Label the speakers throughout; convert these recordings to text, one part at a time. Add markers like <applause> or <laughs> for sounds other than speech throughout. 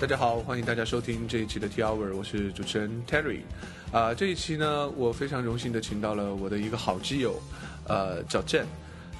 Speaker 1: 大家好，欢迎大家收听这一期的 T Hour，我是主持人 Terry。啊、这一期呢，我非常荣幸的请到了我的一个好基友，呃，叫 Jen。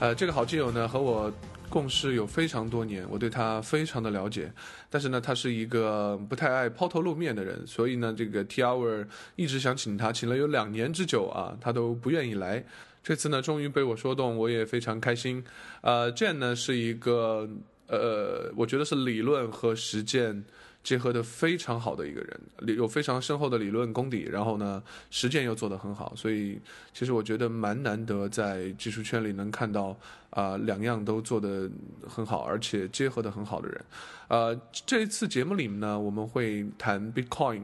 Speaker 1: 呃，这个好基友呢和我共事有非常多年，我对他非常的了解。但是呢，他是一个不太爱抛头露面的人，所以呢，这个 T Hour 一直想请他，请了有两年之久啊，他都不愿意来。这次呢，终于被我说动，我也非常开心。呃，Jane 呢是一个呃，我觉得是理论和实践结合的非常好的一个人，理有非常深厚的理论功底，然后呢，实践又做得很好，所以其实我觉得蛮难得在技术圈里能看到啊、两样都做得很好，而且结合得很好的人。呃，这一次节目里面呢，我们会谈 Bitcoin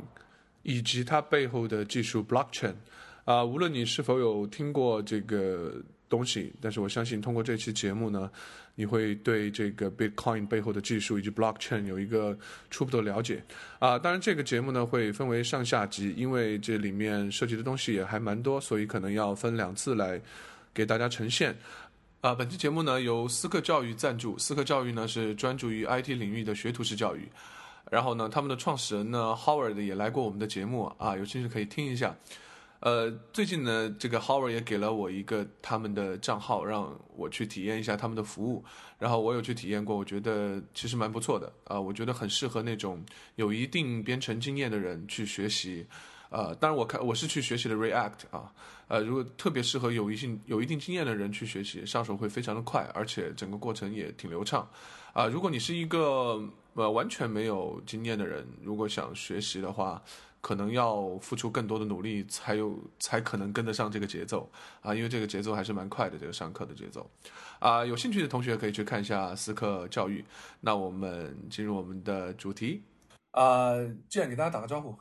Speaker 1: 以及它背后的技术 blockchain。啊、无论你是否有听过这个东西，但是我相信通过这期节目呢，你会对这个 Bitcoin 背后的技术以及 Blockchain 有一个初步的了解。啊、当然这个节目呢会分为上下集，因为这里面涉及的东西也还蛮多，所以可能要分两次来给大家呈现。啊、本期节目呢由思科教育赞助，思科教育呢是专注于 IT 领域的学徒式教育。然后呢，他们的创始人呢 Howard 也来过我们的节目啊，有兴趣可以听一下。呃，最近呢，这个 Howard 也给了我一个他们的账号，让我去体验一下他们的服务。然后我有去体验过，我觉得其实蛮不错的啊、我觉得很适合那种有一定编程经验的人去学习。呃，当然我看我是去学习了 React 啊，呃，如果特别适合有一定有一定经验的人去学习，上手会非常的快，而且整个过程也挺流畅。啊、如果你是一个呃完全没有经验的人，如果想学习的话，可能要付出更多的努力，才有才可能跟得上这个节奏啊，因为这个节奏还是蛮快的，这个上课的节奏啊，有兴趣的同学可以去看一下思课教育。那我们进入我们的主题，呃，这样给大家打个招呼，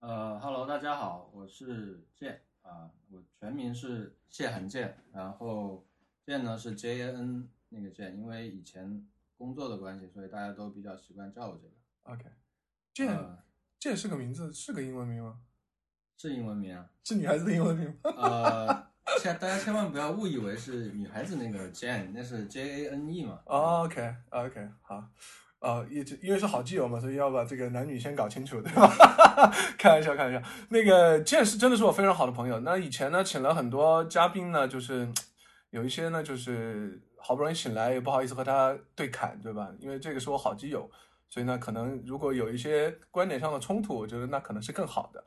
Speaker 2: 呃，Hello，大家好，我是建啊，我全名是谢寒建，然后建呢是 J A N 那个建，因为以前工作的关系，所以大家都比较习惯叫我这个。
Speaker 1: OK，这
Speaker 2: 呃
Speaker 1: 这是个名字，是个英文名吗？
Speaker 2: 是英文名啊，
Speaker 1: 是女孩子的英文名吗？
Speaker 2: 呃，千大家千万不要误以为是女孩子那个 Jane，那是 J A N E 嘛。
Speaker 1: 哦，OK，OK，、好，呃，一直因为是好基友嘛，所以要把这个男女先搞清楚，对吧？ <laughs> 开玩笑，开玩笑。那个 j 是真的是我非常好的朋友。那以前呢，请了很多嘉宾呢，就是有一些呢，就是好不容易请来，也不好意思和他对砍，对吧？因为这个是我好基友，所以呢，可能如果有一些观点上的冲突，我觉得那可能是更好的。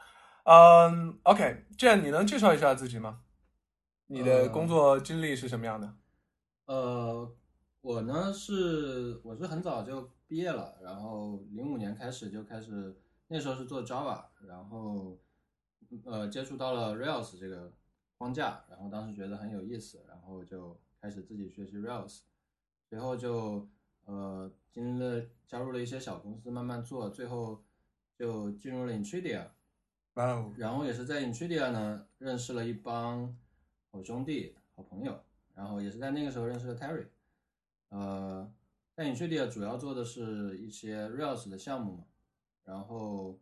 Speaker 1: 嗯，OK，这样你能介绍一下自己吗？你的
Speaker 2: 呃
Speaker 1: 工作经历是什么样的？
Speaker 2: 呃，我呢是我是很早就毕业了，然后零五年开始就开始，那时候是做 Java，然后呃接触到了 Rails 这个框架，然后当时觉得很有意思，然后就开始自己学习 Rails，随后就呃经历了加入了一些小公司慢慢做，最后就进入了 Intridia，
Speaker 1: 哇哦，
Speaker 2: 然后也是在 Intridia 呢认识了一帮好兄弟、好朋友，然后也是在那个时候认识了 Terry。呃，在 Intridia 主要做的是一些 Rails 的项目嘛，然后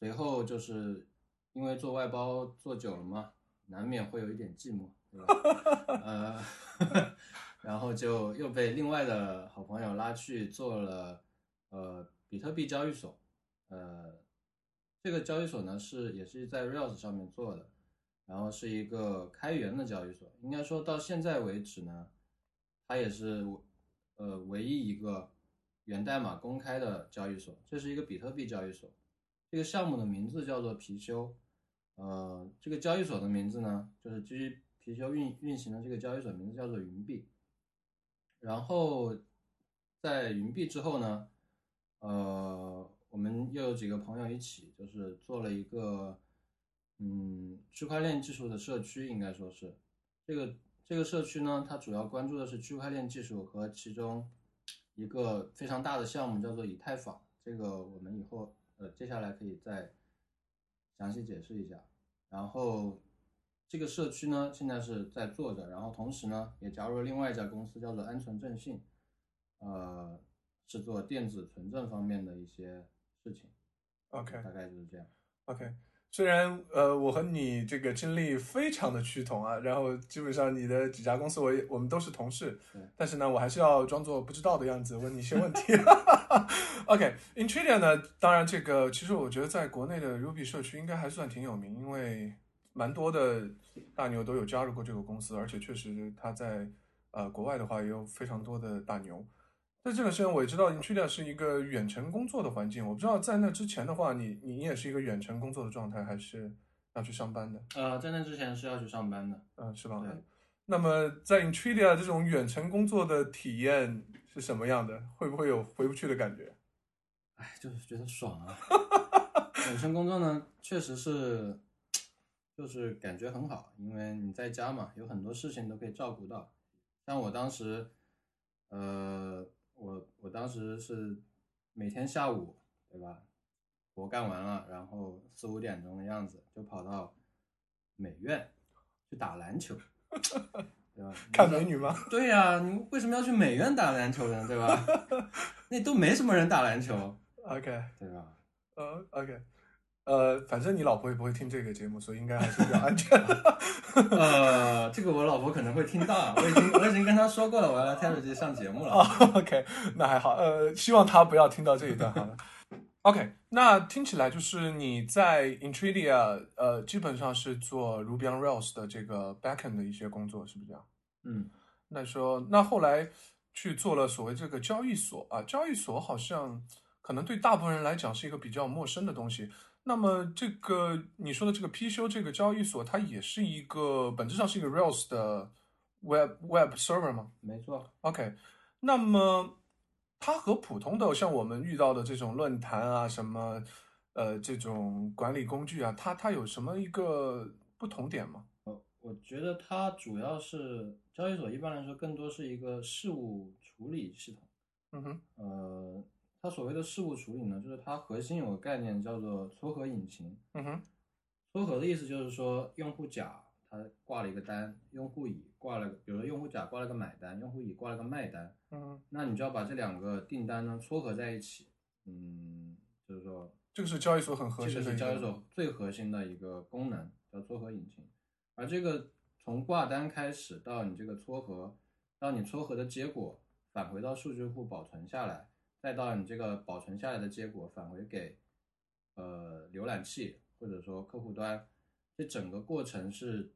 Speaker 2: 随后就是因为做外包做久了嘛，难免会有一点寂寞，对吧？ <laughs> 呃， <laughs> 然后就又被另外的好朋友拉去做了呃比特币交易所，呃，这个交易所呢是也是在 Rails 上面做的，然后是一个开源的交易所，应该说到现在为止呢，它也是呃唯一一个源代码公开的交易所，这是一个比特币交易所，这个项目的名字叫做貔貅，呃，这个交易所的名字呢，就是基于貔貅运运行的这个交易所名字叫做云币，然后在云币之后呢，呃，我们又有几个朋友一起，就是做了一个，嗯，区块链技术的社区，应该说是这个这个社区呢，它主要关注的是区块链技术和其中一个非常大的项目叫做以太坊，这个我们以后呃接下来可以再详细解释一下。然后这个社区呢，现在是在做着，然后同时呢，也加入了另外一家公司，叫做安存正信，呃，是做电子存证方面的一些事情，
Speaker 1: ，OK。
Speaker 2: 大概就是这样。
Speaker 1: OK，虽然呃，我和你这个经历非常的趋同啊，然后基本上你的几家公司我也我们都是同事
Speaker 2: 对，
Speaker 1: 但是呢，我还是要装作不知道的样子问你一些问题。OK，Intradia、呢，当然这个其实我觉得在国内的 Ruby 社区应该还算挺有名，因为蛮多的大牛都有加入过这个公司，而且确实它在呃国外的话也有非常多的大牛。在这个时间，我也知道 Intradia 是一个远程工作的环境。我不知道在那之前的话，你你也是一个远程工作的状态，还是要去上班的？
Speaker 2: 呃，在那之前是要去上班的，
Speaker 1: 嗯、是吧
Speaker 2: 对？
Speaker 1: 那么在 Intradia 这种远程工作的体验是什么样的？会不会有回不去的感觉？
Speaker 2: 哎，就是觉得爽啊。远程工作呢，确实是，就是感觉很好，因为你在家嘛，有很多事情都可以照顾到。像我当时，呃，我我当时是每天下午，对吧？活干完了，然后四五点钟的样子，就跑到美院去打篮球，对吧？
Speaker 1: 看美女吗？
Speaker 2: 对呀、你为什么要去美院打篮球呢？对吧？ <laughs> 那都没什么人打篮球，
Speaker 1: ？OK，
Speaker 2: 对吧？
Speaker 1: 呃，OK，呃，反正你老婆也不会听这个节目，所以应该还是比较安全的。
Speaker 2: <laughs> 呃，这个我老婆可能会听到，啊我已经我已经跟她说过了，我要来 Terry 上节目
Speaker 1: 哦
Speaker 2: 了。
Speaker 1: <laughs> OK，那还好，呃，希望她不要听到这一段好了。OK，那听起来就是你在 Intradia，呃，基本上是做 Ruby on Rails 的这个 backend 的一些工作，是不是这样？
Speaker 2: 嗯，
Speaker 1: 那说，那后来去做了所谓这个交易所啊，交易所好像可能对大部分人来讲是一个比较陌生的东西。那么这个你说的这个貔貅这个交易所，它也是一个本质上是一个 Rails 的 Web Web Server 吗
Speaker 2: 没错，
Speaker 1: ？OK，那么它和普通的像我们遇到的这种论坛啊，什么呃这种管理工具啊，它它有什么一个不同点吗？
Speaker 2: 我我觉得它主要是交易所一般来说更多是一个事务处理系统。
Speaker 1: 嗯哼，
Speaker 2: 呃，它所谓的事务处理呢，就是它核心有个概念叫做撮合引擎。
Speaker 1: 嗯哼，
Speaker 2: 撮合的意思就是说，用户甲他挂了一个单，用户乙挂了，比如说用户甲挂了个买单，用户乙挂了个卖单，
Speaker 1: 嗯哼，
Speaker 2: 那你就要把这两个订单呢撮合在一起。嗯，就是说，
Speaker 1: 这个是交易所很核
Speaker 2: 这
Speaker 1: 心的
Speaker 2: 个是
Speaker 1: 一
Speaker 2: 交易
Speaker 1: 个
Speaker 2: 所最核心的一个功能，叫撮合引擎。而这个从挂单开始到你这个撮合，到你撮合的结果返回到数据库保存下来，再到你这个保存下来的结果返回给呃浏览器或者说客户端，这整个过程是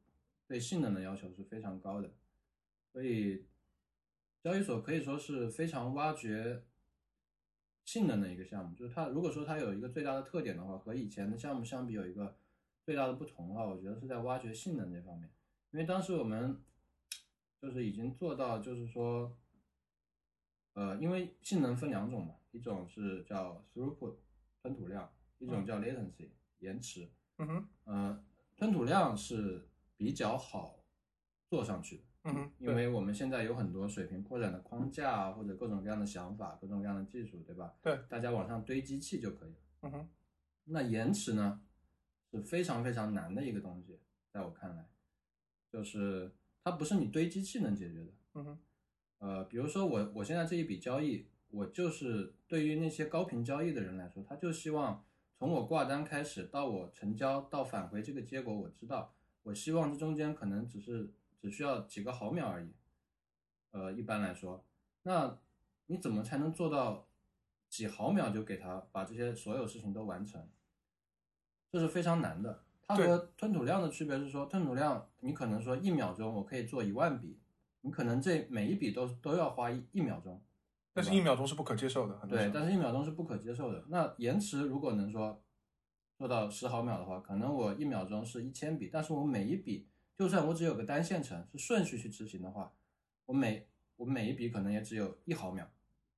Speaker 2: 对性能的要求是非常高的，所以交易所可以说是非常挖掘性能的一个项目。就是它如果说它有一个最大的特点的话，和以前的项目相比有一个最大的不同的话，我觉得是在挖掘性能这方面。因为当时我们就是已经做到，就是说，呃，因为性能分两种嘛，一种是叫 throughput 吞吐量，一种叫 latency 延迟。
Speaker 1: 嗯哼，
Speaker 2: 呃，吞吐量是比较好做上去的，
Speaker 1: 嗯哼，
Speaker 2: 因为我们现在有很多水平扩展的框架啊或者各种各样的想法、各种各样的技术，对吧？
Speaker 1: 对，
Speaker 2: 大家往上堆机器就可以了。
Speaker 1: 嗯哼，
Speaker 2: 那延迟呢，是非常非常难的一个东西，在我看来，就是它不是你堆机器能解决的。
Speaker 1: 嗯哼，
Speaker 2: 呃，比如说我我现在这一笔交易，我就是对于那些高频交易的人来说，他就希望从我挂单开始到我成交到返回这个结果，我知道，我希望这中间可能只是只需要几个毫秒而已。呃，一般来说，那你怎么才能做到几毫秒就给他把这些所有事情都完成？这是非常难的。它
Speaker 1: 对
Speaker 2: 和吞吐量的区别是说，吞吐量你可能说一秒钟我可以做一万笔，你可能这每一笔都都要花一一秒钟，
Speaker 1: 但是一秒钟是不可接受的，很多时
Speaker 2: 对，
Speaker 1: 候
Speaker 2: 但是一秒钟是不可接受的。那延迟如果能说做到十毫秒的话，可能我一秒钟是一千笔，但是我每一笔，就算我只有个单线程是顺序去执行的话，我每我每一笔可能也只有一毫秒。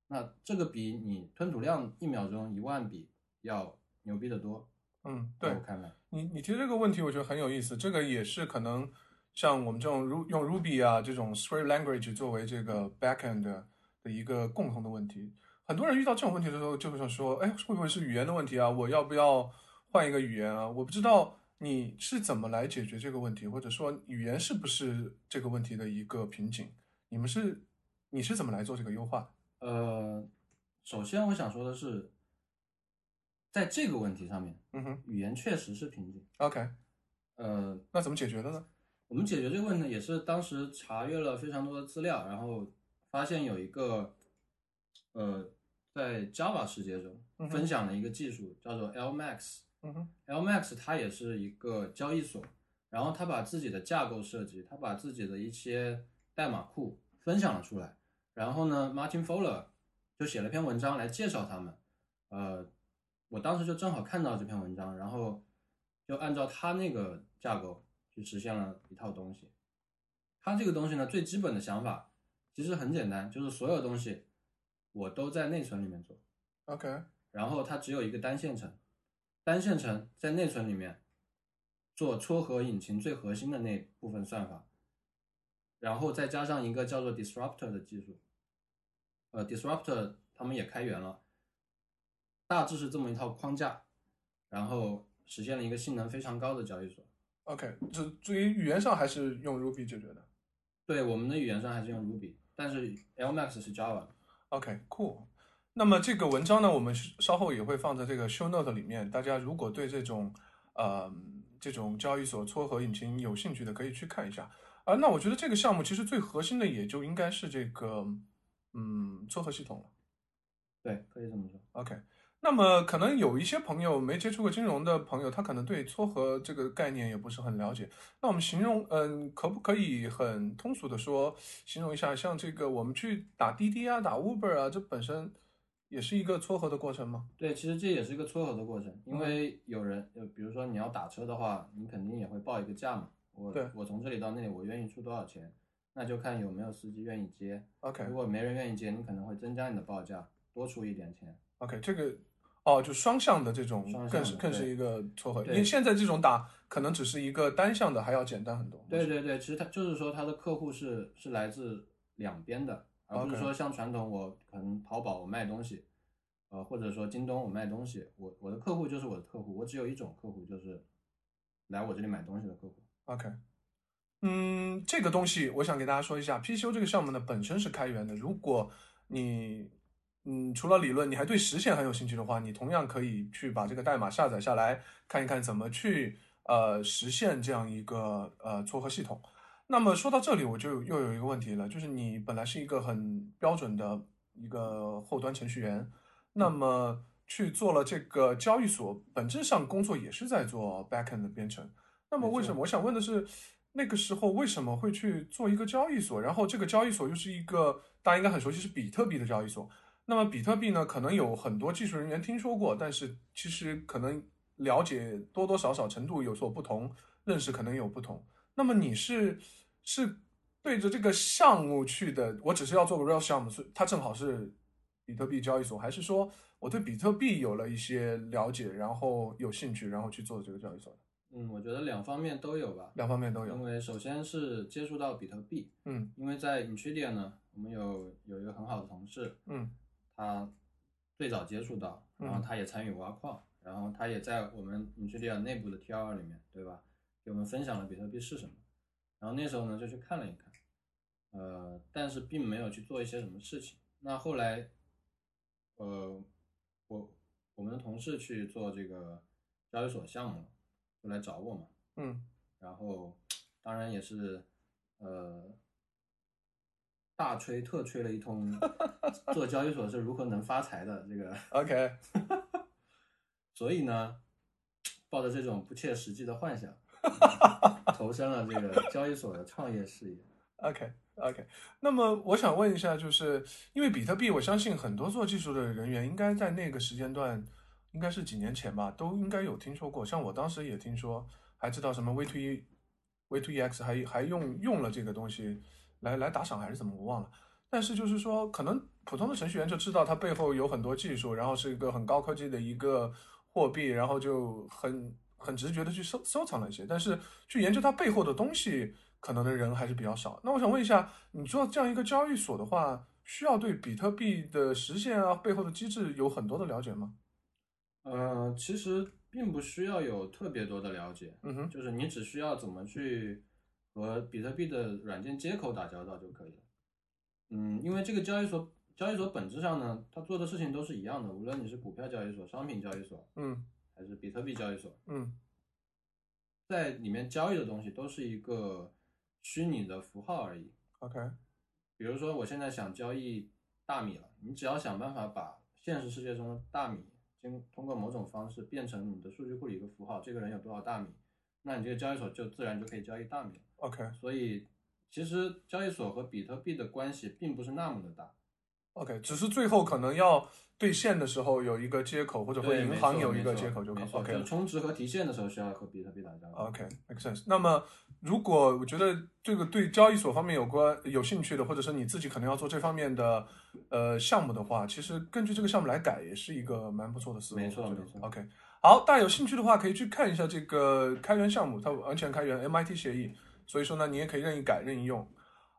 Speaker 2: 那这个比你吞吐量一秒钟一万笔要牛逼得多，
Speaker 1: 嗯，
Speaker 2: 在
Speaker 1: 对
Speaker 2: 我看来，
Speaker 1: 你你提这个问题，我觉得很有意思，这个也是可能像我们这种 Ru 用 Ruby 啊这种 Script language 作为这个 backend 的的一个共同的问题。很多人遇到这种问题的时候，就会想说，哎，会不会是语言的问题啊？我要不要换一个语言啊？我不知道你是怎么来解决这个问题，或者说语言是不是这个问题的一个瓶颈？你们是你是怎么来做这个优化的？
Speaker 2: 呃，首先我想说的是，在这个问题上面，
Speaker 1: 嗯哼
Speaker 2: 语言确实是瓶颈。
Speaker 1: ，OK，
Speaker 2: 呃，
Speaker 1: 那怎么解决的呢？
Speaker 2: 我们解决这个问题也是当时查阅了非常多的资料，然后发现有一个，呃，在 Java 世界中
Speaker 1: 嗯哼
Speaker 2: 分享了一个技术，叫做 LMAX。
Speaker 1: 嗯哼，
Speaker 2: LMAX 它也是一个交易所，然后它把自己的架构设计，它把自己的一些代码库分享了出来。然后呢，Martin Fowler 就写了篇文章来介绍他们。呃，我当时就正好看到这篇文章，然后就按照他那个架构去实现了一套东西。他这个东西呢，最基本的想法其实很简单，就是所有东西我都在内存里面做。
Speaker 1: OK，
Speaker 2: 然后它只有一个单线程，单线程在内存里面做撮合引擎最核心的那部分算法，然后再加上一个叫做 disruptor 的技术，呃，disruptor 他们也开源了，大致是这么一套框架，然后实现了一个性能非常高的交易所。
Speaker 1: OK，这至于语言上还是用 Ruby 解决的。
Speaker 2: 对我们的语言上还是用 Ruby，但是 LMAX 是 Java 的。
Speaker 1: OK，cool、那么这个文章呢，我们是稍后也会放在这个 show note 里面。大家如果对这种呃这种交易所撮合引擎有兴趣的，可以去看一下。啊，那我觉得这个项目其实最核心的也就应该是这个嗯撮合系统了。
Speaker 2: 对，可以这么说。
Speaker 1: OK，那么可能有一些朋友没接触过金融的朋友，他可能对撮合这个概念也不是很了解。那我们形容，嗯，可不可以很通俗的说，形容一下，像这个我们去打滴滴啊、打 Uber 啊，这本身也是一个撮合的过程吗？
Speaker 2: 对，其实这也是一个撮合的过程，
Speaker 1: 嗯
Speaker 2: 因为有人，呃，比如说你要打车的话，你肯定也会报一个价嘛。我
Speaker 1: 对
Speaker 2: 我从这里到那里，我愿意出多少钱，那就看有没有司机愿意接。
Speaker 1: OK
Speaker 2: 如果没人愿意接，你可能会增加你的报价，多出一点钱。
Speaker 1: OK，这个哦，就双向的这种
Speaker 2: 双向的
Speaker 1: 更是更是
Speaker 2: 对
Speaker 1: 一个撮合，因
Speaker 2: 对
Speaker 1: 为现在这种打可能只是一个单向的，还要简单很多。
Speaker 2: 对对对，其实他就是说他的客户是是来自两边的，而不
Speaker 1: OK
Speaker 2: 是说像传统我可能淘宝我卖东西，呃，或者说京东我卖东西，我我的客户就是我的客户，我只有一种客户，就是来我这里买东西的客户。
Speaker 1: OK，嗯，这个东西我想给大家说一下，PCO 这个项目呢本身是开源的。如果你嗯除了理论，你还对实现很有兴趣的话，你同样可以去把这个代码下载下来，看一看怎么去呃实现这样一个呃撮合系统。那么说到这里，我就又有一个问题了，就是你本来是一个很标准的一个后端程序员，那
Speaker 2: 嗯
Speaker 1: 么去做了这个交易所，本质上工作也是在做 backend 的编程。那么
Speaker 2: 没
Speaker 1: 为
Speaker 2: 错
Speaker 1: 什么？我想问的是，那个时候为什么会去做一个交易所？然后这个交易所又是一个大家应该很熟悉，是比特币的交易所。那么比特币呢，可能有很多技术人员听说过，但是其实可能了解多多少少程度有所不同，认识可能有不同。那么你是是对着这个项目去的？我只是要做个 real 项目，所以它正好是比特币交易所，还是说我对比特币有了一些了解，然后有兴趣，然后去做这个交易所的？
Speaker 2: 嗯，我觉得两方面都有吧。
Speaker 1: 两方面都有
Speaker 2: 因。为首先是接触到比特币，
Speaker 1: 嗯
Speaker 2: 因为在 Intridia 呢，我们有有一个很好的同事，
Speaker 1: 嗯
Speaker 2: 他最早接触到，
Speaker 1: 嗯
Speaker 2: 然后他也参与挖矿，然后他也在我们 Intridia 内部的 T 2 2里面，对吧？给我们分享了比特币是什么，然后那时候呢就去看了一看，呃，但是并没有去做一些什么事情。那后来，呃，我我们的同事去做这个交易所项目了，就来找我嘛，
Speaker 1: 嗯
Speaker 2: 然后当然也是呃大吹特吹了一通做交易所是如何能发财的这个，
Speaker 1: ，OK，
Speaker 2: 所以呢，抱着这种不切实际的幻想，投身了这个交易所的创业事业。
Speaker 1: OK OK，那么我想问一下，就是因为比特币，我相信很多做技术的人员应该在那个时间段，应该是几年前吧，都应该有听说过。像我当时也听说，还知道什么 V2E、V2EX，还 E 还用用了这个东西来来打赏还是怎么，我忘了。但是就是说，可能普通的程序员就知道它背后有很多技术，然后是一个很高科技的一个货币，然后就很很直觉的去收收藏了一些，但是去研究它背后的东西，可能的人还是比较少。那我想问一下，你做这样一个交易所的话，需要对比特币的实现啊背后的机制有很多的了解吗？
Speaker 2: 呃，其实并不需要有特别多的了解，
Speaker 1: 嗯哼
Speaker 2: 就是你只需要怎么去和比特币的软件接口打交道就可以了。嗯，因为这个交易所交易所本质上呢，它做的事情都是一样的，无论你是股票交易所、商品交易所，
Speaker 1: 嗯
Speaker 2: 还是比特币交易所，
Speaker 1: 嗯
Speaker 2: 在里面交易的东西都是一个虚拟的符号而已。
Speaker 1: ，OK，
Speaker 2: 比如说，我现在想交易大米了，你只要想办法把现实世界中的大米，经通过某种方式变成你的数据库里一个符号，这个人有多少大米，那你这个交易所就自然就可以交易大米了。
Speaker 1: OK
Speaker 2: 所以，其实交易所和比特币的关系并不是那么的大。
Speaker 1: OK，只是最后可能要兑现的时候有一个接口，或者会
Speaker 2: 对，
Speaker 1: 银
Speaker 2: 没
Speaker 1: 行
Speaker 2: 错
Speaker 1: 有一
Speaker 2: 没
Speaker 1: 个
Speaker 2: 错
Speaker 1: 接口就可
Speaker 2: 没
Speaker 1: 以。
Speaker 2: 错，
Speaker 1: OK 啊
Speaker 2: 就充值和提现的时候需要和比特币打交道。
Speaker 1: OK，make sense。那么，如果我觉得这个对交易所方面有关有兴趣的，或者是你自己可能要做这方面的呃项目的话，其实根据这个项目来改也是一个蛮不错的思路。
Speaker 2: 没错
Speaker 1: 我觉得
Speaker 2: 没错
Speaker 1: OK，好，大家有兴趣的话可以去看一下这个开源项目，它完全开源 MIT 协议，所以说呢，你也可以任意改任意用。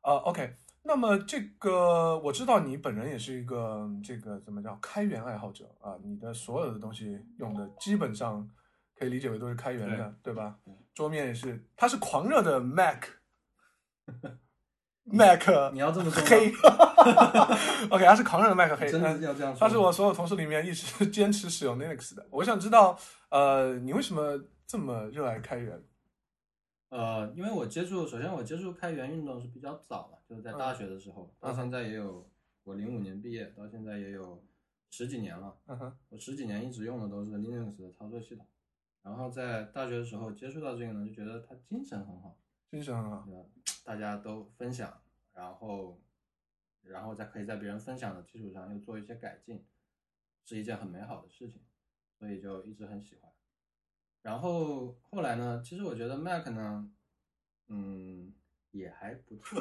Speaker 1: 啊、o k 那么这个我知道你本人也是一个嗯这个怎么叫开源爱好者啊，你的所有的东西用的基本上可以理解为都是开源的，对吧？桌面也是，它是狂热的 Mac Mac
Speaker 2: <laughs> 你要
Speaker 1: <laughs>
Speaker 2: 这么说吗
Speaker 1: 黑
Speaker 2: <laughs>
Speaker 1: ，OK，它是狂热的 Mac 黑，
Speaker 2: 真的
Speaker 1: 嗯
Speaker 2: 是要这样说吗？
Speaker 1: 他是我所有同事里面一直 <laughs> 坚持使用 Linux 的。我想知道，呃，你为什么这么热爱开源？
Speaker 2: 呃，因为我接触，首先我接触开源运动是比较早嘛，就是在大学的时候，
Speaker 1: 嗯
Speaker 2: 到
Speaker 1: 哼
Speaker 2: 现在也有，我零五年毕业，到现在也有十几年了。
Speaker 1: 嗯哼，
Speaker 2: 我十几年一直用的都是 Linux 的操作系统，然后在大学的时候接触到这个呢，就觉得它精神很好，
Speaker 1: 精神很好。 <laughs>
Speaker 2: 呃大家都分享，然后，然后再可以在别人分享的基础上又做一些改进，是一件很美好的事情，所以就一直很喜欢。然后后来呢，其实我觉得 Mac 呢，嗯，也还不错。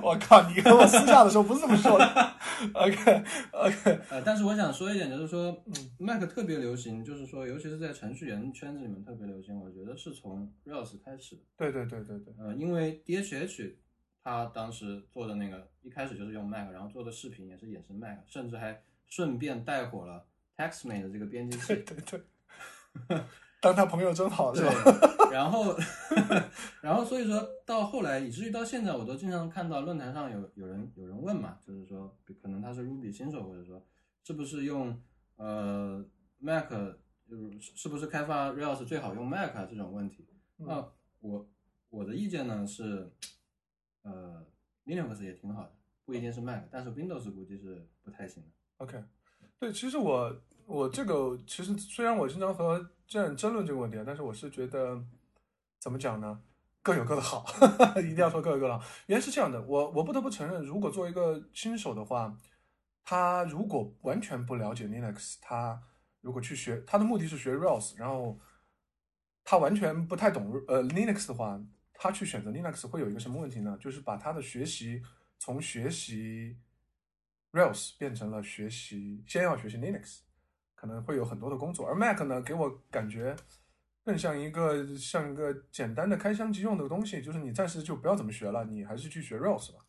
Speaker 1: 我靠，你跟我私下的时候不是这么说的。OK OK，
Speaker 2: 呃，但是我想说一点，就是说
Speaker 1: 嗯
Speaker 2: ，Mac 特别流行，就是说，尤其是在程序员圈子里面特别流行。我觉得是从 Rails 开始的，
Speaker 1: 对对对对对，
Speaker 2: 呃，因为 DHH 他当时做的那个一开始就是用 Mac，然后做的视频也是衍生 Mac，甚至还顺便带火了 TextMate 的这个编辑器。
Speaker 1: 对对。
Speaker 2: <laughs>
Speaker 1: 当他朋友真好是吧？
Speaker 2: 对，然后， <laughs> 然后所以说到后来，以至于到现在，我都经常看到论坛上有有人有人问嘛，就是说可能他是 Ruby 新手，或者说是不是用呃 Mac，就是是不是开发 Rails 最好用 Mac 啊这种问题。
Speaker 1: 嗯
Speaker 2: 那我我的意见呢是，呃，Linux 也挺好的，不一定是 Mac，但是 Windows 估计是不太行的。
Speaker 1: OK，对，其实我我这个其实虽然我经常和这人争论这个问题，啊但是我是觉得怎么讲呢？各有各的好， <laughs> 一定要说各有各的好。原来是这样的，我我不得不承认，如果作为一个新手的话，他如果完全不了解 Linux，他如果去学，他的目的是学 Rails，然后他完全不太懂呃 Linux 的话，他去选择 Linux 会有一个什么问题呢？就是把他的学习从学习 Rails 变成了学习，先要学习 Linux，可能会有很多的工作。而 Mac 呢，给我感觉更像一个像一个简单的开箱即用的东西，就是你暂时就不要怎么学了，你还是去学 Rails 吧。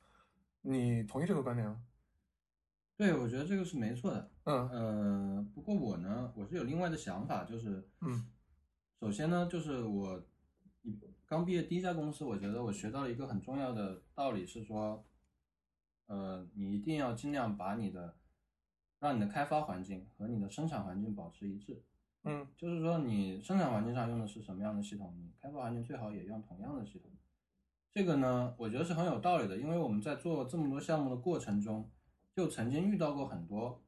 Speaker 1: 你同意这个观点吗？
Speaker 2: 对，我觉得这个是没错的。
Speaker 1: 嗯
Speaker 2: 呃，不过我呢，我是有另外的想法，就是，
Speaker 1: 嗯，
Speaker 2: 首先呢，就是我一刚毕业第一家公司，我觉得我学到了一个很重要的道理是说，呃，你一定要尽量把你的，让你的开发环境和你的生产环境保持一致，
Speaker 1: 嗯
Speaker 2: 就是说你生产环境上用的是什么样的系统，你开发环境最好也用同样的系统。这个呢，我觉得是很有道理的，因为我们在做这么多项目的过程中，就曾经遇到过很多，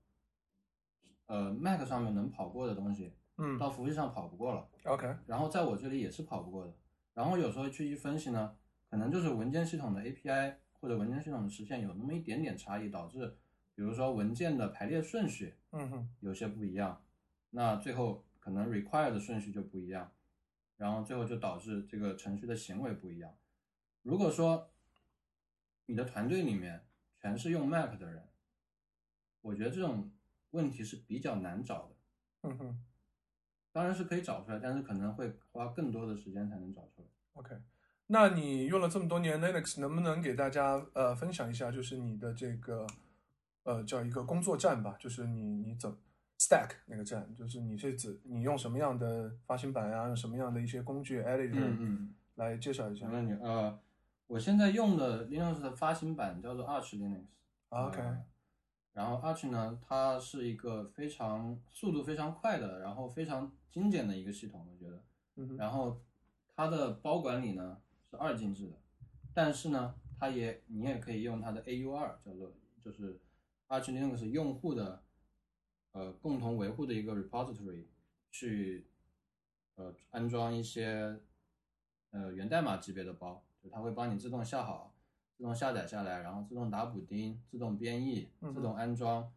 Speaker 2: 呃，Mac 上面能跑过的东西，
Speaker 1: 嗯
Speaker 2: 到服务器上跑不过了，
Speaker 1: ，OK，
Speaker 2: 然后在我这里也是跑不过的。然后有时候去一分析呢，可能就是文件系统的 API 或者文件系统的实现有那么一点点差异，导致比如说文件的排列顺序，
Speaker 1: 嗯哼，
Speaker 2: 有些不一样，那最后可能 require 的顺序就不一样，然后最后就导致这个程序的行为不一样。如果说你的团队里面全是用 Mac 的人，我觉得这种问题是比较难找的，
Speaker 1: 嗯哼
Speaker 2: 当然是可以找出来，但是可能会花更多的时间才能找出来。
Speaker 1: ，OK。那你用了这么多年 Linux，能不能给大家呃分享一下，就是你的这个呃叫一个工作站吧，就是你你怎 stack 那个站，就是你是指你用什么样的发行板啊，用什么样的一些工具 editor，
Speaker 2: 嗯，
Speaker 1: 来介绍一下
Speaker 2: 行。了你呃，我现在用的 Linux 的发行版叫做 Arch Linux，
Speaker 1: 啊 OK，
Speaker 2: 嗯然后 Arch 呢，它是一个非常速度非常快的，然后非常精简的一个系统，我觉得。
Speaker 1: 嗯哼
Speaker 2: 然后它的包管理呢是二进制的，但是呢，它也你也可以用它的 AUR 叫做就是 Arch Linux 用户的呃共同维护的一个 repository 去呃安装一些呃源代码级别的包，就它会帮你自动下好、自动下载下来，然后自动打补丁、自动编译、
Speaker 1: 嗯哼
Speaker 2: 自动安装。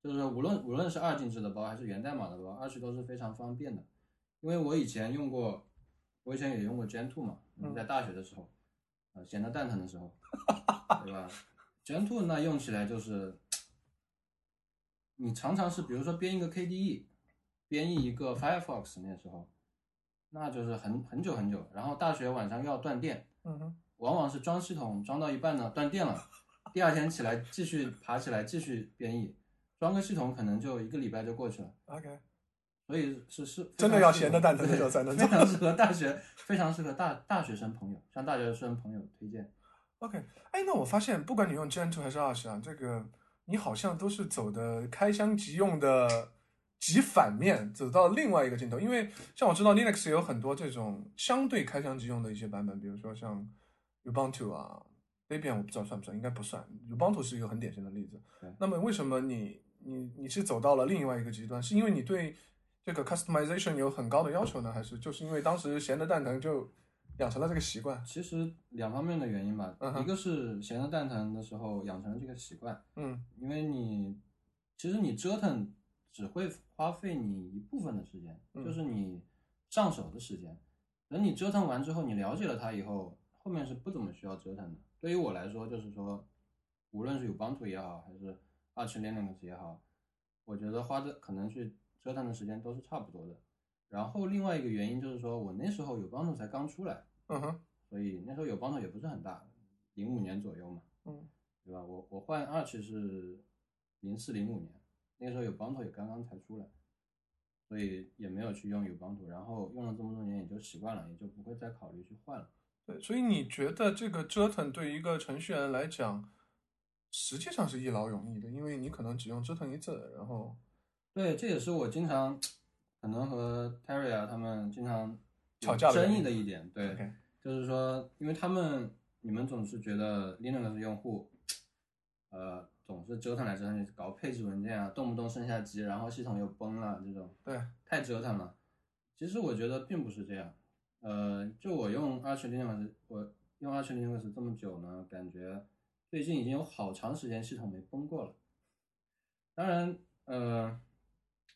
Speaker 2: 就是无论无论是二进制的包还是源代码的包，二十都是非常方便的。因为我以前用过，我以前也用过 Gen 2嘛，
Speaker 1: 嗯
Speaker 2: 在大学的时候，呃，闲得蛋疼的时候，对吧？Gen 2那用起来就是，你常常是比如说编一个 KDE，编译一个 Firefox 那时候，那就是很很久很久。然后大学晚上又要断电，
Speaker 1: 嗯哼，
Speaker 2: 往往是装系统装到一半呢断电了，第二天起来继续爬起来继续编译，装个系统可能就一个礼拜就过去了。
Speaker 1: OK，
Speaker 2: 所以是是
Speaker 1: 真的要闲得蛋疼的时
Speaker 2: 对
Speaker 1: 候才能
Speaker 2: 非
Speaker 1: 做
Speaker 2: 常适合大学，非常适合大大学生朋友，向大学生朋友推荐。
Speaker 1: OK，哎，那我发现不管你用 Gen 2还是二十啊，这个你好像都是走的开箱即用的极反面，走到另外一个尽头。因为像我知道 Linux 也有很多这种相对开箱即用的一些版本，比如说像 Ubuntu 啊，Debian 我不知道算不算，应该不算。Ubuntu 是一个很典型的例子
Speaker 2: 对。
Speaker 1: 那么为什么你你你是走到了另外一个极端？是因为你对这个 customization 有很高的要求呢，还是就是因为当时闲得蛋疼就养成了这个习惯？
Speaker 2: 其实两方面的原因吧
Speaker 1: 嗯，哼
Speaker 2: 一个是闲得蛋疼的时候养成了这个习惯，
Speaker 1: 嗯
Speaker 2: 因为你其实你折腾只会花费你一部分的时间，
Speaker 1: 嗯
Speaker 2: 就是你上手的时间。等你折腾完之后，你了解了它以后，后面是不怎么需要折腾的。对于我来说，就是说，无论是 Ubuntu 也好，还是 Arch Linux 也好，我觉得花的可能去折腾的时间都是差不多的。然后另外一个原因就是说我那时候 Ubuntu 才刚出来，
Speaker 1: 嗯哼
Speaker 2: 所以那时候 Ubuntu 也不是很大，零五年左右嘛。
Speaker 1: 嗯。
Speaker 2: 对吧？我我换二期是零四零五年，那个时候有 Ubuntu 也刚刚才出来，所以也没有去用 Ubuntu，然后用了这么多年也就习惯了，也就不会再考虑去换了。
Speaker 1: 对，所以你觉得这个折腾对于一个程序员来讲，实际上是一劳永逸的，因为你可能只用折腾一次，然后
Speaker 2: 对，这也是我经常可能和 Terry 啊他们经常有
Speaker 1: 吵架的原
Speaker 2: 争
Speaker 1: 因
Speaker 2: 议的一点，对
Speaker 1: OK，
Speaker 2: 就是说，因为他们你们总是觉得 Linux 用户，呃，总是折腾来折腾去，搞配置文件啊，动不动升下级，然后系统又崩了这种，
Speaker 1: 对，
Speaker 2: 太折腾了。其实我觉得并不是这样，呃，就我用 Arch Linux，我用 Arch Linux 这么久呢，感觉最近已经有好长时间系统没崩过了。当然，呃，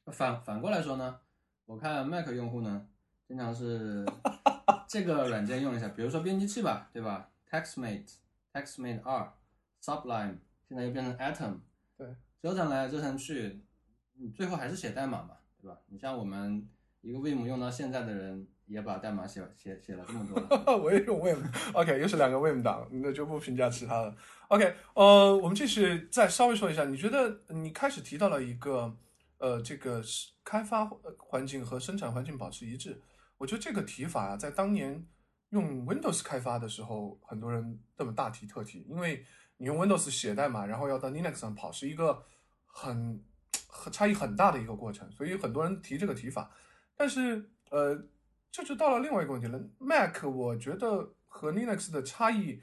Speaker 2: 反反过来说呢，我看 Mac 用户呢，经常是这个软件用一下，比如说编辑器吧，对吧？TextMate、TextMate 二、Sublime，现在又变成 Atom，
Speaker 1: 对，
Speaker 2: 折腾来折腾去，你最后还是写代码嘛，对吧？你像我们一个 Vim 用到现在的人，也把代码写写写了这么多了。
Speaker 1: <laughs> 我也用 Wim，OK，、又是两个 Wim 档，那就不评价其他的。OK，呃，我们继续再稍微说一下，你觉得你开始提到了一个，呃，这个是开发呃环境和生产环境保持一致，我觉得这个提法啊，在当年用 Windows 开发的时候，很多人这么大提特提，因为你用 Windows 写代码，然后要到 Linux 上跑，是一个很很差异很大的一个过程，所以很多人提这个提法。但是呃，这就到了另外一个问题了。Mac 我觉得和 Linux 的差异，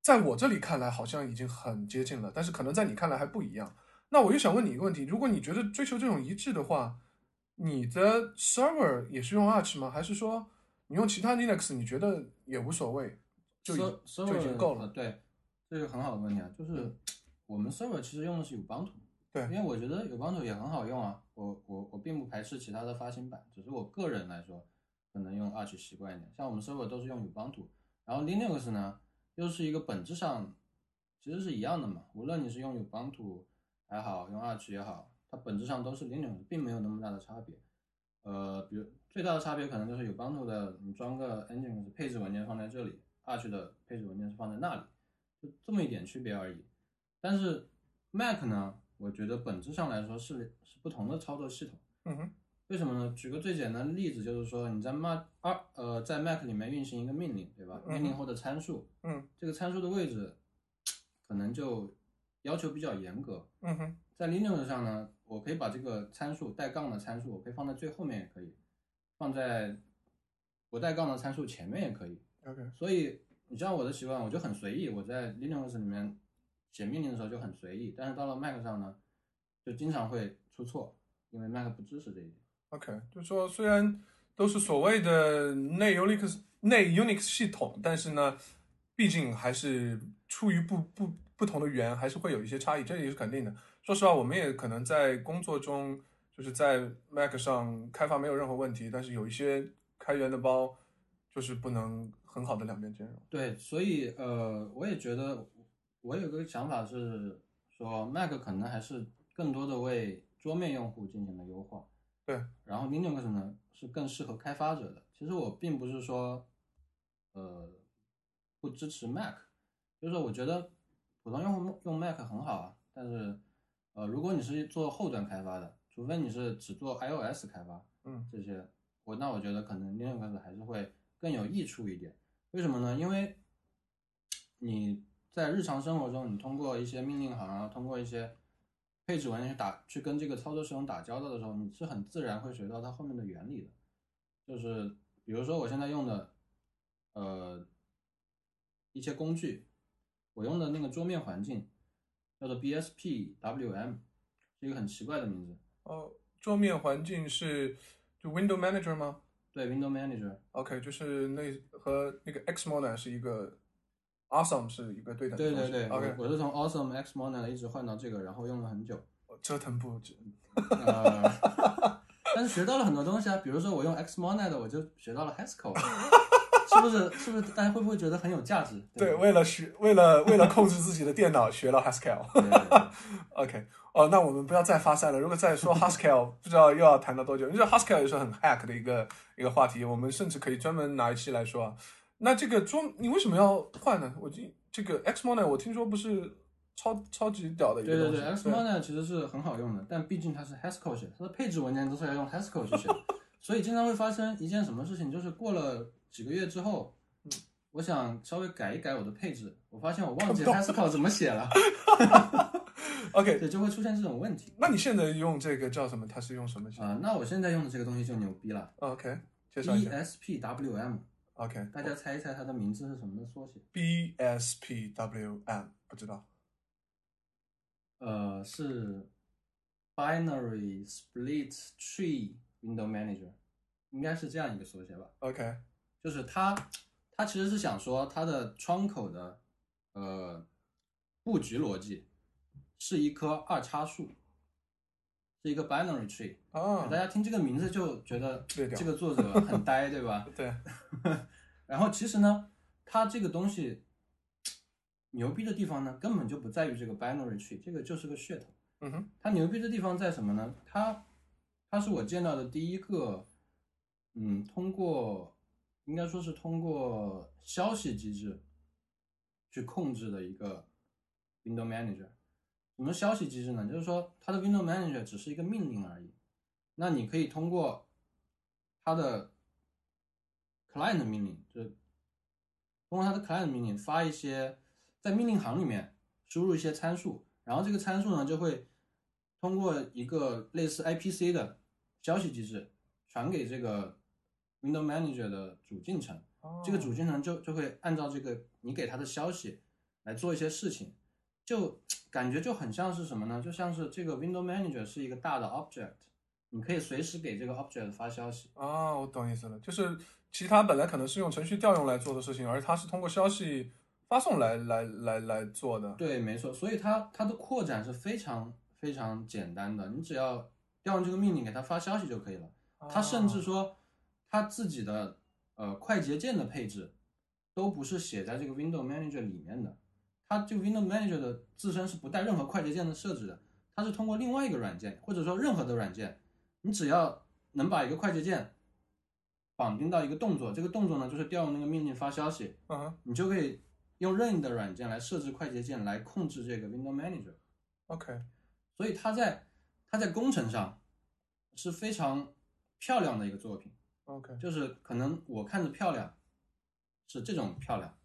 Speaker 1: 在我这里看来好像已经很接近了，但是可能在你看来还不一样。那我又想问你一个问题：如果你觉得追求这种一致的话，你的 server 也是用 Arch 吗？还是说你用其他 Linux 你觉得也无所谓，就已
Speaker 2: Ser-
Speaker 1: 就已经
Speaker 2: server-
Speaker 1: 够了
Speaker 2: 呃？对，这是很好的问题啊，就是我们 server 其实用的是 Ubuntu，
Speaker 1: 对
Speaker 2: 因为我觉得 Ubuntu 也很好用啊，我我我并不排斥其他的发行版，只是我个人来说，可能用 Arch 习惯一点。像我们 server 都是用 Ubuntu，然后 Linux 呢，又是一个本质上其实是一样的嘛，无论你是用 Ubuntu 还好，用 Arch 也好，它本质上都是 Linux，并没有那么大的差别。呃，比如最大的差别可能就是有 Ubuntu 的，你装个 Nginx 配置文件放在这里，Arch 的配置文件是放在那里，就这么一点区别而已。但是 Mac 呢，我觉得本质上来说是是不同的操作系统。
Speaker 1: 嗯哼，
Speaker 2: 为什么呢？举个最简单的例子，就是说你在 Mac 二呃在 Mac 里面运行一个命令，对吧？
Speaker 1: 嗯
Speaker 2: 命令后的参数，
Speaker 1: 嗯，
Speaker 2: 这个参数的位置可能就要求比较严格。
Speaker 1: 嗯哼，
Speaker 2: 在 Linux 上呢，我可以把这个参数带杠的参数，我可以放在最后面也可以，放在不带杠的参数前面也可以。
Speaker 1: ，OK，
Speaker 2: 所以你像我的习惯，我就很随意。我在 Linux 里面写命令的时候就很随意，但是到了 Mac 上呢，就经常会出错，因为 Mac 不支持这一点。
Speaker 1: OK，就说虽然都是所谓的内 Unix 内 Unix 系统，但是呢，毕竟还是出于不不不同的语言，还是会有一些差异，这也是肯定的。说实话，我们也可能在工作中，就是在 Mac 上开发没有任何问题，但是有一些开源的包就是不能很好的两边兼容。
Speaker 2: 对，所以呃，我也觉得，我有个想法是说，Mac 可能还是更多的为桌面用户进行了优化。
Speaker 1: 对，
Speaker 2: 然后 Linux 呢是更适合开发者的。其实我并不是说，呃，不支持 Mac，就是说我觉得普通用户用 Mac 很好啊，但是呃，如果你是做后端开发的，除非你是只做 iOS 开发，
Speaker 1: 嗯
Speaker 2: 这些，我那我觉得可能 Linux 还是会更有益处一点。为什么呢？因为你在日常生活中，你通过一些命令行啊，通过一些配置文件去打去跟这个操作系统打交道的时候，你是很自然会学到它后面的原理的。就是比如说我现在用的呃一些工具，我用的那个桌面环境叫做 BSPWM，是一个很奇怪的名字。
Speaker 1: 哦，桌面环境是就 Window Manager 吗
Speaker 2: 对，Window Manager。
Speaker 1: ？OK，就是那和那个 Xmona 是一个 Awesome 是一个对等的
Speaker 2: 对
Speaker 1: 东
Speaker 2: 对
Speaker 1: 西。
Speaker 2: 对，
Speaker 1: OK，
Speaker 2: 我我是从 Awesome X Mono 一直换到这个，然后用了很久。
Speaker 1: 哦折腾不止。
Speaker 2: 嗯呃，但是学到了很多东西啊，比如说我用 X Mono 我就学到了 Haskell，是不是？是不是？大家会不会觉得很有价值？
Speaker 1: 对，
Speaker 2: 吧
Speaker 1: 为了学，为了为了控制自己的电脑，学了 Haskell。 <laughs>
Speaker 2: 对对对
Speaker 1: OK，哦，那我们不要再发散了。如果再说
Speaker 2: <laughs>
Speaker 1: Haskell，不知道又要谈到多久。因为 Haskell 也是很 hack 的一个一个话题，我们甚至可以专门拿一期来说啊。那这个桌，你为什么要换呢？我记这个 Xmona，我听说不是超超级屌的一
Speaker 2: 对
Speaker 1: 个
Speaker 2: 对
Speaker 1: 东西。
Speaker 2: 对，X Mono 其实是很好用的，但毕竟它是 Haskell 写的，它的配置文件都是要用 Haskell 去写的，所以经常会发生一件什么事情，就是过了几个月之后，
Speaker 1: 嗯
Speaker 2: 我想稍微改一改我的配置，我发现我忘记 Haskell 怎么
Speaker 1: <laughs>
Speaker 2: 写了，
Speaker 1: OK，
Speaker 2: 对，就会出现这种问题。
Speaker 1: 那你现在用这个叫什么？它是用什么系统
Speaker 2: 啊、那我现在用的这个东西就牛逼了，E
Speaker 1: ？OK，介绍一下。
Speaker 2: ，BSPWM，
Speaker 1: OK，
Speaker 2: 大家猜一猜它的名字是什么的缩写？
Speaker 1: BSPWM 不知道。
Speaker 2: 呃，是 Binary Split Tree Window Manager，应该是这样一个缩写吧？
Speaker 1: OK，
Speaker 2: 就是它，它其实是想说它的窗口的呃布局逻辑是一棵二叉树，是一个 binary tree。
Speaker 1: 啊
Speaker 2: 大，家听这个名字就觉得
Speaker 1: 略掉
Speaker 2: 这个作者很呆，对吧？
Speaker 1: 对。
Speaker 2: 然后其实呢，它这个东西牛逼的地方呢，根本就不在于这个 binary tree，这个就是个噱头。
Speaker 1: 嗯哼，
Speaker 2: 它牛逼的地方在什么呢？它，它是我见到的第一个，嗯，通过应该说是通过消息机制去控制的一个 Window Manager。什么消息机制呢？就是说它的 Window Manager 只是一个命令而已，那你可以通过它的 client 命令，就是通过它的 client 命令发一些在命令行里面输入一些参数，然后这个参数呢就会通过一个类似 IPC 的消息机制传给这个 Window Manager 的主进程，
Speaker 1: 哦
Speaker 2: 这个主进程就就会按照这个你给它的消息来做一些事情，就感觉就很像是什么呢？就像是这个 Window Manager 是一个大的 object，你可以随时给这个 object 发消息。
Speaker 1: 啊，我懂意思了，就是其他本来可能是用程序调用来做的事情，而它是通过消息发送来来来来做的。
Speaker 2: 对，没错，所以它它的扩展是非常非常简单的，你只要调用这个命令给它发消息就可以了。
Speaker 1: 啊，
Speaker 2: 它甚至说，它自己的呃快捷键的配置都不是写在这个 Window Manager 里面的，它这个 Window Manager 的自身是不带任何快捷键的设置的，它是通过另外一个软件或者说任何的软件，你只要能把一个快捷键绑定到一个动作，这个动作呢就是调用那个命令发消息，
Speaker 1: 嗯哼
Speaker 2: 你就可以用任意的软件来设置快捷键来控制这个 Window Manager。
Speaker 1: ，OK，
Speaker 2: 所以它在它在工程上是非常漂亮的一个作品。
Speaker 1: OK，
Speaker 2: 就是可能我看着漂亮，是这种漂亮，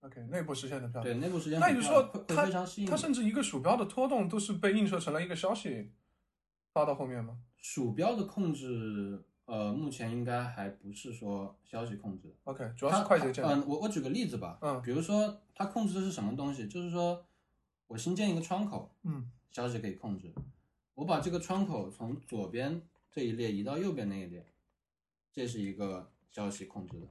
Speaker 1: OK，内部实现的票。
Speaker 2: 对，内部时间
Speaker 1: 那也
Speaker 2: 很
Speaker 1: 就是
Speaker 2: 快
Speaker 1: 说
Speaker 2: 会，会
Speaker 1: 它
Speaker 2: 非常适应
Speaker 1: 它
Speaker 2: 你
Speaker 1: 甚至一个鼠标的拖动都是被映射成了一个消息发到后面吗
Speaker 2: 鼠标的控制，呃，目前应该还不是说消息控制的，
Speaker 1: ？OK，主要是快捷键。
Speaker 2: 它它嗯，我我举个例子吧，
Speaker 1: 嗯
Speaker 2: 比如说它控制的是什么东西，就是说我新建一个窗口，
Speaker 1: 嗯
Speaker 2: 消息可以控制，我把这个窗口从左边这一列移到右边那一列，这是一个消息控制的，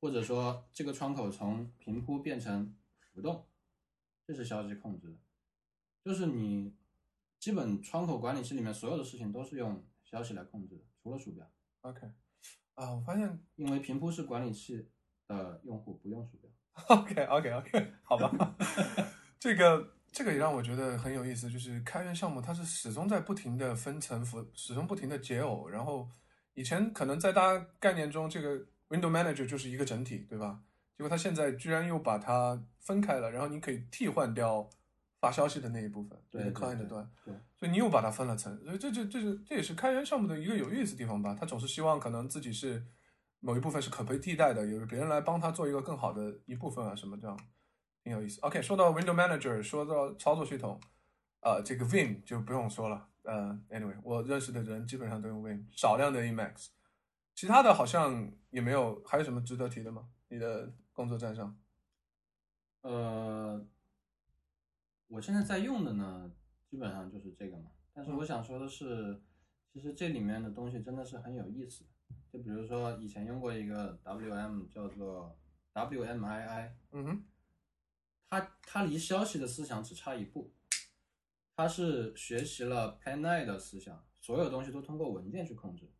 Speaker 2: 或者说这个窗口从平铺变成浮动，这是消息控制的，就是你基本窗口管理器里面所有的事情都是用消息来控制的，除了鼠标，
Speaker 1: ，OK，啊，我发现
Speaker 2: 因为平铺式管理器的用户不用鼠标。
Speaker 1: <laughs> OK OK OK，好吧， <laughs> 这个这个也让我觉得很有意思，就是开源项目它是始终在不停的分层服，始终不停的解耦。然后以前可能在大家概念中，这个 Window Manager 就是一个整体，对吧？结果它现在居然又把它分开了，然后你可以替换掉发消息的那一部分，
Speaker 2: 对
Speaker 1: 你的
Speaker 2: 对
Speaker 1: client
Speaker 2: 对
Speaker 1: 端，
Speaker 2: 对
Speaker 1: 所以你又把它分了层，所以这这这是这也是开源项目的一个有意思的地方吧？他总是希望可能自己是某一部分是可被替代的，有别人来帮他做一个更好的一部分啊什么这样，挺有意思。OK，说到 Window Manager，说到操作系统，呃，这个 Vim 就不用说了，呃，Anyway，我认识的人基本上都用 Vim，少量的 Emacs，其他的好像也没有，还有什么值得提的吗？你的工作站上
Speaker 2: 呃，我现在在用的呢，基本上就是这个嘛。但是我想说的是，其实这里面的东西真的是很有意思。就比如说以前用过一个 WM 叫做 WMII，
Speaker 1: 嗯哼，
Speaker 2: 它它离消息的思想只差一步，它是学习了 Panai 的思想，所有东西都通过文件去控制。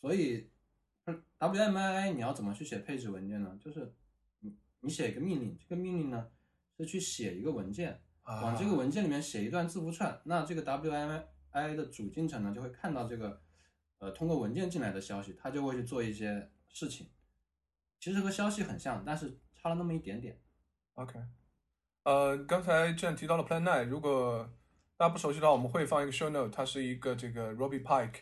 Speaker 2: 所以 WMII 你要怎么去写配置文件呢？就是你你写一个命令，这个命令呢是去写一个文件，
Speaker 1: 啊
Speaker 2: 往这个文件里面写一段字符串，那这个 WMII 的主进程呢就会看到这个呃通过文件进来的消息，它就会去做一些事情。其实和消息很像，但是差了那么一点点。
Speaker 1: OK，呃，刚才既然提到了 Plan Nine，如果大家不熟悉的话，我们会放一个 show note，它是一个这个 Robbie Pike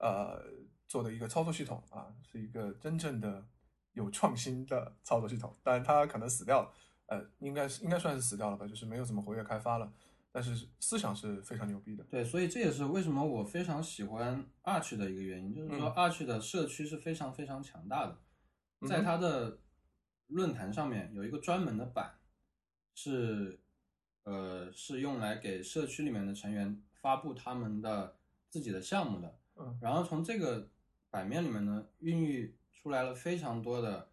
Speaker 1: 呃做的一个操作系统啊，是一个真正的有创新的操作系统，但它可能死掉了，呃，应该是应该算是死掉了吧，就是没有怎么活跃开发了，但是思想是非常牛逼的。
Speaker 2: 对，所以这也是为什么我非常喜欢 Arch 的一个原因，就是说 Arch 的社区是非常非常强大的，
Speaker 1: 嗯哼
Speaker 2: 在它的论坛上面有一个专门的版，是呃是用来给社区里面的成员发布他们的自己的项目的，
Speaker 1: 嗯
Speaker 2: 然后从这个版面里面呢，孕育出来了非常多的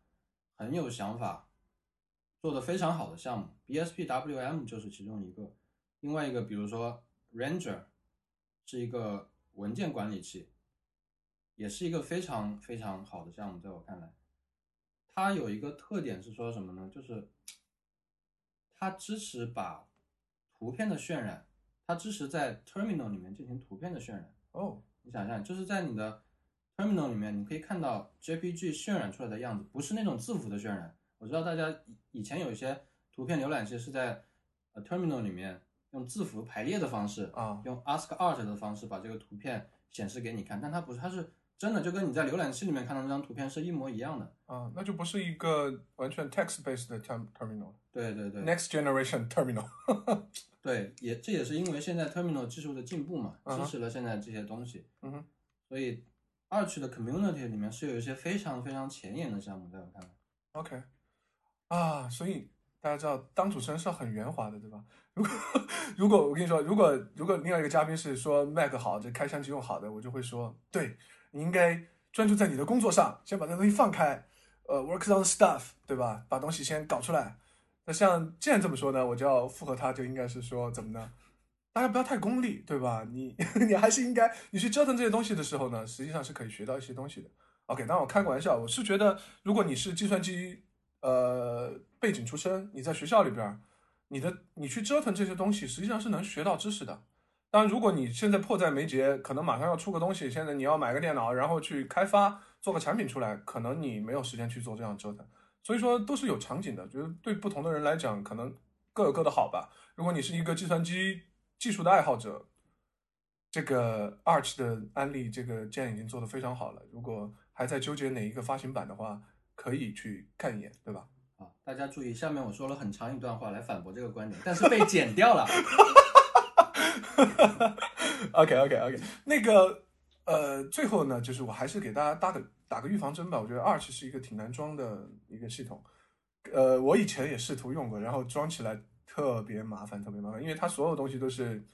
Speaker 2: 很有想法、做的非常好的项目，BSPWM 就是其中一个。另外一个，比如说 Ranger 是一个文件管理器，也是一个非常非常好的项目，在我看来，它有一个特点是说什么呢？就是它支持把图片的渲染，它支持在 Terminal 里面进行图片的渲染。
Speaker 1: 哦，
Speaker 2: 你想象，就是在你的 terminal 里面，你可以看到 JPG 渲染出来的样子，不是那种字符的渲染。我知道大家以以前有一些图片浏览器是在呃 terminal 里面用字符排列的方式，
Speaker 1: 啊
Speaker 2: 用 ask art 的方式把这个图片显示给你看，但它不是，它是真的就跟你在浏览器里面看到那张图片是一模一样的。
Speaker 1: 啊，那就不是一个完全 text based 的 term terminal，next
Speaker 2: 对对对
Speaker 1: generation terminal
Speaker 2: 对，也这也是因为现在 terminal 技术的进步嘛，
Speaker 1: 嗯哼
Speaker 2: 支持了现在这些东西。
Speaker 1: 嗯哼，
Speaker 2: 所以二区的 community 里面是有一些非常非常前沿的项目，在我看来。
Speaker 1: OK，啊，所以大家知道，当主持人是要很圆滑的，对吧？如果如果我跟你说，如果如果另外一个嘉宾是说 Mac 好，这开箱即用好的，我就会说，对你应该专注在你的工作上，先把这东西放开，呃，work on stuff，对吧？把东西先搞出来。那像既然这么说呢，我就要附和他，就应该是说怎么呢？大家不要太功利，对吧？你 <laughs> 你还是应该，你去折腾这些东西的时候呢，实际上是可以学到一些东西的。OK，当然我开个玩笑，我是觉得，如果你是计算机呃背景出身，你在学校里边儿，你的你去折腾这些东西，实际上是能学到知识的。当然，如果你现在迫在眉睫，可能马上要出个东西，现在你要买个电脑，然后去开发做个产品出来，可能你没有时间去做这样的折腾。所以说都是有场景的，觉得对不同的人来讲，可能各有各的好吧。如果你是一个计算机技术的爱好者，这个 Arch 的案例，这个键已经做得非常好了。如果还在纠结哪一个发行版的话，可以去看一眼，对吧？
Speaker 2: 啊，大家注意，下面我说了很长一段话来反驳这个观点，但是被剪掉了。
Speaker 1: OK OK OK，那个呃，最后呢，就是我还是给大家打个打个预防针吧。我觉得 Arch 是一个挺难装的一个系统，呃，我以前也试图用过，然后装起来特别麻烦，特别麻烦，因为它所有东西都是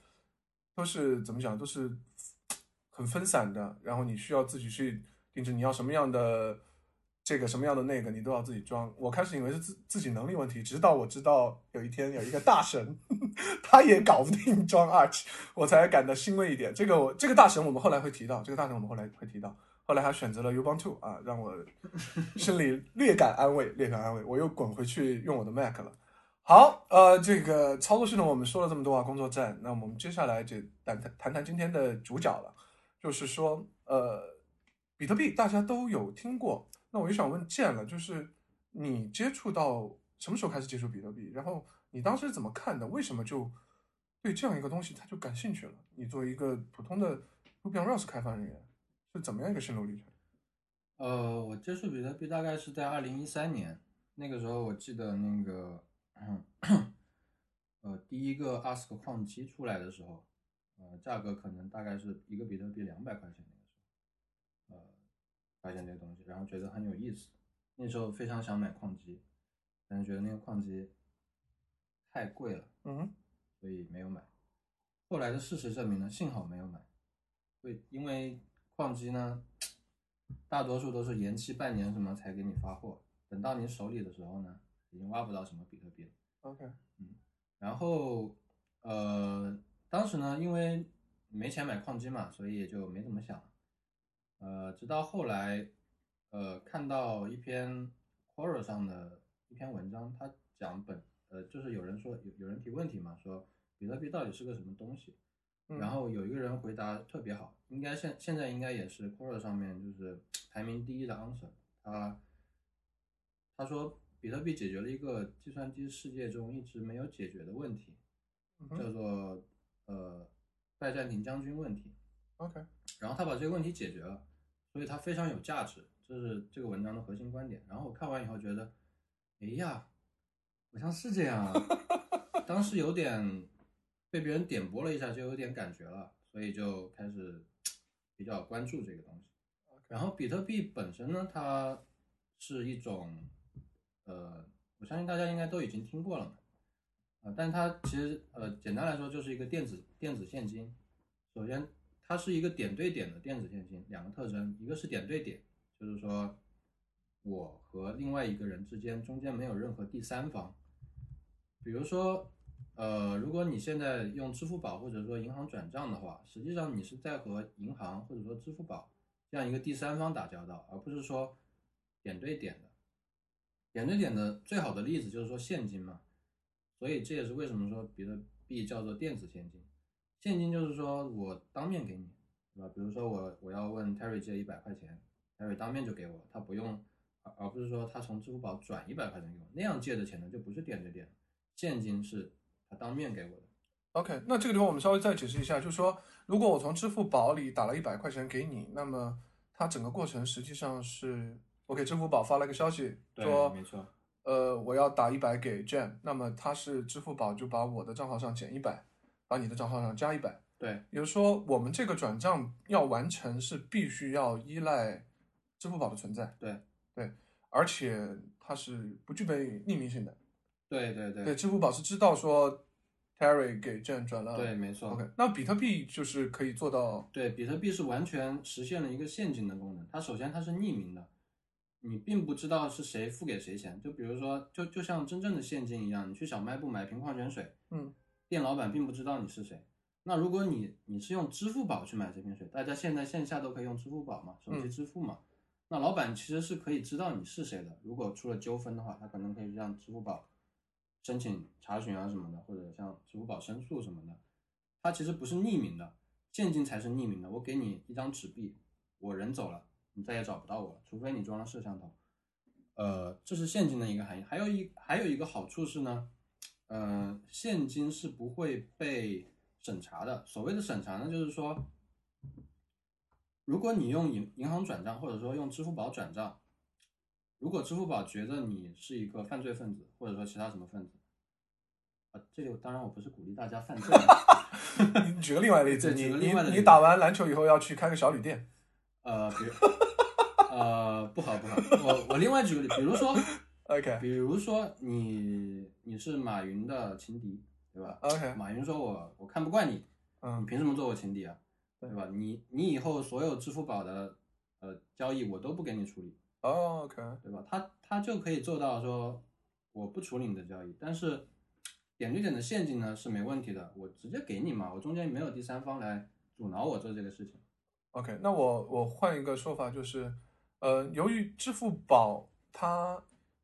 Speaker 1: 都是怎么讲，都是很分散的，然后你需要自己去定制你要什么样的。这个什么样的那个你都要自己装。我开始以为是自自己能力问题，直到我知道有一天有一个大神， <laughs> 他也搞不定装 Arch，我才感到欣慰一点。这个我这个大神我们后来会提到，这个大神我们后来会提到。后来他选择了 Ubuntu 啊，让我心里略感安慰，略感安慰。我又滚回去用我的 Mac 了。好，呃，这个操作系统我们说了这么多啊，工作站。那我们接下来就谈谈谈谈今天的主角了，就是说，呃，比特币大家都有听过。那我就想问建了，就是你接触到什么时候开始接触比特币？然后你当时怎么看的？为什么就对这样一个东西它就感兴趣了？你作为一个普通的 Ruby on Rails 开发人员，是怎么样一个心路历程？
Speaker 2: 呃，我接触比特币大概是在二零一三年，那个时候我记得那个，嗯呃，第一个 Ask 矿机出来的时候，呃，价格可能大概是一个比特币两百块钱那个时候，呃，发现这个东西，然后觉得很有意思。那时候非常想买矿机，但是觉得那个矿机太贵了，
Speaker 1: 嗯
Speaker 2: 所以没有买。后来的事实证明呢，幸好没有买，对，因为矿机呢，大多数都是延期半年什么才给你发货，等到你手里的时候呢，已经挖不到什么比特币了。
Speaker 1: ，OK，
Speaker 2: 然后，呃，当时呢，因为没钱买矿机嘛，所以也就没怎么想。呃，直到后来，呃，看到一篇 Quora 上的一篇文章，它讲本，呃，就是有人说有有人提问题嘛，说比特币到底是个什么东西？
Speaker 1: 嗯
Speaker 2: 然后有一个人回答特别好，应该现现在应该也是 Quora 上面就是排名第一的 answer，他他说比特币解决了一个计算机世界中一直没有解决的问题，
Speaker 1: 嗯
Speaker 2: 叫
Speaker 1: 哼
Speaker 2: 做呃拜占庭将军问题。
Speaker 1: ，OK，
Speaker 2: 然后他把这个问题解决了，所以它非常有价值，这是这个文章的核心观点。然后我看完以后觉得，哎呀，好像是这样啊，当时有点被别人点拨了一下，就有点感觉了，所以就开始比较关注这个东西。然后比特币本身呢，它是一种，呃，我相信大家应该都已经听过了嘛，啊、但是它其实呃，简单来说就是一个电子电子现金。首先，它是一个点对点的电子现金，两个特征，一个是点对点，就是说我和另外一个人之间中间没有任何第三方。比如说，呃，如果你现在用支付宝或者说银行转账的话，实际上你是在和银行或者说支付宝这样一个第三方打交道，而不是说点对点的。点对点的最好的例子就是说现金嘛，所以这也是为什么说比特币叫做电子现金。现金就是说我当面给你，对吧？比如说我我要问 Terry 借一百块钱，Terry 当面就给我，他不用，而而不是说他从支付宝转一百块钱给我，那样借的钱呢就不是点对点，现金是他当面给我的。
Speaker 1: OK，那这个地方我们稍微再解释一下，就是说，如果我从支付宝里打了一百块钱给你，那么它整个过程实际上是 OK，支付宝发了一个消息
Speaker 2: 对
Speaker 1: 说，
Speaker 2: 没错，
Speaker 1: 呃，我要打一百给 Jam，那么它是支付宝就把我的账号上减一百，把你的账号上加一百，
Speaker 2: 对
Speaker 1: 也就是说，我们这个转账要完成是必须要依赖支付宝的存在，
Speaker 2: 对
Speaker 1: 对，而且它是不具备匿名性的。
Speaker 2: 对对对
Speaker 1: 对，支付宝是知道说 Terry 给 Jane 转了，
Speaker 2: 对，没错。
Speaker 1: ，OK，那比特币就是可以做
Speaker 2: <laughs>
Speaker 1: 到，
Speaker 2: 对，比特币是完全实现了一个陷阱的功能。它首先它是匿名的，你并不知道是谁付给谁钱。就比如说，就就像真正的现金一样，你去小卖部买瓶矿泉水，
Speaker 1: 嗯，
Speaker 2: 店老板并不知道你是谁。那如果你你是用支付宝去买这瓶水，大家现在线下都可以用支付宝嘛，手机
Speaker 1: 嗯
Speaker 2: 支付嘛，那老板其实是可以知道你是谁的。如果出了纠纷的话，他可能可以让支付宝申请查询啊什么的，或者向支付宝申诉什么的。它其实不是匿名的，现金才是匿名的。我给你一张纸币，我人走了，你再也找不到我了，除非你装了摄像头。呃，这是现金的一个含义。还有一还有一个好处是呢，呃，现金是不会被审查的。所谓的审查呢，就是说，如果你用银银行转账或者说用支付宝转账，如果支付宝觉得你是一个犯罪分子，或者说其他什么分子，啊，这里我当然我不是鼓励大家犯罪啊，
Speaker 1: 你举个另外的例子，
Speaker 2: 对
Speaker 1: 你
Speaker 2: 举个
Speaker 1: 你
Speaker 2: 另外的例
Speaker 1: 你
Speaker 2: 子
Speaker 1: 打完篮球以后要去开个小旅店，
Speaker 2: 呃，比如，呃，不好不好，我我另外举个例，比如说，
Speaker 1: OK
Speaker 2: 比如说你你是马云的情敌，对吧？
Speaker 1: OK，
Speaker 2: 马云说我我看不惯你，你
Speaker 1: 嗯
Speaker 2: 凭什么做我情敌啊？对吧？你你以后所有支付宝的呃交易我都不给你处理，
Speaker 1: 哦 OK，
Speaker 2: 对吧？他他就可以做到说我不处理你的交易，但是点对点的陷阱呢是没问题的，我直接给你嘛，我中间没有第三方来阻挠我做这个事情。
Speaker 1: OK，那我我换一个说法，就是，呃，由于支付宝它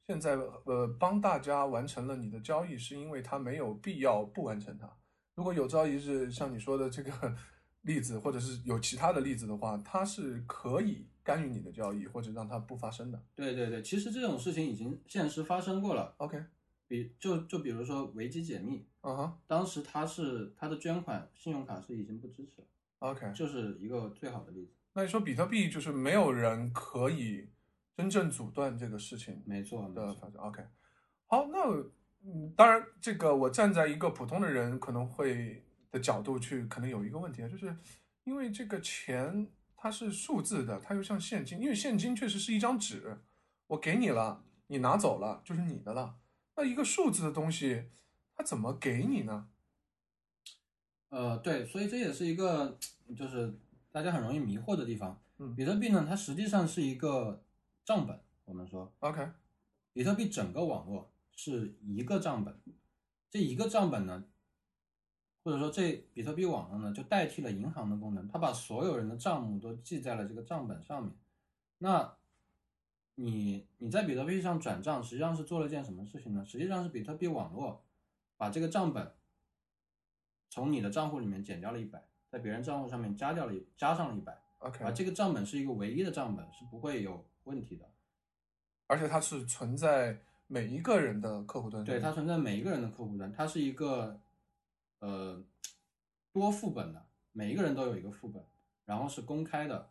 Speaker 1: 现在呃帮大家完成了你的交易，是因为它没有必要不完成它。如果有朝一日像你说的这个 <laughs> 例子，或者是有其他的例子的话，它是可以干预你的交易，或者让它不发生的。
Speaker 2: 对对对，其实这种事情已经现实发生过了。
Speaker 1: OK，
Speaker 2: 比就就比如说维基解密，
Speaker 1: 嗯哼
Speaker 2: 当时它是它的捐款信用卡是已经不支持了，
Speaker 1: ，OK，
Speaker 2: 就是一个最好的例子。
Speaker 1: 那你说比特币就是没有人可以真正阻断这个事情，
Speaker 2: 没错，没
Speaker 1: 的
Speaker 2: 错
Speaker 1: 反正 OK，好，那嗯，当然，这个我站在一个普通的人可能会的角度去，可能有一个问题啊，就是因为这个钱它是数字的，它又像现金，因为现金确实是一张纸，我给你了，你拿走了就是你的了。那一个数字的东西，它怎么给你呢？
Speaker 2: 呃，对，所以这也是一个就是大家很容易迷惑的地方。
Speaker 1: 嗯
Speaker 2: 比特币呢，它实际上是一个账本，我们说
Speaker 1: ，OK，
Speaker 2: 比特币整个网络是一个账本，这一个账本呢，或者说这比特币网络呢，就代替了银行的功能，它把所有人的账目都记在了这个账本上面。那你你在比特币上转账，实际上是做了件什么事情呢？实际上是比特币网络把这个账本从你的账户里面减掉了一百，在别人账户上面加掉了一加上了一百，
Speaker 1: ，OK，
Speaker 2: 啊，这个账本是一个唯一的账本，是不会有问题的。
Speaker 1: 而且它是存在每一个人的客户端上
Speaker 2: 对，
Speaker 1: 面，
Speaker 2: 它存在每一个人的客户端，它是一个呃多副本的，每一个人都有一个副本，然后是公开的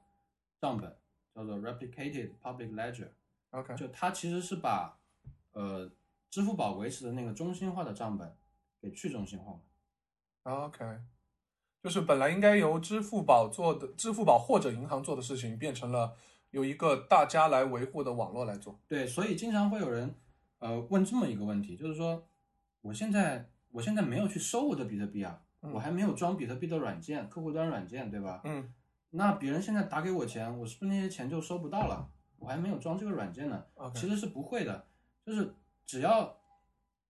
Speaker 2: 账本，叫做 replicated public ledger，
Speaker 1: OK，
Speaker 2: 就它其实是把呃支付宝维持的那个中心化的账本给去中心化了。
Speaker 1: OK，就是本来应该由支付宝做的，支付宝或者银行做的事情，变成了由一个大家来维护的网络来做。
Speaker 2: 对，所以经常会有人呃问这么一个问题，就是说我现在我现在没有去收我的比特币啊，我还没有装比特币的软件，客户端软件，对吧？
Speaker 1: 嗯
Speaker 2: 那别人现在打给我钱，我是不是那些钱就收不到了？我还没有装这个软件呢。
Speaker 1: ，OK，
Speaker 2: 其实是不会的，就是只要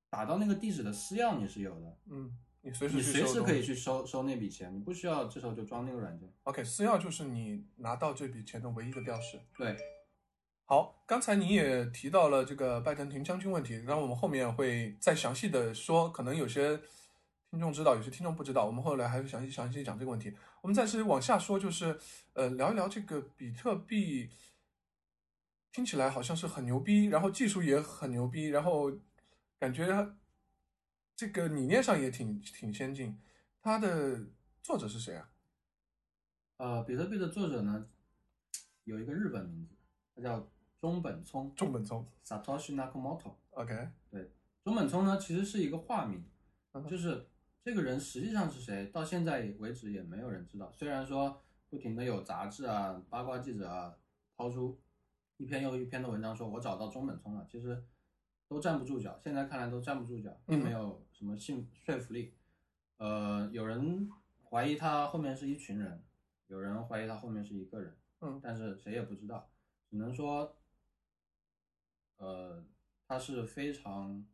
Speaker 2: 打到那个地址的私钥，你是有的，
Speaker 1: 嗯，你随时
Speaker 2: 你
Speaker 1: 去
Speaker 2: 随
Speaker 1: 收
Speaker 2: 时
Speaker 1: 东
Speaker 2: 可以
Speaker 1: 西。
Speaker 2: 去收收那笔钱，你不需要这时候就装那个软件。
Speaker 1: OK，私钥就是你拿到这笔钱的唯一的标识。
Speaker 2: 对，
Speaker 1: 好，刚才你也提到了这个拜登廷将军问题，然后我们后面会再详细的说，可能有些听众知道，有些听众不知道，我们后来还会详细详细讲这个问题。我们暂时往下说，就是呃，聊一聊这个比特币，听起来好像是很牛逼，然后技术也很牛逼，然后感觉这个理念上也挺挺先进。它的作者是谁啊？
Speaker 2: 呃，比特币的作者呢有一个日本名字，他叫中本聪
Speaker 1: 中本聪。
Speaker 2: （Satoshi Nakamoto）。
Speaker 1: OK，
Speaker 2: 中本聪呢其实是一个化名
Speaker 1: 嗯，哼
Speaker 2: 就是这个人实际上是谁，到现在为止也没有人知道。虽然说不停的有杂志啊、八卦记者啊抛出一篇又一篇的文章，说我找到中本聪了，其实都站不住脚。现在看来都站不住脚，并
Speaker 1: 嗯
Speaker 2: 没有什么信说服力。呃，有人怀疑他后面是一群人，有人怀疑他后面是一个人，
Speaker 1: 嗯
Speaker 2: 但是谁也不知道，只能说，呃，他是非常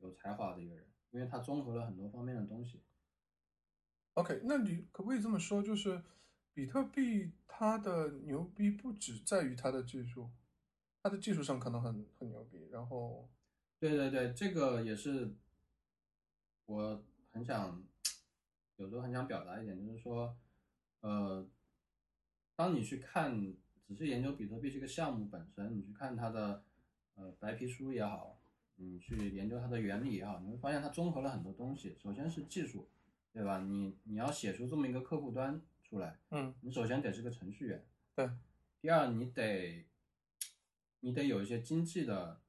Speaker 2: 有才华的一个人，因为他综合了很多方面的东西。
Speaker 1: OK，那你可不可以这么说，就是比特币它的牛逼不只在于它的技术，它的技术上可能很很牛逼，然后
Speaker 2: 对对对，这个也是我很想，有时候很想表达一点，就是说，呃，当你去看，只是研究比特币这个项目本身，你去看它的呃白皮书也好，你去研究它的原理也好，你会发现它综合了很多东西。首先是技术，对吧？你你要写出这么一个客户端出来，
Speaker 1: 嗯
Speaker 2: 你首先得是个程序员，
Speaker 1: 对，
Speaker 2: 第二你得你得有一些经济的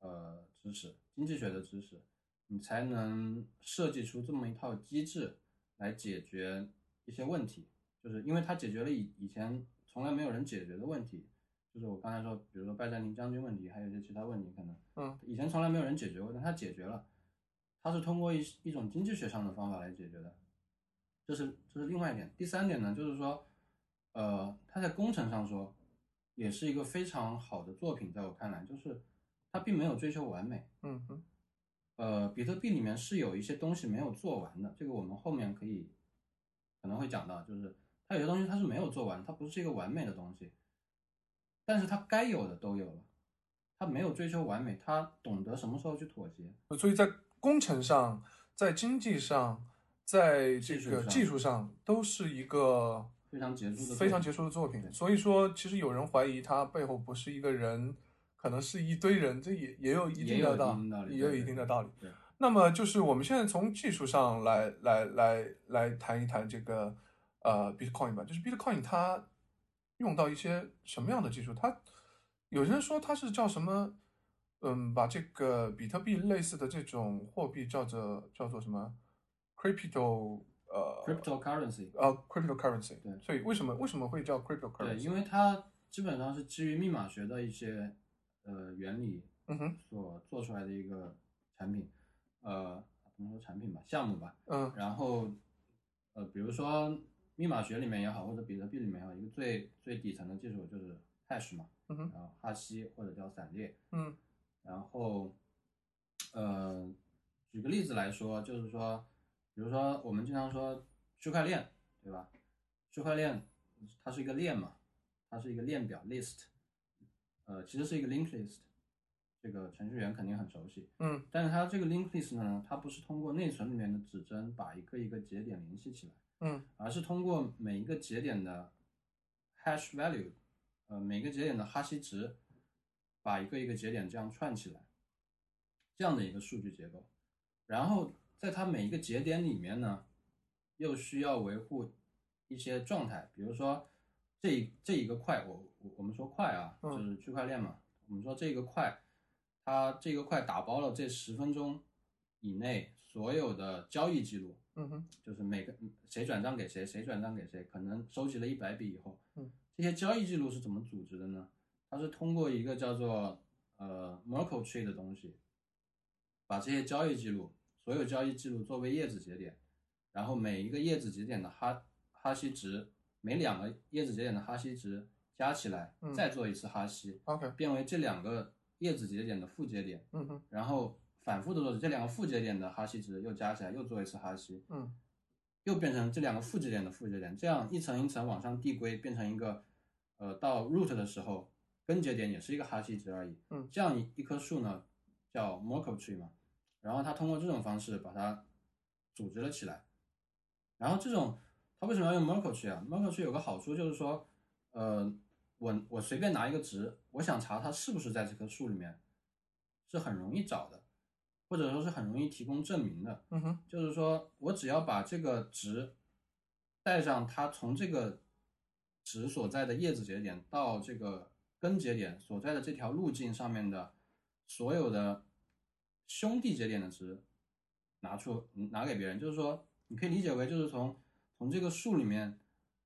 Speaker 2: 呃知识，经济学的知识，你才能设计出这么一套机制来解决一些问题。就是因为它解决了以以前从来没有人解决的问题，就是我刚才说，比如说拜占庭将军问题，还有一些其他问题，可能
Speaker 1: 嗯，
Speaker 2: 以前从来没有人解决过，但它解决了，它是通过一一种经济学上的方法来解决的，这是这是另外一点。第三点呢，就是说，呃，他在工程上说，也是一个非常好的作品，在我看来，就是他并没有追求完美。
Speaker 1: 嗯嗯
Speaker 2: 呃，比特币里面是有一些东西没有做完的，这个我们后面可以可能会讲到，就是它有些东西它是没有做完，它不是一个完美的东西，但是它该有的都有了，它没有追求完美，它懂得什么时候去妥协，
Speaker 1: 嗯，所以在工程上，在经济上，在这
Speaker 2: 技术
Speaker 1: 个
Speaker 2: 上
Speaker 1: 技术上，都是一个
Speaker 2: 非常杰出的作品，
Speaker 1: 非常杰出的作品。所以说，其实有人怀疑他背后不是一个人，可能是一堆人，这也也有一
Speaker 2: 也
Speaker 1: 定
Speaker 2: 有
Speaker 1: 的
Speaker 2: 一
Speaker 1: 道
Speaker 2: 定道理
Speaker 1: 也
Speaker 2: 对
Speaker 1: 有一
Speaker 2: 对
Speaker 1: 定的
Speaker 2: 对
Speaker 1: 道理
Speaker 2: 对。
Speaker 1: 那么就是我们现在从技术上来来来来谈一谈这个呃 Bitcoin 吧，就是 Bitcoin 它用到一些什么样的技术？它有些人说它是叫什么？嗯，把这个比特币类似的这种货币叫做叫做什么？crypto 呃
Speaker 2: cryptocurrency，
Speaker 1: 呃 cryptocurrency。
Speaker 2: 对
Speaker 1: 所以为什么为什么会叫 cryptocurrency？
Speaker 2: 对，因为它基本上是基于密码学的一些呃原理
Speaker 1: 嗯哼
Speaker 2: 所做出来的一个产品，呃，不能说产品吧，项目吧，
Speaker 1: 嗯
Speaker 2: 然后，呃，比如说密码学里面也好，或者比特币里面也好，一个最最底层的技术就是 hash 嘛，
Speaker 1: 嗯哼
Speaker 2: 然后哈希或者叫散列，
Speaker 1: 嗯
Speaker 2: 然后，呃，举个例子来说，就是说，比如说我们经常说区块链，对吧？区块链它是一个链嘛，它是一个链表 list，呃，其实是一个 linked list，这个程序员肯定很熟悉。
Speaker 1: 嗯
Speaker 2: 但是它这个 linked list 呢，它不是通过内存里面的指针把一个一个节点联系起来，
Speaker 1: 嗯
Speaker 2: 而是通过每一个节点的 hash value，呃，每个节点的哈希值，把一个一个节点这样串起来，这样的一个数据结构。然后在它每一个节点里面呢，又需要维护一些状态，比如说这一这一个块，我我我们说块啊，
Speaker 1: 嗯
Speaker 2: 就是区块链嘛，我们说这个块，它这个块打包了这十分钟以内所有的交易记录，
Speaker 1: 嗯哼
Speaker 2: 就是每个谁转账给谁，谁转账给谁，可能收集了一百笔以后，
Speaker 1: 嗯，
Speaker 2: 这些交易记录是怎么组织的呢？它是通过一个叫做呃 Merkle tree 的东西，把这些交易记录，所有交易记录作为叶子节点，然后每一个叶子节点的哈哈希值，每两个叶子节点的哈希值加起来，
Speaker 1: 嗯
Speaker 2: 再做一次哈希，
Speaker 1: ，OK，
Speaker 2: 变为这两个叶子节点的负节点，
Speaker 1: 嗯哼
Speaker 2: 然后反复的做这两个负节点的哈希值又加起来，又做一次哈希，
Speaker 1: 嗯
Speaker 2: 又变成这两个负节点的负节点，这样一层一层往上递归，变成一个，呃，到 root 的时候，根节点也是一个哈希值而已。
Speaker 1: 嗯
Speaker 2: 这样一一棵树呢，叫 Merkle tree 嘛，然后它通过这种方式把它组织了起来。然后这种它为什么要用 Merkle tree 啊？Merkle tree 有个好处就是说，呃，我我随便拿一个值，我想查它是不是在这棵树里面，是很容易找的，或者说是很容易提供证明的。
Speaker 1: 嗯哼
Speaker 2: 就是说我只要把这个值带上它从这个值所在的叶子节点到这个根节点所在的这条路径上面的所有的兄弟节点的值拿出嗯拿给别人，就是说你可以理解为就是从从这个树里面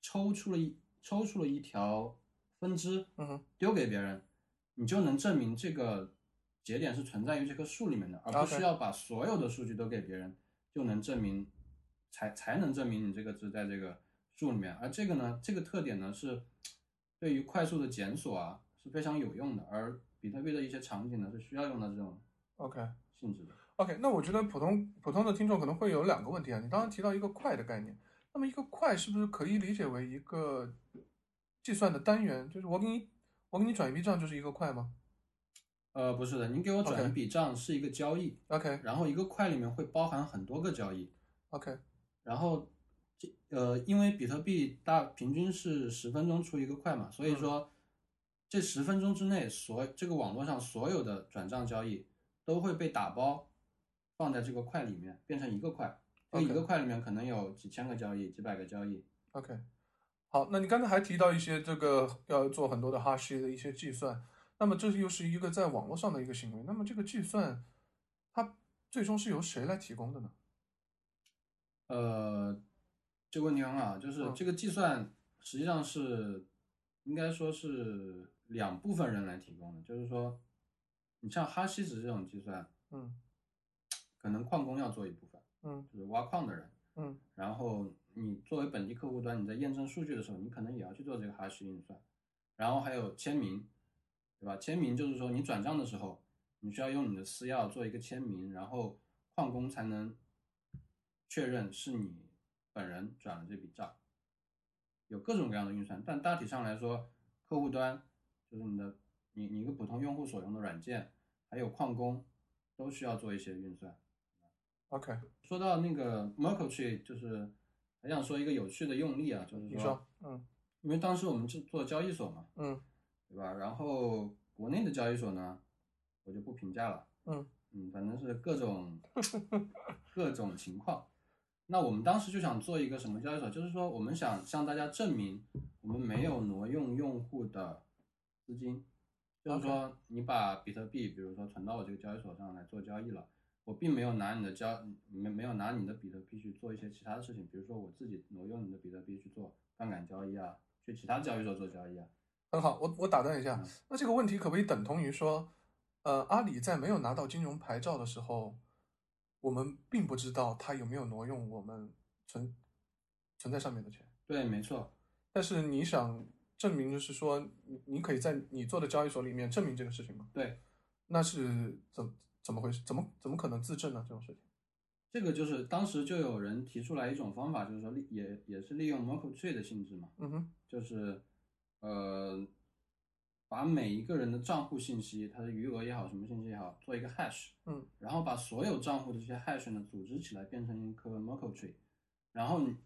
Speaker 2: 抽出了一抽出了一条分支，
Speaker 1: 嗯哼
Speaker 2: 丢给别人，你就能证明这个节点是存在于这棵树里面的，而
Speaker 1: OK
Speaker 2: 不需要把所有的数据都给别人，就能证明才才能证明你这个值在这个树里面。而这个呢，这个特点呢是对于快速的检索啊是非常有用的，而比特币的一些场景呢是需要用到这种
Speaker 1: ，OK。
Speaker 2: 性质的。
Speaker 1: OK，那我觉得普通普通的听众可能会有两个问题啊。你刚刚提到一个块的概念，那么一个块是不是可以理解为一个计算的单元？就是我给你我给你转一笔账就是一个块吗
Speaker 2: 呃，不是的，你给我转
Speaker 1: OK
Speaker 2: 一笔账是一个交易
Speaker 1: ？OK
Speaker 2: 然后一个块里面会包含很多个交易，
Speaker 1: OK，
Speaker 2: 然后这呃，因为比特币大平均是十分钟出一个块嘛，所以
Speaker 1: 嗯
Speaker 2: 说这十分钟之内所这个网络上所有的转账交易都会被打包放在这个块里面，变成一个块。这
Speaker 1: OK
Speaker 2: 一个块里面可能有几千个交易、几百个交易。
Speaker 1: OK，好，那你刚才还提到一些这个要做很多的哈希的一些计算，那么这又是一个在网络上的一个行为。那么这个计算，它最终是由谁来提供的呢？
Speaker 2: 呃，这个问题很好，就是
Speaker 1: 嗯
Speaker 2: 这个计算实际上是应该说是两部分人来提供的，就是说，你像哈希值这种计算，
Speaker 1: 嗯
Speaker 2: 可能矿工要做一部分，
Speaker 1: 嗯
Speaker 2: 就是挖矿的人，
Speaker 1: 嗯
Speaker 2: 然后你作为本地客户端，你在验证数据的时候，你可能也要去做这个哈希运算，然后还有签名，对吧？签名就是说你转账的时候，你需要用你的私钥做一个签名，然后矿工才能确认是你本人转了这笔账。有各种各样的运算，但大体上来说，客户端就是你的你你一个普通用户所用的软件，还有矿工都需要做一些运算。
Speaker 1: ，OK，
Speaker 2: 说到那个 Merkle Tree，就是还想说一个有趣的用例啊，就是
Speaker 1: 你说，嗯
Speaker 2: 因为当时我们是做交易所嘛，
Speaker 1: 嗯
Speaker 2: 对吧？然后国内的交易所呢，我就不评价了，
Speaker 1: 嗯
Speaker 2: 嗯，反正是各种 <laughs> 各种情况。那我们当时就想做一个什么交易所，就是说我们想向大家证明我们没有挪用用户的资金，就是说你把比特币，比如说存到我这个交易所上来做交易了，我并没有拿你的交没没有拿你的比特币去做一些其他的事情，比如说我自己挪用你的比特币去做杠杆交易啊，去其他交易所做交易啊，
Speaker 1: 很好，我我打断一下
Speaker 2: 嗯，
Speaker 1: 那这个问题可不可以等同于说，呃，阿里在没有拿到金融牌照的时候，我们并不知道他有没有挪用我们存存在上面的钱，
Speaker 2: 对，没错，
Speaker 1: 但是你想证明，就是说你你可以在你做的交易所里面证明这个事情吗？
Speaker 2: 对，
Speaker 1: 那是怎怎么回事？怎么怎么可能自证呢？这种事情？
Speaker 2: 这个就是当时就有人提出来一种方法，就是说利也也是利用 Merkle Tree 的性质嘛，
Speaker 1: 嗯哼，
Speaker 2: 就是呃把每一个人的账户信息，它的余额也好，什么信息也好，做一个 hash，
Speaker 1: 嗯，
Speaker 2: 然后把所有账户的这些 hash 呢组织起来变成一个 Merkle Tree，然后你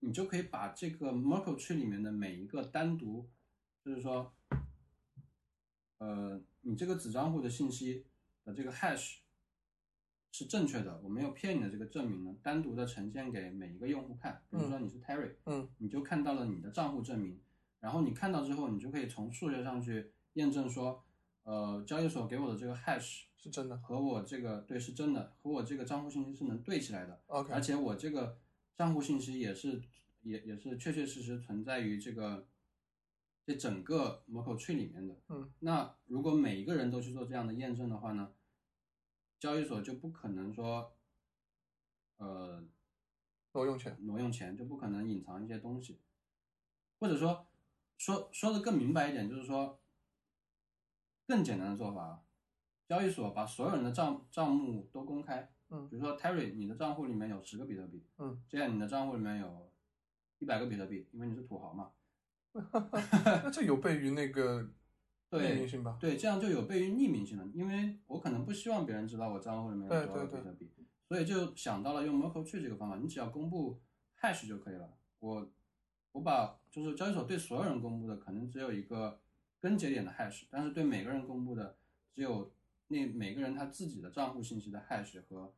Speaker 2: 你就可以把这个 Merkle Tree 里面的每一个单独，就是说，呃，你这个子账户的信息的这个 hash 是正确的，我没有骗你的这个证明呢，单独的呈现给每一个用户看。比如说你是 Terry，
Speaker 1: 嗯，
Speaker 2: 你就看到了你的账户证明，然后你看到之后，你就可以从数学上去验证说，呃，交易所给我的这个 hash
Speaker 1: 是真的。
Speaker 2: 和我这个对是真的，和我这个账户信息是能对起来的。
Speaker 1: OK，
Speaker 2: 而且我这个账户信息也是也也是确确实实存在于这个这整个 Merkle Tree 里面的。
Speaker 1: 嗯，
Speaker 2: 那如果每一个人都去做这样的验证的话呢，交易所就不可能说，呃，
Speaker 1: 挪用钱。
Speaker 2: 挪用钱，就不可能隐藏一些东西，或者说说说的更明白一点，就是说更简单的做法啊，交易所把所有人的账账目都公开，
Speaker 1: 嗯
Speaker 2: 比如说 Terry，你的账户里面有十个比特币，
Speaker 1: 嗯，
Speaker 2: 这样你的账户里面有一百个比特币，因为你是土豪嘛，
Speaker 1: 那这有悖于那个匿名
Speaker 2: 对
Speaker 1: 性吧？
Speaker 2: 对，这样就有悖于匿名性了，因为我可能不希望别人知道我账户里面有
Speaker 1: 对
Speaker 2: 多少个
Speaker 1: 对
Speaker 2: 比特币，所以就想到了用 Merkle Tree 这个方法，你只要公布 hash 就可以了。我我把就是交易所对所有人公布的可能只有一个根节点的 hash，但是对每个人公布的只有那每个人他自己的账户信息的 hash 和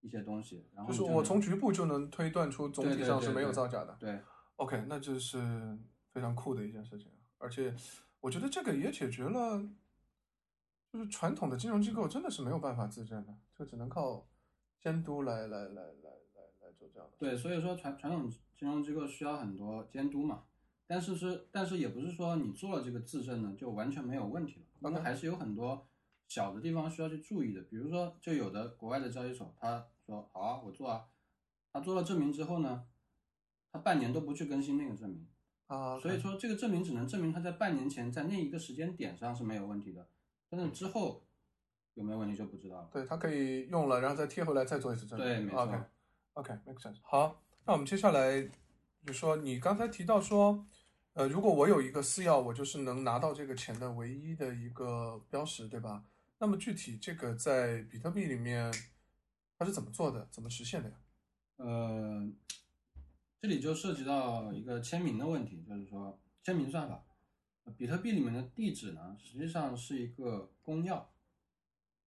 Speaker 2: 一些东西，然后
Speaker 1: 就
Speaker 2: 你
Speaker 1: 是
Speaker 2: 能
Speaker 1: 我从局部就能推断出总体上是没有造假的。
Speaker 2: 对
Speaker 1: OK，那这是非常酷的一件事情啊，而且我觉得这个也解决了，就是传统的金融机构真的是没有办法自证的，就只能靠监督来来来来来来做这样的。，
Speaker 2: 对，所以说传传统金融机构需要很多监督嘛，但是是但是也不是说你做了这个自证呢就完全没有问题了，因为
Speaker 1: OK
Speaker 2: 还是有很多小的地方需要去注意的，比如说就有的国外的交易所，他说好啊我做啊，他做了证明之后呢，他半年都不去更新那个证明，
Speaker 1: 啊，
Speaker 2: 所以说这个证明只能证明他在半年前在那一个时间点上是没有问题的，但是之后有没有问题就不知道了。
Speaker 1: 对它可以用了，然后再贴回来再做一次证明。
Speaker 2: 对没错
Speaker 1: OK OK，make、sense。好，那我们接下来就说你刚才提到说，呃，如果我有一个私钥，我就是能拿到这个钱的唯一的一个标识，对吧？那么具体这个在比特币里面它是怎么做的，怎么实现的呀？
Speaker 2: 呃，这里就涉及到一个签名的问题，就是说签名算法，呃比特币里面的地址呢，实际上是一个公钥，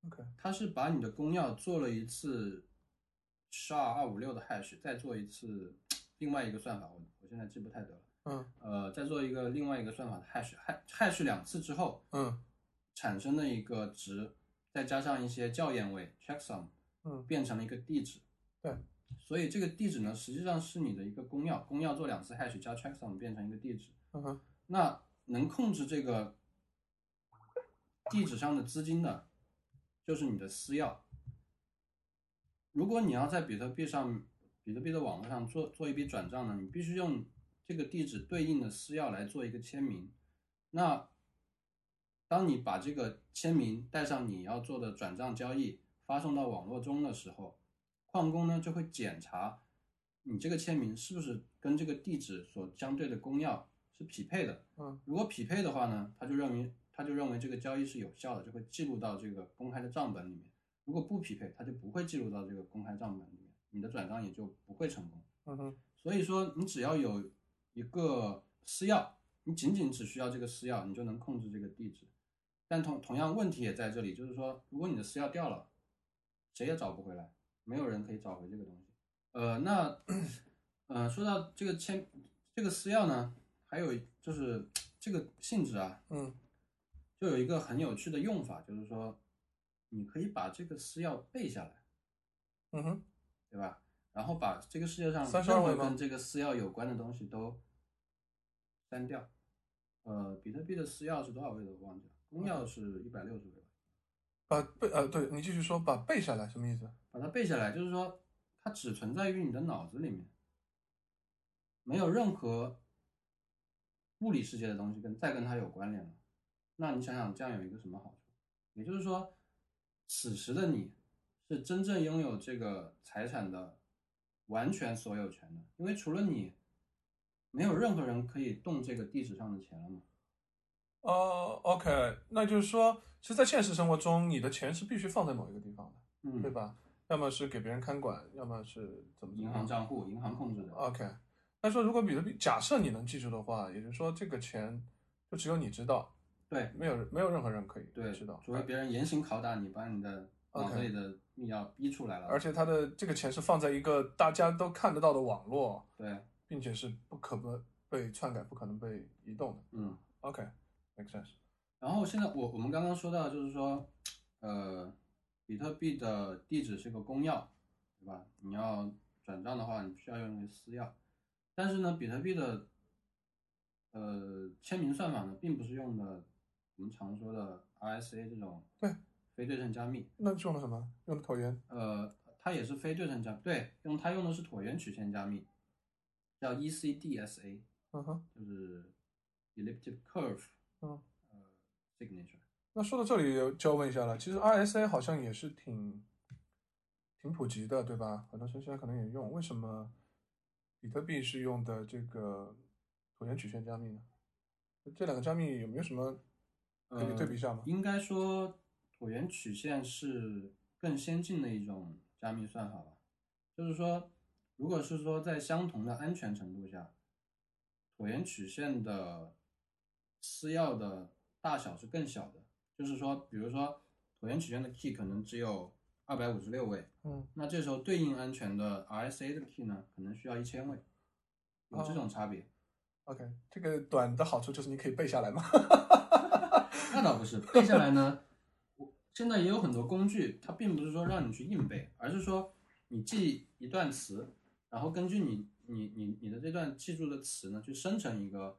Speaker 1: OK
Speaker 2: 它是把你的公钥做了一次1 2二五六的 hash，再做一次另外一个算法，我我现在记不太得了，
Speaker 1: 嗯
Speaker 2: 呃，再做一个另外一个算法的 hash，hash 两次之后，
Speaker 1: 嗯
Speaker 2: 产生的一个值，再加上一些校验位 checksum，
Speaker 1: 嗯
Speaker 2: 变成了一个地址。
Speaker 1: 对，
Speaker 2: 所以这个地址呢，实际上是你的一个公钥，公钥做两次 hash 加 checksum 变成一个地址。
Speaker 1: 嗯哼，
Speaker 2: 那能控制这个地址上的资金的，就是你的私钥。如果你要在比特币上、比特币的网络上做做一笔转账呢，你必须用这个地址对应的私钥来做一个签名。那当你把这个签名带上你要做的转账交易发送到网络中的时候，矿工呢就会检查你这个签名是不是跟这个地址所相对的公钥是匹配的。
Speaker 1: 嗯，
Speaker 2: 如果匹配的话呢，他就认为他就认为这个交易是有效的，就会记录到这个公开的账本里面。如果不匹配，他就不会记录到这个公开账本里面，你的转账也就不会成功。
Speaker 1: 嗯哼，
Speaker 2: 所以说，你只要有一个私钥，你仅仅只需要这个私钥，你就能控制这个地址。但同同样问题也在这里，就是说，如果你的私钥掉了，谁也找不回来，没有人可以找回这个东西。呃，那呃，说到这个签这个私钥呢，还有就是这个性质啊，
Speaker 1: 嗯
Speaker 2: 就有一个很有趣的用法，就是说，你可以把这个私钥背下来。
Speaker 1: 嗯哼，
Speaker 2: 对吧？然后把这个世界上
Speaker 1: 32
Speaker 2: 任
Speaker 1: 位
Speaker 2: 何
Speaker 1: 吗
Speaker 2: 跟这个私钥有关的东西都删掉。呃，比特币的私钥是多少位的？我忘记了，公钥是一百六十位吧。
Speaker 1: 把背呃，对你继续说，把背下来什么意思？
Speaker 2: 把它背下来，就是说它只存在于你的脑子里面，没有任何物理世界的东西跟再跟它有关联了。那你想想，这样有一个什么好处？也就是说，此时的你是真正拥有这个财产的完全所有权的，因为除了你，没有任何人可以动这个地址上的钱了嘛。
Speaker 1: 哦、o k 那就是说，其实，在现实生活中，你的钱是必须放在某一个地方的，
Speaker 2: 嗯
Speaker 1: 对，吧？要么是给别人看管，要么是怎么怎
Speaker 2: 银
Speaker 1: 么
Speaker 2: 行
Speaker 1: 样。
Speaker 2: 账户，银行控制的。
Speaker 1: OK，那说如果比特币，假设你能记住的话，也就是说，这个钱就只有你知道，
Speaker 2: 对，
Speaker 1: 没有人没有任何人可以
Speaker 2: 对，
Speaker 1: 知道。
Speaker 2: 除非别人严刑拷打你，把你的脑子里的密钥逼出来了。
Speaker 1: 而且它的这个钱是放在一个大家都看得到的网络，
Speaker 2: 对，
Speaker 1: 并且是不可不被篡改、不可能被移动的。
Speaker 2: 嗯。
Speaker 1: OK，make、sense。
Speaker 2: 然后现在我我们刚刚说到，就是说，呃，比特币的地址是个公钥，对吧？你要转账的话，你需要用一个私钥。但是呢，比特币的呃签名算法呢，并不是用的我们常说的 RSA 这种
Speaker 1: 对
Speaker 2: 非对称加密，
Speaker 1: 那用了什么？用了椭圆。
Speaker 2: 呃，它也是非对称加，对，用它用的是椭圆曲线加密，叫 E ECDSA，
Speaker 1: 嗯哼。
Speaker 2: 就是 elliptic curve，
Speaker 1: 嗯，
Speaker 2: 呃，signature，
Speaker 1: 那说到这里，就要问一下了，其实 RSA 好像也是挺挺普及的，对吧？很多程序员可能也用，为什么比特币是用的这个椭圆曲线加密呢？这两个加密有没有什么可以对比一下吗？
Speaker 2: 呃应该说椭圆曲线是更先进的一种加密算法吧，就是说，如果是说在相同的安全程度下，椭圆曲线的私钥的大小是更小的，就是说，比如说椭圆曲线的 key 可能只有二百五十六位，
Speaker 1: 嗯，
Speaker 2: 那这时候对应安全的 RSA 的 key 呢，可能需要一千位，
Speaker 1: 哦
Speaker 2: 有这种差别。
Speaker 1: OK，这个短的好处就是你可以背下来嘛。
Speaker 2: 那倒不是，背下来呢，我现在也有很多工具，它并不是说让你去硬背，而是说你记一段词，然后根据你你你你的这段记住的词呢，去生成一个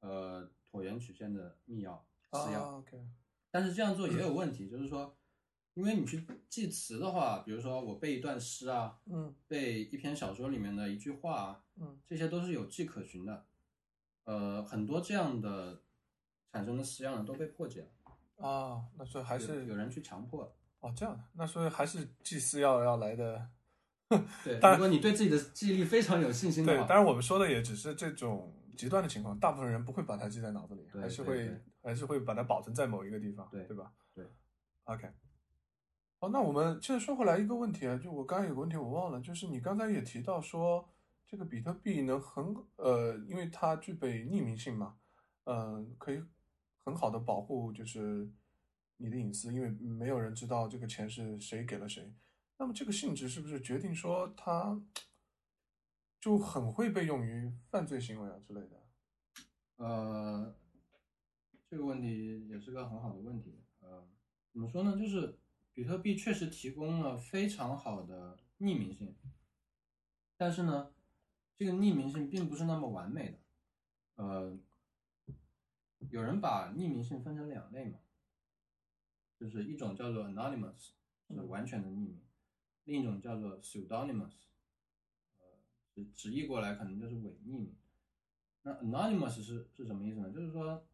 Speaker 2: 呃椭圆曲线的密钥私钥。
Speaker 1: 啊，OK，
Speaker 2: 但是这样做也有问题，就是说，因为你去记词的话，比如说我背一段诗啊，
Speaker 1: 嗯
Speaker 2: 背一篇小说里面的一句话啊，
Speaker 1: 嗯
Speaker 2: 这些都是有迹可循的。呃，很多这样的产生的私钥呢都被破解了。
Speaker 1: 啊，那所以还
Speaker 2: 有有
Speaker 1: 是
Speaker 2: 人去强迫的。
Speaker 1: 哦这样的，那所以还是祭祀要要来的。
Speaker 2: 对，
Speaker 1: 当然
Speaker 2: 如果你对自己的记忆力非常有信心
Speaker 1: 对，
Speaker 2: 的
Speaker 1: 当
Speaker 2: 话，
Speaker 1: 然我们说的也只是这种极端的情况，大部分人不会把它记在脑子里，
Speaker 2: 对
Speaker 1: 还是
Speaker 2: 对
Speaker 1: 会
Speaker 2: 对
Speaker 1: 还是会把它保存在某一个地方，
Speaker 2: 对
Speaker 1: 吧？
Speaker 2: 对
Speaker 1: ，OK。好，那我们现在说回来一个问题啊，就我刚才有个问题我忘了，就是你刚才也提到说，这个比特币能很呃，因为它具备匿名性嘛，呃，可以很好的保护就是你的隐私，因为没有人知道这个钱是谁给了谁。那么这个性质是不是决定说它就很会被用于犯罪行为啊之类的？
Speaker 2: 呃，这个问题也是个很好的问题。怎么说呢？就是比特币确实提供了非常好的匿名性，但是呢，这个匿名性并不是那么完美的。呃，有人把匿名性分成两类嘛，就是一种叫做 anonymous，是完全的匿名；另一种叫做 pseudonymous，呃，直直译过来可能就是伪匿名。那 anonymous 是是什么意思呢？就是说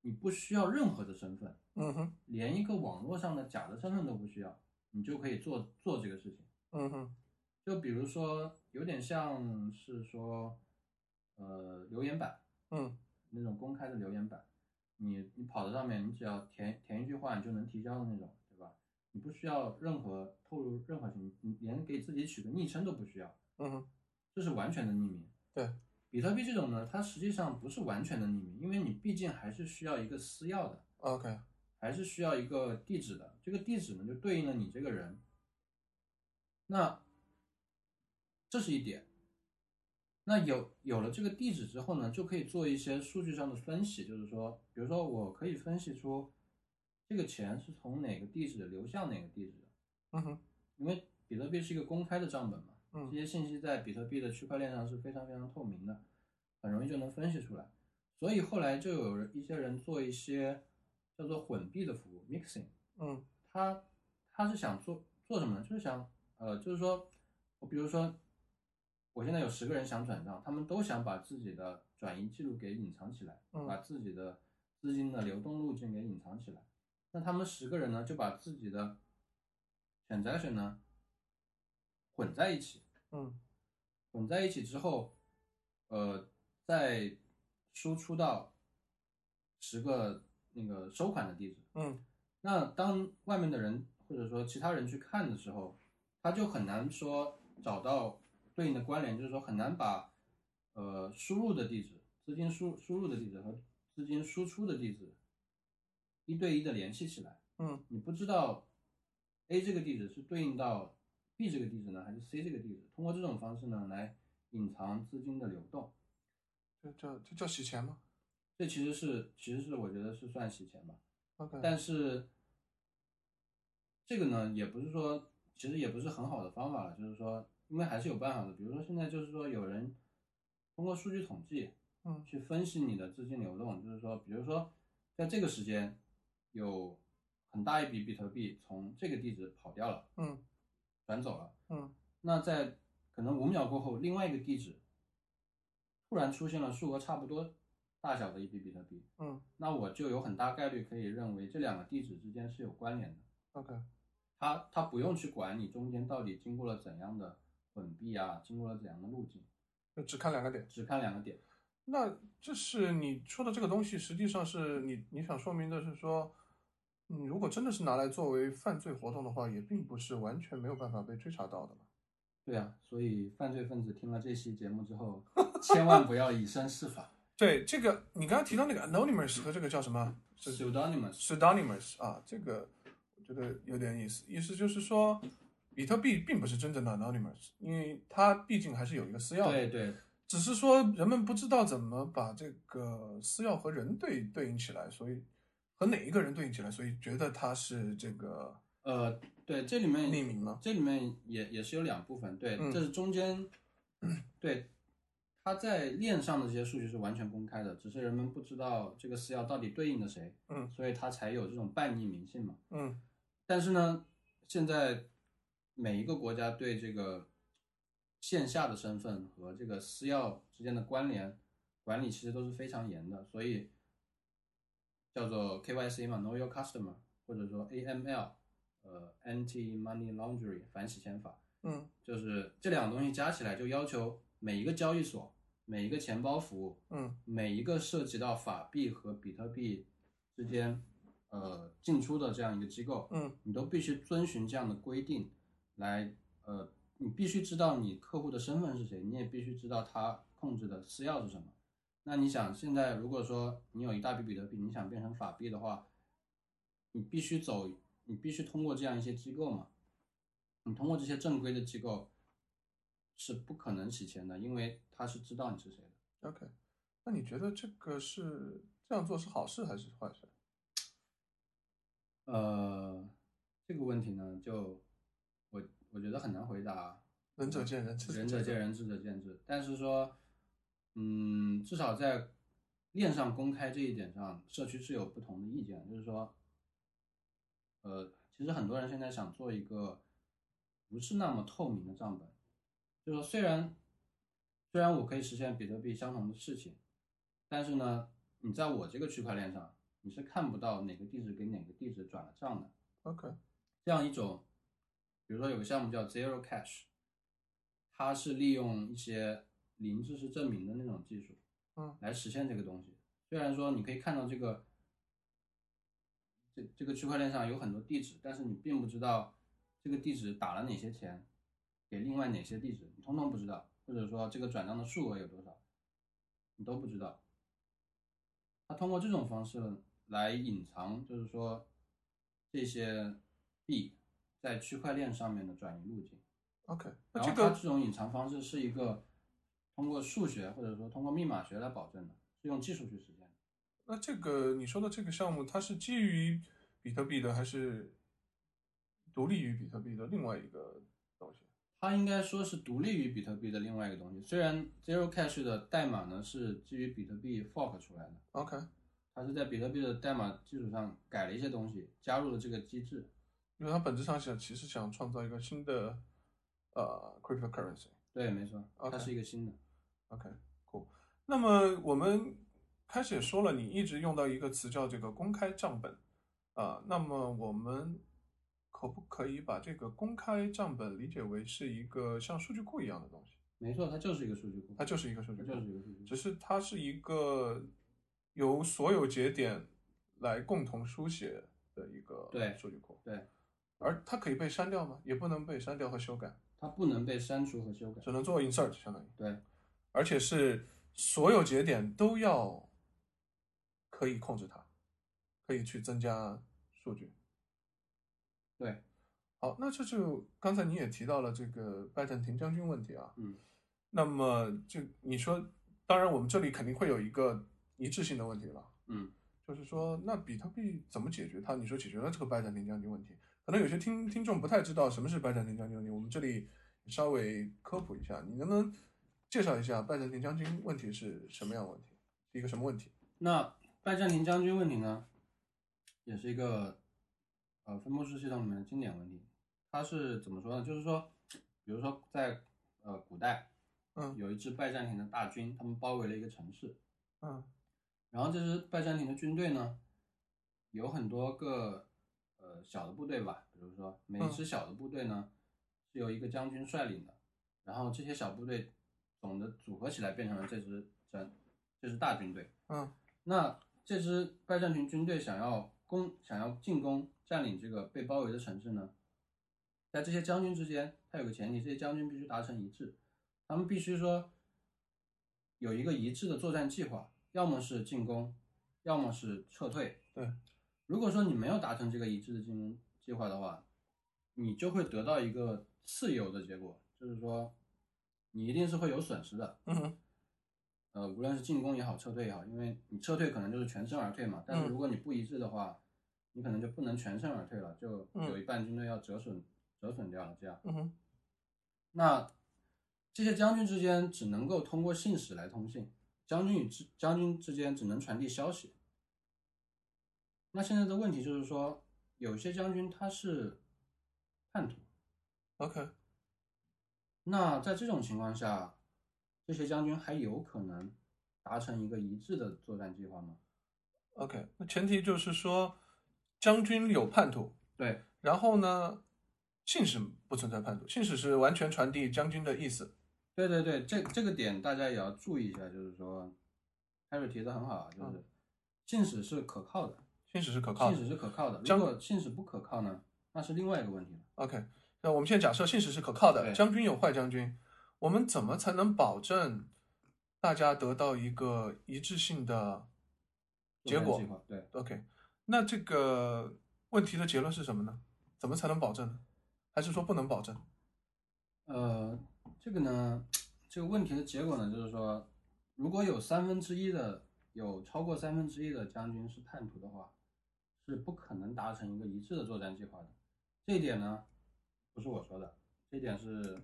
Speaker 2: 你不需要任何的身份，
Speaker 1: 嗯哼，
Speaker 2: 连一个网络上的假的身份都不需要，你就可以做做这个事情。
Speaker 1: 嗯哼，
Speaker 2: 就比如说，有点像是说，呃，留言板
Speaker 1: 嗯
Speaker 2: 那种公开的留言板，你你跑到上面，你只要填填一句话，你就能提交的那种，对吧？你不需要任何透露任何信息，你连给自己取个昵称都不需要，
Speaker 1: 嗯哼，
Speaker 2: 这是完全的匿名。
Speaker 1: 对，
Speaker 2: 比特币这种呢，它实际上不是完全的匿名，因为你毕竟还是需要一个私钥的。
Speaker 1: ，OK，
Speaker 2: 还是需要一个地址的。这个地址呢，就对应了你这个人。那这是一点。那有有了这个地址之后呢，就可以做一些数据上的分析，就是说，比如说，我可以分析出这个钱是从哪个地址流向哪个地址的，
Speaker 1: 嗯哼，
Speaker 2: 因为比特币是一个公开的账本嘛，这
Speaker 1: 嗯
Speaker 2: 些信息在比特币的区块链上是非常非常透明的，很容易就能分析出来。所以后来就有人一些人做一些叫做混币的服务 （mixing），
Speaker 1: 嗯
Speaker 2: 他他是想做做什么呢？就是想呃，就是说我比如说我现在有十个人想转账，他们都想把自己的转移记录给隐藏起来，
Speaker 1: 嗯
Speaker 2: 把自己的资金的流动路径给隐藏起来。那他们十个人呢，就把自己的 transaction 呢混在一起，
Speaker 1: 嗯
Speaker 2: 混在一起之后，呃，再输出到十个那个收款的地址。
Speaker 1: 嗯
Speaker 2: 那当外面的人或者说其他人去看的时候，他就很难说找到对应的关联，就是说很难把呃输入的地址、资金输输入的地址和资金输出的地址一对一的联系起来。
Speaker 1: 嗯
Speaker 2: 你不知道 A 这个地址是对应到 B 这个地址呢，还是 C 这个地址？通过这种方式呢，来隐藏资金的流动。
Speaker 1: 这这这叫洗钱吗
Speaker 2: 这其实是，其实是我觉得是算洗钱吧。
Speaker 1: ？OK，
Speaker 2: 但是这个呢，也不是说，其实也不是很好的方法了，就是说，因为还是有办法的。比如说现在就是说，有人通过数据统计
Speaker 1: 嗯
Speaker 2: 去分析你的资金流动，就是说，比如说在这个时间有很大一笔比特币从这个地址跑掉了，
Speaker 1: 嗯
Speaker 2: 转走了，
Speaker 1: 嗯
Speaker 2: 那在可能五秒过后，另外一个地址突然出现了数额差不多大小的一笔比特币，
Speaker 1: 嗯
Speaker 2: 那我就有很大概率可以认为这两个地址之间是有关联的。
Speaker 1: ，OK，
Speaker 2: 它它不用去管你中间到底经过了怎样的混币啊，经过了怎样的路径，
Speaker 1: 就只看两个点。
Speaker 2: 只看两个点。
Speaker 1: 那就是你说的这个东西，实际上是你你想说明的是说，嗯，如果真的是拿来作为犯罪活动的话，也并不是完全没有办法被追查到的嘛。
Speaker 2: 对啊，所以犯罪分子听了这期节目
Speaker 1: <laughs>
Speaker 2: 之后，千万不要以身试法。
Speaker 1: 对，这个你刚刚提到那个 anonymous 和这个叫什么？这
Speaker 2: pseudonymous，
Speaker 1: pseudonymous 啊，这个我觉得有点意思。意思就是说，比特币并不是真正的 anonymous，因为它毕竟还是有一个私钥的。
Speaker 2: 对对
Speaker 1: 只是说人们不知道怎么把这个私钥和人对对应起来，所以和哪一个人对应起来，所以觉得他是这个
Speaker 2: 呃对，这里面
Speaker 1: 匿名吗？
Speaker 2: 这里面也也是有两部分，对，
Speaker 1: 嗯
Speaker 2: 这是中间，对，它在链上的这些数据是完全公开的，只是人们不知道这个私钥到底对应的谁，
Speaker 1: 嗯
Speaker 2: 所以它才有这种半匿名性嘛。
Speaker 1: 嗯
Speaker 2: 但是呢，现在每一个国家对这个线下的身份和这个私钥之间的关联管理其实都是非常严的，所以叫做 KYC 嘛，Know Your Customer，或者说 AML，呃，Anti Money Laundering 反洗钱法，
Speaker 1: 嗯
Speaker 2: 就是这两个东西加起来就要求每一个交易所、每一个钱包服务、
Speaker 1: 嗯
Speaker 2: 每一个涉及到法币和比特币之间呃进出的这样一个机构，
Speaker 1: 嗯
Speaker 2: 你都必须遵循这样的规定来，呃，你必须知道你客户的身份是谁，你也必须知道他控制的私钥是什么。那你想，现在如果说你有一大笔比特币，你想变成法币的话，你必须走，你必须通过这样一些机构嘛，你通过这些正规的机构是不可能洗钱的，因为他是知道你是谁的。
Speaker 1: ，OK。那你觉得这个是这样做是好事还是坏事？
Speaker 2: 呃，这个问题呢，就我我觉得很难回答，啊
Speaker 1: 仁者见仁，智
Speaker 2: 仁者见仁，智者见智。但是说，嗯，至少在链上公开这一点上，社区是有不同的意见。就是说，呃，其实很多人现在想做一个不是那么透明的账本，就是说，虽然虽然我可以实现比特币相同的事情，但是呢，你在我这个区块链上，你是看不到哪个地址给哪个地址转了账的。
Speaker 1: OK，
Speaker 2: 这样一种，比如说有个项目叫 Zero Cash，它是利用一些零知识证明的那种技术，
Speaker 1: 嗯，
Speaker 2: 来实现这个东西。虽然说你可以看到这个这这个区块链上有很多地址，但是你并不知道这个地址打了哪些钱，给另外哪些地址，你通通不知道，或者说这个转账的数额有多少，你都不知道。他通过这种方式来隐藏，就是说这些币在区块链上面的转移路径。
Speaker 1: OK，那
Speaker 2: 然
Speaker 1: 这
Speaker 2: 后它
Speaker 1: 个
Speaker 2: 这种隐藏方式是一个通过数学或者说通过密码学来保证的，是用技术去实现的。
Speaker 1: 那这个你说的这个项目，它是基于比特币的，还是独立于比特币的另外一个东西？
Speaker 2: 它应该说是独立于比特币的另外一个东西。虽然 Zero Cash 的代码呢是基于比特币 fork 出来的，
Speaker 1: OK，
Speaker 2: 它是在比特币的代码基础上改了一些东西，加入了这个机制。
Speaker 1: 因为它本质上想其实想创造一个新的呃 cryptocurrency。
Speaker 2: 对，没错，
Speaker 1: OK
Speaker 2: 它是一个新的。
Speaker 1: OK，cool。那么我们开始也说了，你一直用到一个词叫这个公开账本啊、那么我们可不可以把这个公开账本理解为是一个像数据库一样的东西？
Speaker 2: 没错，它就是一个数据库，
Speaker 1: 它就是一个数据
Speaker 2: 它
Speaker 1: 库
Speaker 2: 就，是一个数据库。
Speaker 1: 只是它是一个由所有节点来共同书写的一个
Speaker 2: 对
Speaker 1: 数据库。
Speaker 2: 对，
Speaker 1: 而它可以被删掉吗？也不能被删掉和修改，
Speaker 2: 它不能被删除和修改
Speaker 1: 只。能做 insert，相当于。
Speaker 2: 对，
Speaker 1: 而且是所有节点都要可以控制它，可以去增加数据。
Speaker 2: 对，
Speaker 1: 好，那这就刚才你也提到了这个拜占庭将军问题啊，
Speaker 2: 嗯，
Speaker 1: 那么就你说，当然我们这里肯定会有一个一致性的问题了，
Speaker 2: 嗯，
Speaker 1: 就是说，那比特币怎么解决它？你说解决了这个拜占庭将军问题，可能有些听听众不太知道什么是拜占庭将军问题，我们这里稍微科普一下，你能不能介绍一下拜占庭将军问题是什么样的问题，是一个什么问题？
Speaker 2: 那拜占庭将军问题呢，也是一个呃分布式系统里面的经典问题。它是怎么说呢？就是说，比如说在呃古代，
Speaker 1: 嗯
Speaker 2: 有一支拜占庭的大军，他们包围了一个城市，
Speaker 1: 嗯
Speaker 2: 然后这支拜占庭的军队呢，有很多个呃小的部队吧，比如说每一支小的部队呢、是由一个将军率领的，然后这些小部队总的组合起来变成了这支整这支大军队。
Speaker 1: 嗯
Speaker 2: 那这支拜占庭军队想要攻、想要进攻、占领这个被包围的城市呢，在这些将军之间，它有个前提，这些将军必须达成一致，他们必须说有一个一致的作战计划，要么是进攻，要么是撤退。
Speaker 1: 对，
Speaker 2: 如果说你没有达成这个一致的进攻计划的话，你就会得到一个次由的结果，就是说你一定是会有损失的。
Speaker 1: 嗯哼
Speaker 2: 呃，无论是进攻也好，撤退也好，因为你撤退可能就是全身而退嘛，但是
Speaker 1: 嗯
Speaker 2: 如果你不一致的话，你可能就不能全身而退了，就
Speaker 1: 嗯
Speaker 2: 有一半军队要折损折损掉了。这样，
Speaker 1: 嗯哼
Speaker 2: 那这些将军之间只能够通过信使来通信，将军与之将军之间只能传递消息。那现在的问题就是说，有些将军他是叛徒，
Speaker 1: ，OK，
Speaker 2: 那在这种情况下，这些将军还有可能达成一个一致的作战计划吗？
Speaker 1: OK，那前提就是说将军有叛徒，
Speaker 2: 对
Speaker 1: 然后呢，信使不存在叛徒，信使是完全传递将军的意思。
Speaker 2: 对对对，这这个点大家也要注意一下，就是说，艾瑞提的很好啊，就是信使是可靠的，
Speaker 1: 信使是可靠
Speaker 2: 信
Speaker 1: 的。
Speaker 2: 使是可靠的。
Speaker 1: 将
Speaker 2: 如果信使不可靠呢，那是另外一个问题了。
Speaker 1: OK，那我们现在假设信使是可靠的，
Speaker 2: 对
Speaker 1: 将军有坏将军，我们怎么才能保证大家得到一个一致性的结
Speaker 2: 作
Speaker 1: 果
Speaker 2: 战计划对，
Speaker 1: ？OK，那这个问题的结论是什么呢？怎么才能保证呢？还是说不能保证？
Speaker 2: 呃，这个呢，这个问题的结果呢，就是说，如果有三分之一的有超过三分之一的将军是叛徒的话，是不可能达成一个一致的作战计划的。这一点呢，不是我说的，这一点是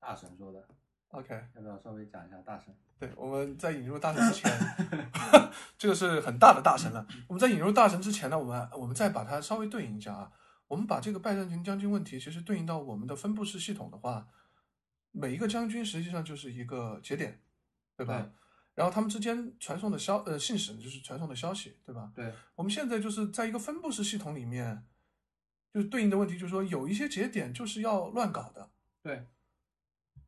Speaker 2: 大神说的。
Speaker 1: OK，
Speaker 2: 要不要稍微讲一下大神？
Speaker 1: 对，我们在引入大神之前，这个是很大的大神了。
Speaker 2: 嗯
Speaker 1: 我们在引入大神之前呢，我们我们再把它稍微对应一下啊。我们把这个拜占庭将军问题，其实对应到我们的分布式系统的话，每一个将军实际上就是一个节点，对吧？
Speaker 2: 对
Speaker 1: 然后他们之间传送的消呃信使就是传送的消息，对吧？
Speaker 2: 对，
Speaker 1: 我们现在就是在一个分布式系统里面，就是对应的问题就是说，有一些节点就是要乱搞的，
Speaker 2: 对，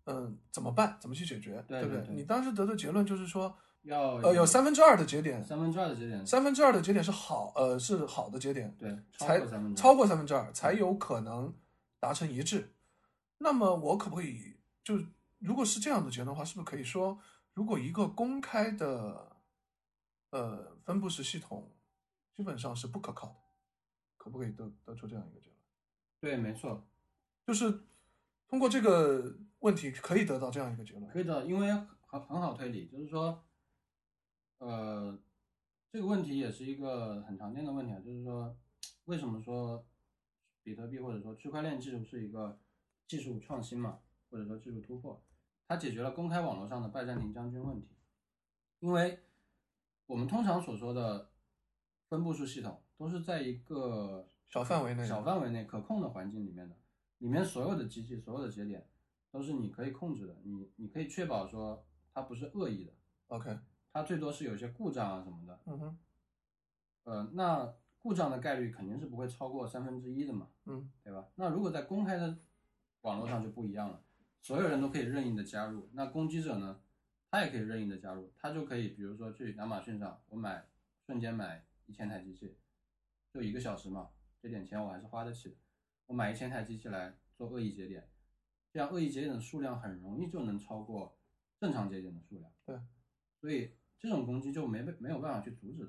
Speaker 1: 嗯，怎么办？怎么去解决？
Speaker 2: 对
Speaker 1: 不
Speaker 2: 对对
Speaker 1: 你当时得的结论就是说，
Speaker 2: 要
Speaker 1: 呃，有三分之二的节点，
Speaker 2: 三分之二的节点，
Speaker 1: 三分之二的节点是好，呃，是好的节点，
Speaker 2: 对，超
Speaker 1: 才
Speaker 2: 过三分之二，
Speaker 1: 超过三分之二才有可能达成一致。那么我可不可以就如果是这样的结论的话，是不是可以说，如果一个公开的呃分布式系统基本上是不可靠的，可不可以得得出这样一个结论？
Speaker 2: 对，没错，
Speaker 1: 就是通过这个问题可以得到这样一个结论。
Speaker 2: 可以的，因为很很好推理，就是说，呃，这个问题也是一个很常见的问题啊，就是说，为什么说比特币或者说区块链技术是一个技术创新嘛，或者说技术突破，它解决了公开网络上的拜占庭将军问题，因为我们通常所说的分布式系统都是在一个
Speaker 1: 小范围内
Speaker 2: 小范围内可控的环境里面的，里面所有的机器、所有的节点都是你可以控制的，你你可以确保说它不是恶意的，
Speaker 1: OK，
Speaker 2: 它最多是有一些故障啊什么的。
Speaker 1: 嗯哼，
Speaker 2: 呃，那故障的概率肯定是不会超过三分之一的嘛，
Speaker 1: 嗯
Speaker 2: 对吧？那如果在公开的网络上就不一样了，所有人都可以任意的加入，那攻击者呢，他也可以任意的加入，他就可以比如说去亚马逊上，我买瞬间买一千台机器，就一个小时嘛，这点钱我还是花得起的，我买一千台机器来做恶意节点，这样恶意节点的数量很容易就能超过正常节点的数量，
Speaker 1: 对，
Speaker 2: 所以这种攻击就没被没有办法去阻止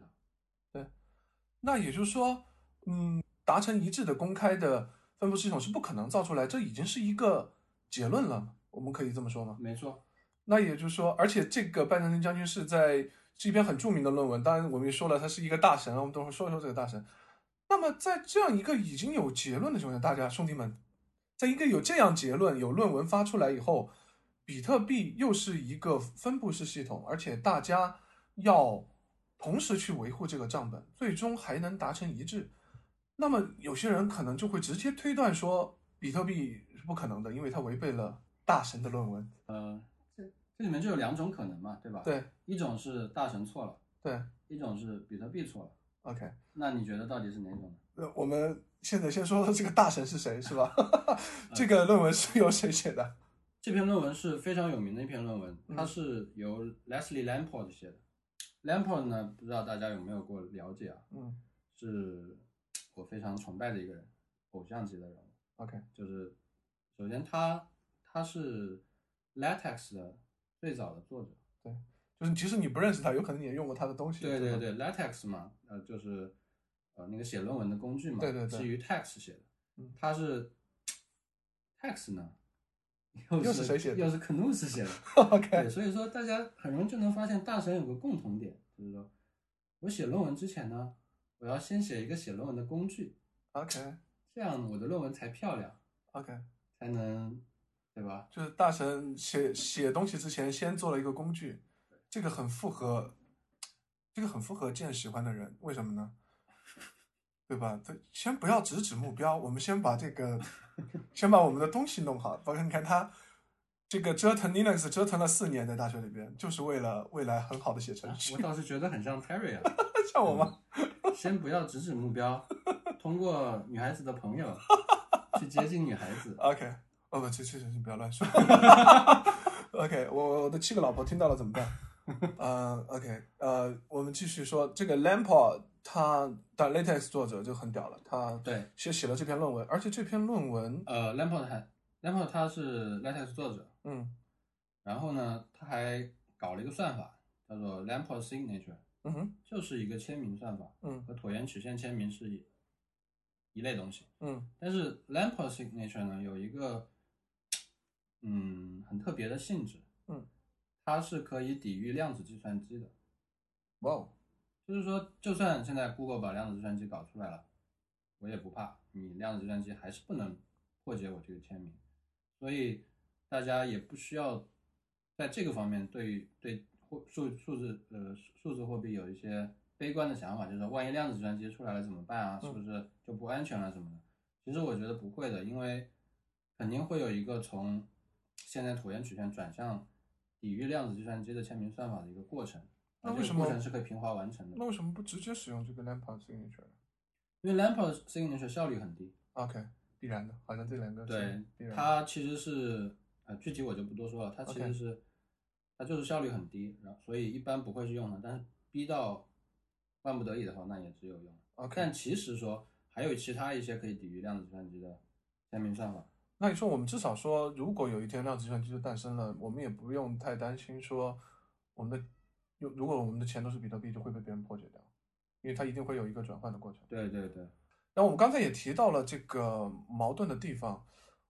Speaker 2: 它。
Speaker 1: 那也就是说，嗯，达成一致的公开的分布系统是不可能造出来，这已经是一个结论了。我们可以这么说吗？
Speaker 2: 没错，
Speaker 1: 那也就是说，而且这个拜占庭将军是在是一篇很著名的论文，当然我们也说了，他是一个大神，我们等会儿说一说这个大神。那么在这样一个已经有结论的情况下，大家兄弟们，在一个有这样结论、有论文发出来以后，比特币又是一个分布式系统，而且大家要同时去维护这个账本，最终还能达成一致。那么有些人可能就会直接推断说，比特币是不可能的，因为它违背了大神的论文。
Speaker 2: 这里面就有两种可能嘛，对吧？，
Speaker 1: 对
Speaker 2: 一种是大神错了，
Speaker 1: 对
Speaker 2: 一种是比特币错了。
Speaker 1: ，OK。
Speaker 2: 那你觉得到底是哪种呢？
Speaker 1: 呃，我们现在先说说这个大神是谁，是
Speaker 2: <laughs>
Speaker 1: 吧？这个论文是由谁写的？
Speaker 2: 这篇论文是非常有名的一篇论文，
Speaker 1: 嗯
Speaker 2: 它是由 Leslie Lamport 写的。Lamport 呢，不知道大家有没有过了解啊？
Speaker 1: 嗯
Speaker 2: 是我非常崇拜的一个人，偶像级的人物。
Speaker 1: ，OK，
Speaker 2: 就是首先他他是 LaTeX 的最早的作者，
Speaker 1: 就是即使你不认识他，有可能你也用过他的东西。
Speaker 2: 对对
Speaker 1: 吧，
Speaker 2: 对，LaTeX 嘛，呃，就是呃那个写论文的工具嘛，
Speaker 1: 对对对
Speaker 2: 基于 Text 写的
Speaker 1: 嗯，
Speaker 2: 它是 Text 呢，又
Speaker 1: 又是谁写的
Speaker 2: 又是
Speaker 1: <laughs>
Speaker 2: Knus 写的，对，
Speaker 1: <laughs> OK，
Speaker 2: 所以说大家很容易就能发现大神有个共同点，就是说我写论文之前呢，我要先写一个写论文的工具，
Speaker 1: OK，
Speaker 2: 这样我的论文才漂亮，
Speaker 1: OK，
Speaker 2: 才能对吧？
Speaker 1: 就是大神写写东西之前，先做了一个工具，这个很符合，这个很符合剑喜欢的人，为什么呢？对吧？对，先不要直指目标，我们先把这个，先把我们的东西弄好。包括你看他这个折腾 Linux 折腾了四年，在大学里边，就是为了未来很好的写程序
Speaker 2: 啊
Speaker 1: <laughs>
Speaker 2: 我。倒是觉得很像 Terry 啊。
Speaker 1: 像我吗？
Speaker 2: 先不要直指目标，通过女孩子的朋友去接近女孩子。
Speaker 1: ？OK，哦不，这这这你不要乱说。OK，我我的七个老婆听到了怎么办？呃，OK，呃，我们继续说这个 Lamport，他的 LaTeX 作者就很屌了，他
Speaker 2: 对，
Speaker 1: 写写了这篇论文，而且这篇论文，
Speaker 2: 呃，Lamport 还 Lamport 他是 LaTeX 作者，
Speaker 1: 嗯
Speaker 2: 然后呢，他还搞了一个算法，叫做 Lamport Signature，
Speaker 1: 嗯哼，
Speaker 2: 就是一个签名算法，
Speaker 1: 嗯
Speaker 2: 和椭圆曲线签名是一一类东西。
Speaker 1: 嗯
Speaker 2: 但是 Lamport Signature 呢，有一个嗯很特别的性质，
Speaker 1: 嗯，
Speaker 2: 它是可以抵御量子计算机的。
Speaker 1: 哇哦
Speaker 2: 就是说，就算现在 Google 把量子计算机搞出来了，我也不怕，你量子计算机还是不能破解我这个签名。所以大家也不需要在这个方面对对货数数字呃数字货币有一些悲观的想法，就是万一量子计算机出来了怎么办啊？是
Speaker 1: 嗯
Speaker 2: 不是就不安全了什么的？其实我觉得不会的，因为肯定会有一个从现在椭圆曲线转向抵御量子计算机的签名算法的一个过程。
Speaker 1: 那
Speaker 2: 而
Speaker 1: 为
Speaker 2: 这
Speaker 1: 什
Speaker 2: 个过
Speaker 1: 么
Speaker 2: 程是可以平滑完成的
Speaker 1: 那？为什么不直接使用这个 Lampard signature 呢
Speaker 2: 因为 Lampard signature 效率很低，
Speaker 1: ？OK，必然的，好像这两个
Speaker 2: 对
Speaker 1: 是必然的。
Speaker 2: 它其实是呃，具体我就不多说了，它其
Speaker 1: OK
Speaker 2: 实是它就是效率很低，然后所以一般不会去用它，但是逼到万不得已的话，那也只有用。
Speaker 1: OK，
Speaker 2: 但其实说还有其他一些可以抵御量子计算机的签名算法，
Speaker 1: 那你说我们至少说，如果有一天量子计算机就诞生了，我们也不用太担心说我们的，如如果我们的钱都是比特币，就会被别人破解掉，因为它一定会有一个转换的过程。
Speaker 2: 对对对，
Speaker 1: 然后我们刚才也提到了这个矛盾的地方，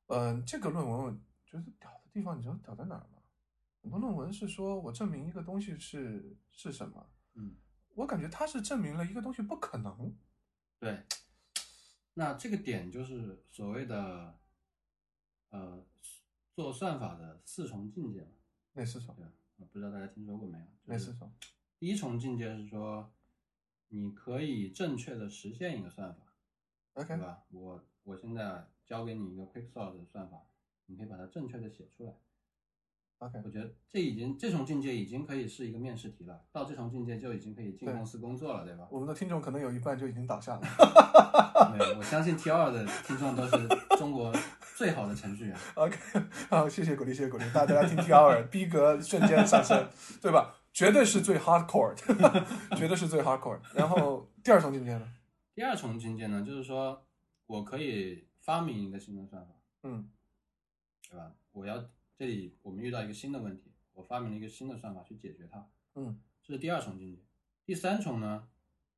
Speaker 1: 嗯、这个论文我觉得屌的地方，你知道屌在哪儿吗？很多论文是说我证明一个东西是是什么，
Speaker 2: 嗯，
Speaker 1: 我感觉它是证明了一个东西不可能。
Speaker 2: 对。那这个点就是所谓的呃做算法的四重境界嘛，
Speaker 1: 那是什么？
Speaker 2: 对吧？我不知道大家听说过没有？
Speaker 1: 那
Speaker 2: 就是
Speaker 1: 是什么？
Speaker 2: 第一重境界是说，你可以正确的实现一个算法，
Speaker 1: OK，
Speaker 2: 对吧？我我现在教给你一个 Quicksolve 的算法，你可以把它正确的写出来。
Speaker 1: OK，
Speaker 2: 我觉得这已经这重境界已经可以是一个面试题了，到这重境界就已经可以进
Speaker 1: 对
Speaker 2: 公司工作了，对
Speaker 1: <laughs>
Speaker 2: 吧？
Speaker 1: 我们的听众可能有一半就已经倒下了。
Speaker 2: 没有，我相信 T 二的听众都是中国最好的程序员。
Speaker 1: OK，好， <laughs> 谢谢鼓励，谢谢鼓励，大家来听 T R，逼格瞬间上升，对吧？绝对是最 hardcore，的 <laughs> 绝对是最 hardcore 的。然后第二重境界呢？
Speaker 2: 第二重境界呢，就是说我可以发明一个新的算法，
Speaker 1: 嗯
Speaker 2: 对吧？我要这里我们遇到一个新的问题，我发明了一个新的算法去解决它。
Speaker 1: 嗯
Speaker 2: 这是第二重境界。第三重呢，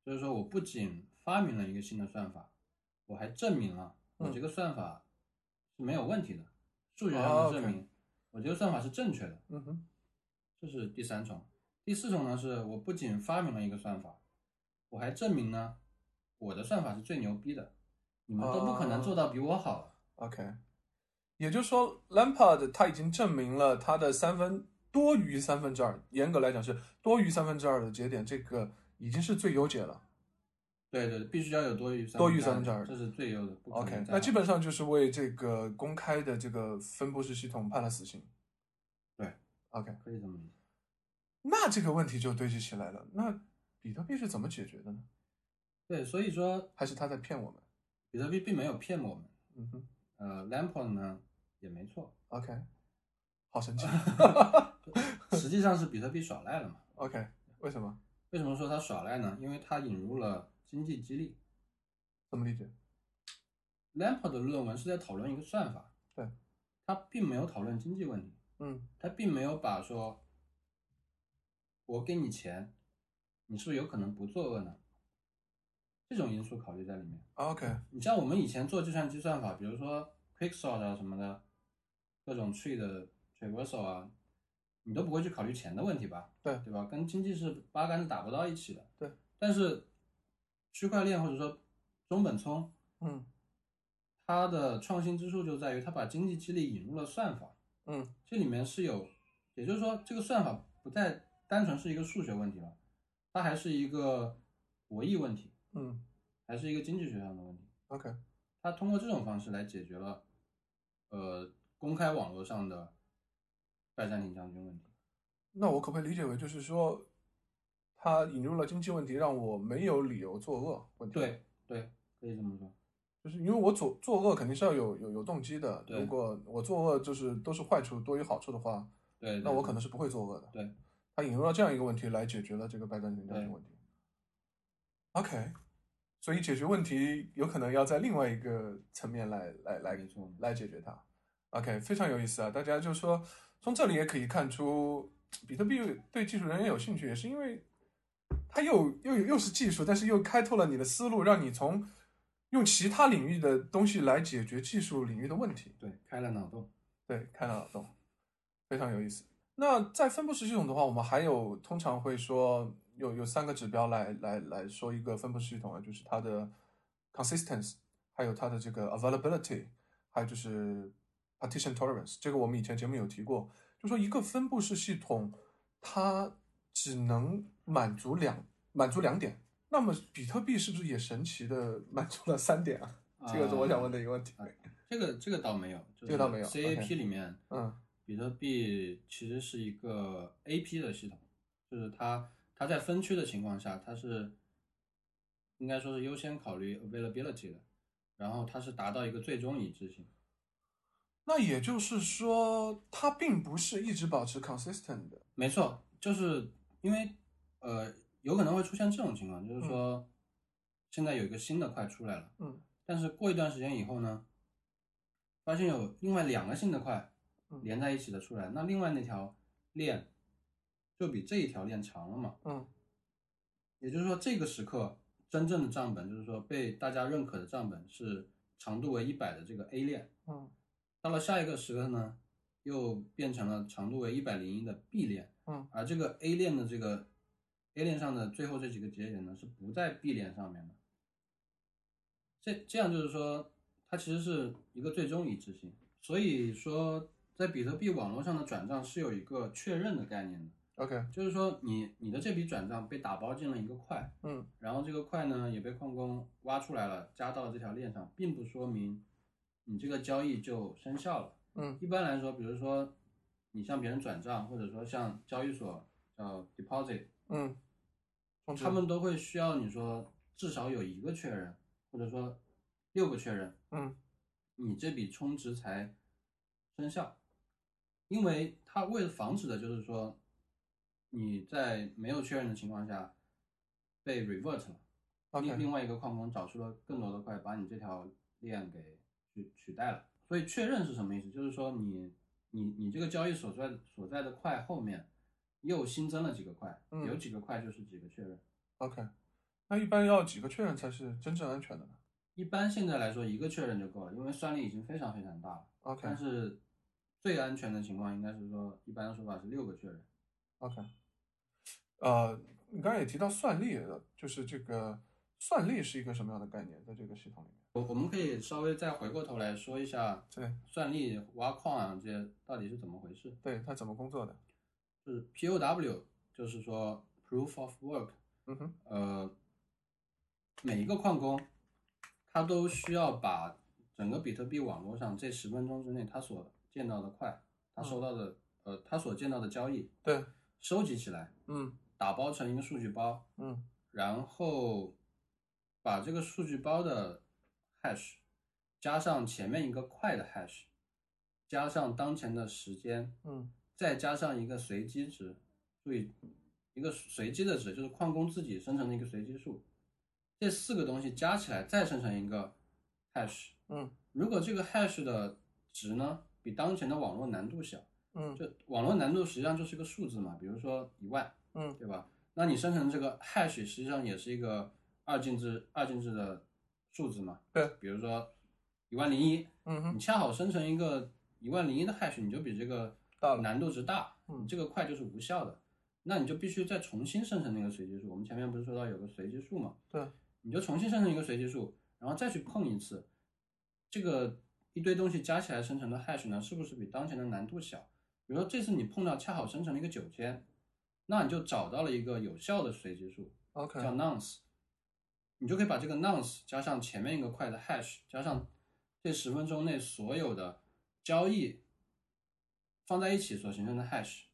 Speaker 2: 就是说我不仅发明了一个新的算法，我还证明了
Speaker 1: 嗯
Speaker 2: 我这个算法是没有问题的，数学上
Speaker 1: 哦
Speaker 2: 的证明，我这个算法是正确的。
Speaker 1: 嗯哼
Speaker 2: 这是第三重。第四重呢，是我不仅发明了一个算法，我还证明呢，我的算法是最牛逼的，你们都不可能做到比我好。啊
Speaker 1: ，OK，也就是说，Lampard 他已经证明了他的三分多于三分之二，严格来讲是多于三分之二的节点，这个已经是最优解了。
Speaker 2: 对对，必须要有多于三
Speaker 1: 多于
Speaker 2: 分
Speaker 1: 3分之二
Speaker 2: 这是最优的，不可能
Speaker 1: OK，
Speaker 2: 再
Speaker 1: 那
Speaker 2: 好
Speaker 1: 基本上就是为这个公开的这个分布式系统判了死刑。
Speaker 2: 对
Speaker 1: ，OK。
Speaker 2: 可以这么理解。
Speaker 1: 那这个问题就堆积起来了。那比特币是怎么解决的呢？
Speaker 2: 对，所以说
Speaker 1: 还是他在骗我们？
Speaker 2: 比特币并没有骗我们，
Speaker 1: 嗯哼
Speaker 2: 呃，Lamport 呢也没错，
Speaker 1: ，OK，好神
Speaker 2: <laughs>
Speaker 1: 奇。
Speaker 2: 实际上是比特币耍赖了嘛。
Speaker 1: OK，为什么？
Speaker 2: 为什么说它耍赖呢？因为它引入了经济激励。
Speaker 1: 怎么理解？
Speaker 2: Lamport 的论文是在讨论一个算法，
Speaker 1: 对，
Speaker 2: 它并没有讨论经济问题，
Speaker 1: 嗯
Speaker 2: 它并没有把说，我给你钱，你是不是有可能不作恶呢？这种因素考虑在里面。
Speaker 1: 啊，OK，
Speaker 2: 你像我们以前做计算机算法，比如说 Quicksort 啊什么的，各种 tree 的 traversal 啊，你都不会去考虑钱的问题吧？
Speaker 1: 对
Speaker 2: 对吧？跟经济是八竿子打不到一起的。
Speaker 1: 对。
Speaker 2: 但是区块链或者说中本聪，
Speaker 1: 嗯
Speaker 2: 它的创新之处就在于它把经济激励引入了算法，
Speaker 1: 嗯
Speaker 2: 这里面是有，也就是说这个算法不再单纯是一个数学问题了，它还是一个博弈问题，
Speaker 1: 嗯
Speaker 2: 还是一个经济学上的问题。
Speaker 1: ，OK，
Speaker 2: 它通过这种方式来解决了，呃，公开网络上的拜占庭将军问题。
Speaker 1: 那我可不可以理解为就是说，他引入了经济问题，让我没有理由作恶？问题，
Speaker 2: 对对，可以这么说。
Speaker 1: 就是因为我作作恶肯定是要有有有动机的。
Speaker 2: 对
Speaker 1: 如果我作恶就是都是坏处多于好处的话，
Speaker 2: 对，对
Speaker 1: 那我可
Speaker 2: 对
Speaker 1: 能是不会作恶的。
Speaker 2: 对，
Speaker 1: 他引入了这样一个问题来解决了这个白占庭将军
Speaker 2: 对
Speaker 1: 问题。OK，所以解决问题有可能要在另外一个层面来来来
Speaker 2: 没错
Speaker 1: 来解决它。OK，非常有意思啊！大家就说从这里也可以看出，比特币对技术人员有兴趣，也是因为它又又又是技术，但是又开拓了你的思路，让你从用其他领域的东西来解决技术领域的问题。
Speaker 2: 对开了脑洞。
Speaker 1: 对，开了脑洞，非常有意思。那在分布式系统的话，我们还有通常会说有有三个指标来来来说一个分布系统啊，就是它的 consistency，还有它的这个 availability，还有就是 partition tolerance。这个我们以前节目有提过，就说一个分布式系统它只能满足两满足两点。那么比特币是不是也神奇的满足了三点啊？这个是我想问的一个问题。
Speaker 2: 这个这个倒没有，这
Speaker 1: 这个倒没有
Speaker 2: CAP
Speaker 1: OK
Speaker 2: 里面，
Speaker 1: 嗯
Speaker 2: 比特币其实是一个 AP 的系统，就是它它在分区的情况下，它是应该说是优先考虑 availability 的，然后它是达到一个最终一致性。
Speaker 1: 那也就是说，它并不是一直保持 consistent 的。
Speaker 2: 没错，就是因为呃，有可能会出现这种情况，就是说、现在有一个新的块出来了，
Speaker 1: 嗯，
Speaker 2: 但是过一段时间以后呢，发现有另外两个新的块
Speaker 1: 嗯
Speaker 2: 连在一起的出来，那另外那条链就比这一条链长了嘛，
Speaker 1: 嗯
Speaker 2: 也就是说这个时刻真正的账本，就是说被大家认可的账本是长度为一百的这个 A 链，
Speaker 1: 嗯
Speaker 2: 到了下一个时刻呢，又变成了长度为一百零一的 B 链。
Speaker 1: 嗯
Speaker 2: 而这个 A 链的这个 A 链上的最后这几个节点呢，是不在 B 链上面的。这这样就是说，它其实是一个最终一致性。所以说，在比特币网络上的转账是有一个确认的概念的，
Speaker 1: ，OK，
Speaker 2: 就是说你你的这笔转账被打包进了一个块，
Speaker 1: 嗯
Speaker 2: 然后这个块呢也被矿工挖出来了，加到了这条链上，并不说明你这个交易就生效了。
Speaker 1: 嗯
Speaker 2: 一般来说，比如说你向别人转账，或者说向交易所叫 deposit，
Speaker 1: 嗯，充值
Speaker 2: 他们都会需要你说至少有一个确认，或者说六个确认，
Speaker 1: 嗯
Speaker 2: 你这笔充值才生效。因为它为了防止的就是说你在没有确认的情况下被 revert 了，另
Speaker 1: ，OK，
Speaker 2: 另外一个矿工找出了更多的块，把你这条链给取取代了。所以确认是什么意思？就是说你你你这个交易所在所在的块后面又新增了几个块，
Speaker 1: 嗯
Speaker 2: 有几个块就是几个确认。
Speaker 1: OK，那一般要几个确认才是真正安全的呢
Speaker 2: 一般现在来说一个确认就够了，因为算力已经非常非常大了。
Speaker 1: ？OK
Speaker 2: 但是最安全的情况应该是说，一般的说法是六个确认。
Speaker 1: OK，呃，你刚才也提到算力了，就是这个算力是一个什么样的概念，在这个系统里面？
Speaker 2: 我我们可以稍微再回过头来说一下
Speaker 1: 对
Speaker 2: 算力、挖矿啊这些到底是怎么回事。
Speaker 1: 对，它怎么工作的？
Speaker 2: 就是 POW，就是说 Proof of Work，
Speaker 1: 嗯哼，
Speaker 2: 呃，每一个矿工，他都需要把整个比特币网络上这十分钟之内他所见到的块，他收到的，呃，他所见到的交易
Speaker 1: 对，
Speaker 2: 收集起来，
Speaker 1: 嗯
Speaker 2: 打包成一个数据包，
Speaker 1: 嗯
Speaker 2: 然后把这个数据包的 hash 加上前面一个块的 hash，加上当前的时间，
Speaker 1: 嗯
Speaker 2: 再加上一个随机值，注意一个随机的值就是矿工自己生成的一个随机数，这四个东西加起来再生成一个 hash。
Speaker 1: 嗯
Speaker 2: 如果这个 hash 的值呢比当前的网络难度小，
Speaker 1: 嗯
Speaker 2: 就网络难度实际上就是个数字嘛，比如说一万，
Speaker 1: 嗯
Speaker 2: 对吧？那你生成这个 hash 实际上也是一个二进制二进制的数字嘛，
Speaker 1: 对，
Speaker 2: 比如说一万零一，
Speaker 1: 嗯
Speaker 2: 你
Speaker 1: 哼，
Speaker 2: 恰好生成一个一万零一的 hash，你就比这个
Speaker 1: 大了
Speaker 2: 难度值大，
Speaker 1: 嗯
Speaker 2: 你这个块就是无效的。那你就必须再重新生成那个随机数。我们前面不是说到有个随机数嘛？
Speaker 1: 对，
Speaker 2: 你就重新生成一个随机数，然后再去碰一次，这个一堆东西加起来生成的 hash 呢，是不是比当前的难度小？比如说这次你碰到恰好生成了一个九千，那你就找到了一个有效的随机数，
Speaker 1: ，OK，
Speaker 2: 叫 nonce，你就可以把这个 nonce 加上前面一个块的 hash，加上这十分钟内所有的交易放在一起所形成的 hash，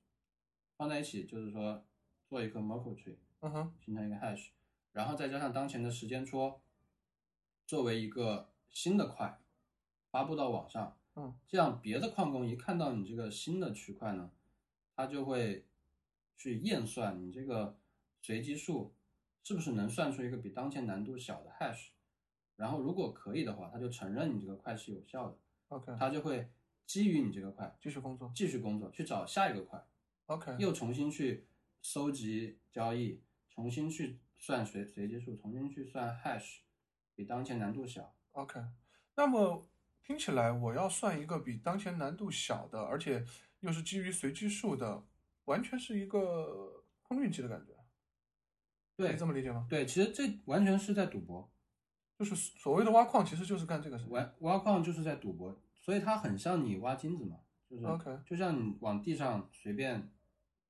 Speaker 2: 放在一起就是说做一个 Merkle tree
Speaker 1: 嗯哼，
Speaker 2: 形成一个 hash，然后再加上当前的时间戳作为一个新的块发布到网上，
Speaker 1: 嗯，
Speaker 2: 这样别的矿工一看到你这个新的区块呢，他就会去验算你这个随机数是不是能算出一个比当前难度小的 hash，然后如果可以的话，他就承认你这个块是有效的，
Speaker 1: ，OK，
Speaker 2: 他就会基于你这个块
Speaker 1: 继续工作
Speaker 2: 继续工作，去找下一个块，
Speaker 1: ，OK，
Speaker 2: 又重新去搜集交易，重新去算随随机数，重新去算 hash，比当前难度小。
Speaker 1: OK，那么听起来我要算一个比当前难度小的，而且又是基于随机数的，完全是一个碰运气的感觉。可
Speaker 2: 对
Speaker 1: 以哎这么理解吗？
Speaker 2: 对，其实这完全是在赌博，
Speaker 1: 就是所谓的挖矿，其实就是干这个事。
Speaker 2: 挖挖矿就是在赌博，所以它很像你挖金子嘛，就是
Speaker 1: OK
Speaker 2: 就像你往地上随便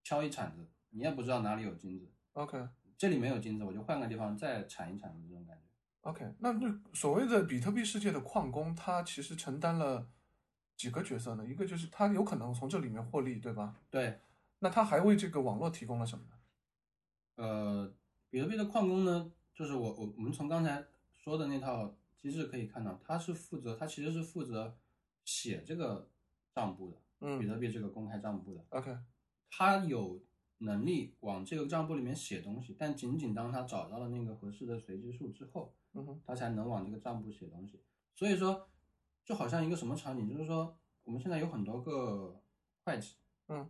Speaker 2: 敲一铲子，你也不知道哪里有金子，
Speaker 1: OK
Speaker 2: 这里没有金子，我就换个地方再铲一铲子，这种感觉。
Speaker 1: OK，那那所谓的比特币世界的矿工，他其实承担了几个角色呢？一个就是他有可能从这里面获利，对吧？
Speaker 2: 对，
Speaker 1: 那他还为这个网络提供了什么呢？
Speaker 2: 呃，比特币的矿工呢，就是我我我们从刚才说的那套机制可以看到，它是负责，它其实是负责写这个账簿的，比
Speaker 1: 嗯
Speaker 2: 特币这个公开账簿的，
Speaker 1: ，OK
Speaker 2: 他有能力往这个账簿里面写东西，但仅仅当他找到了那个合适的随机数之后，
Speaker 1: 嗯哼
Speaker 2: 他才能往这个账簿写东西。所以说，就好像一个什么场景，就是说我们现在有很多个会计，
Speaker 1: 嗯，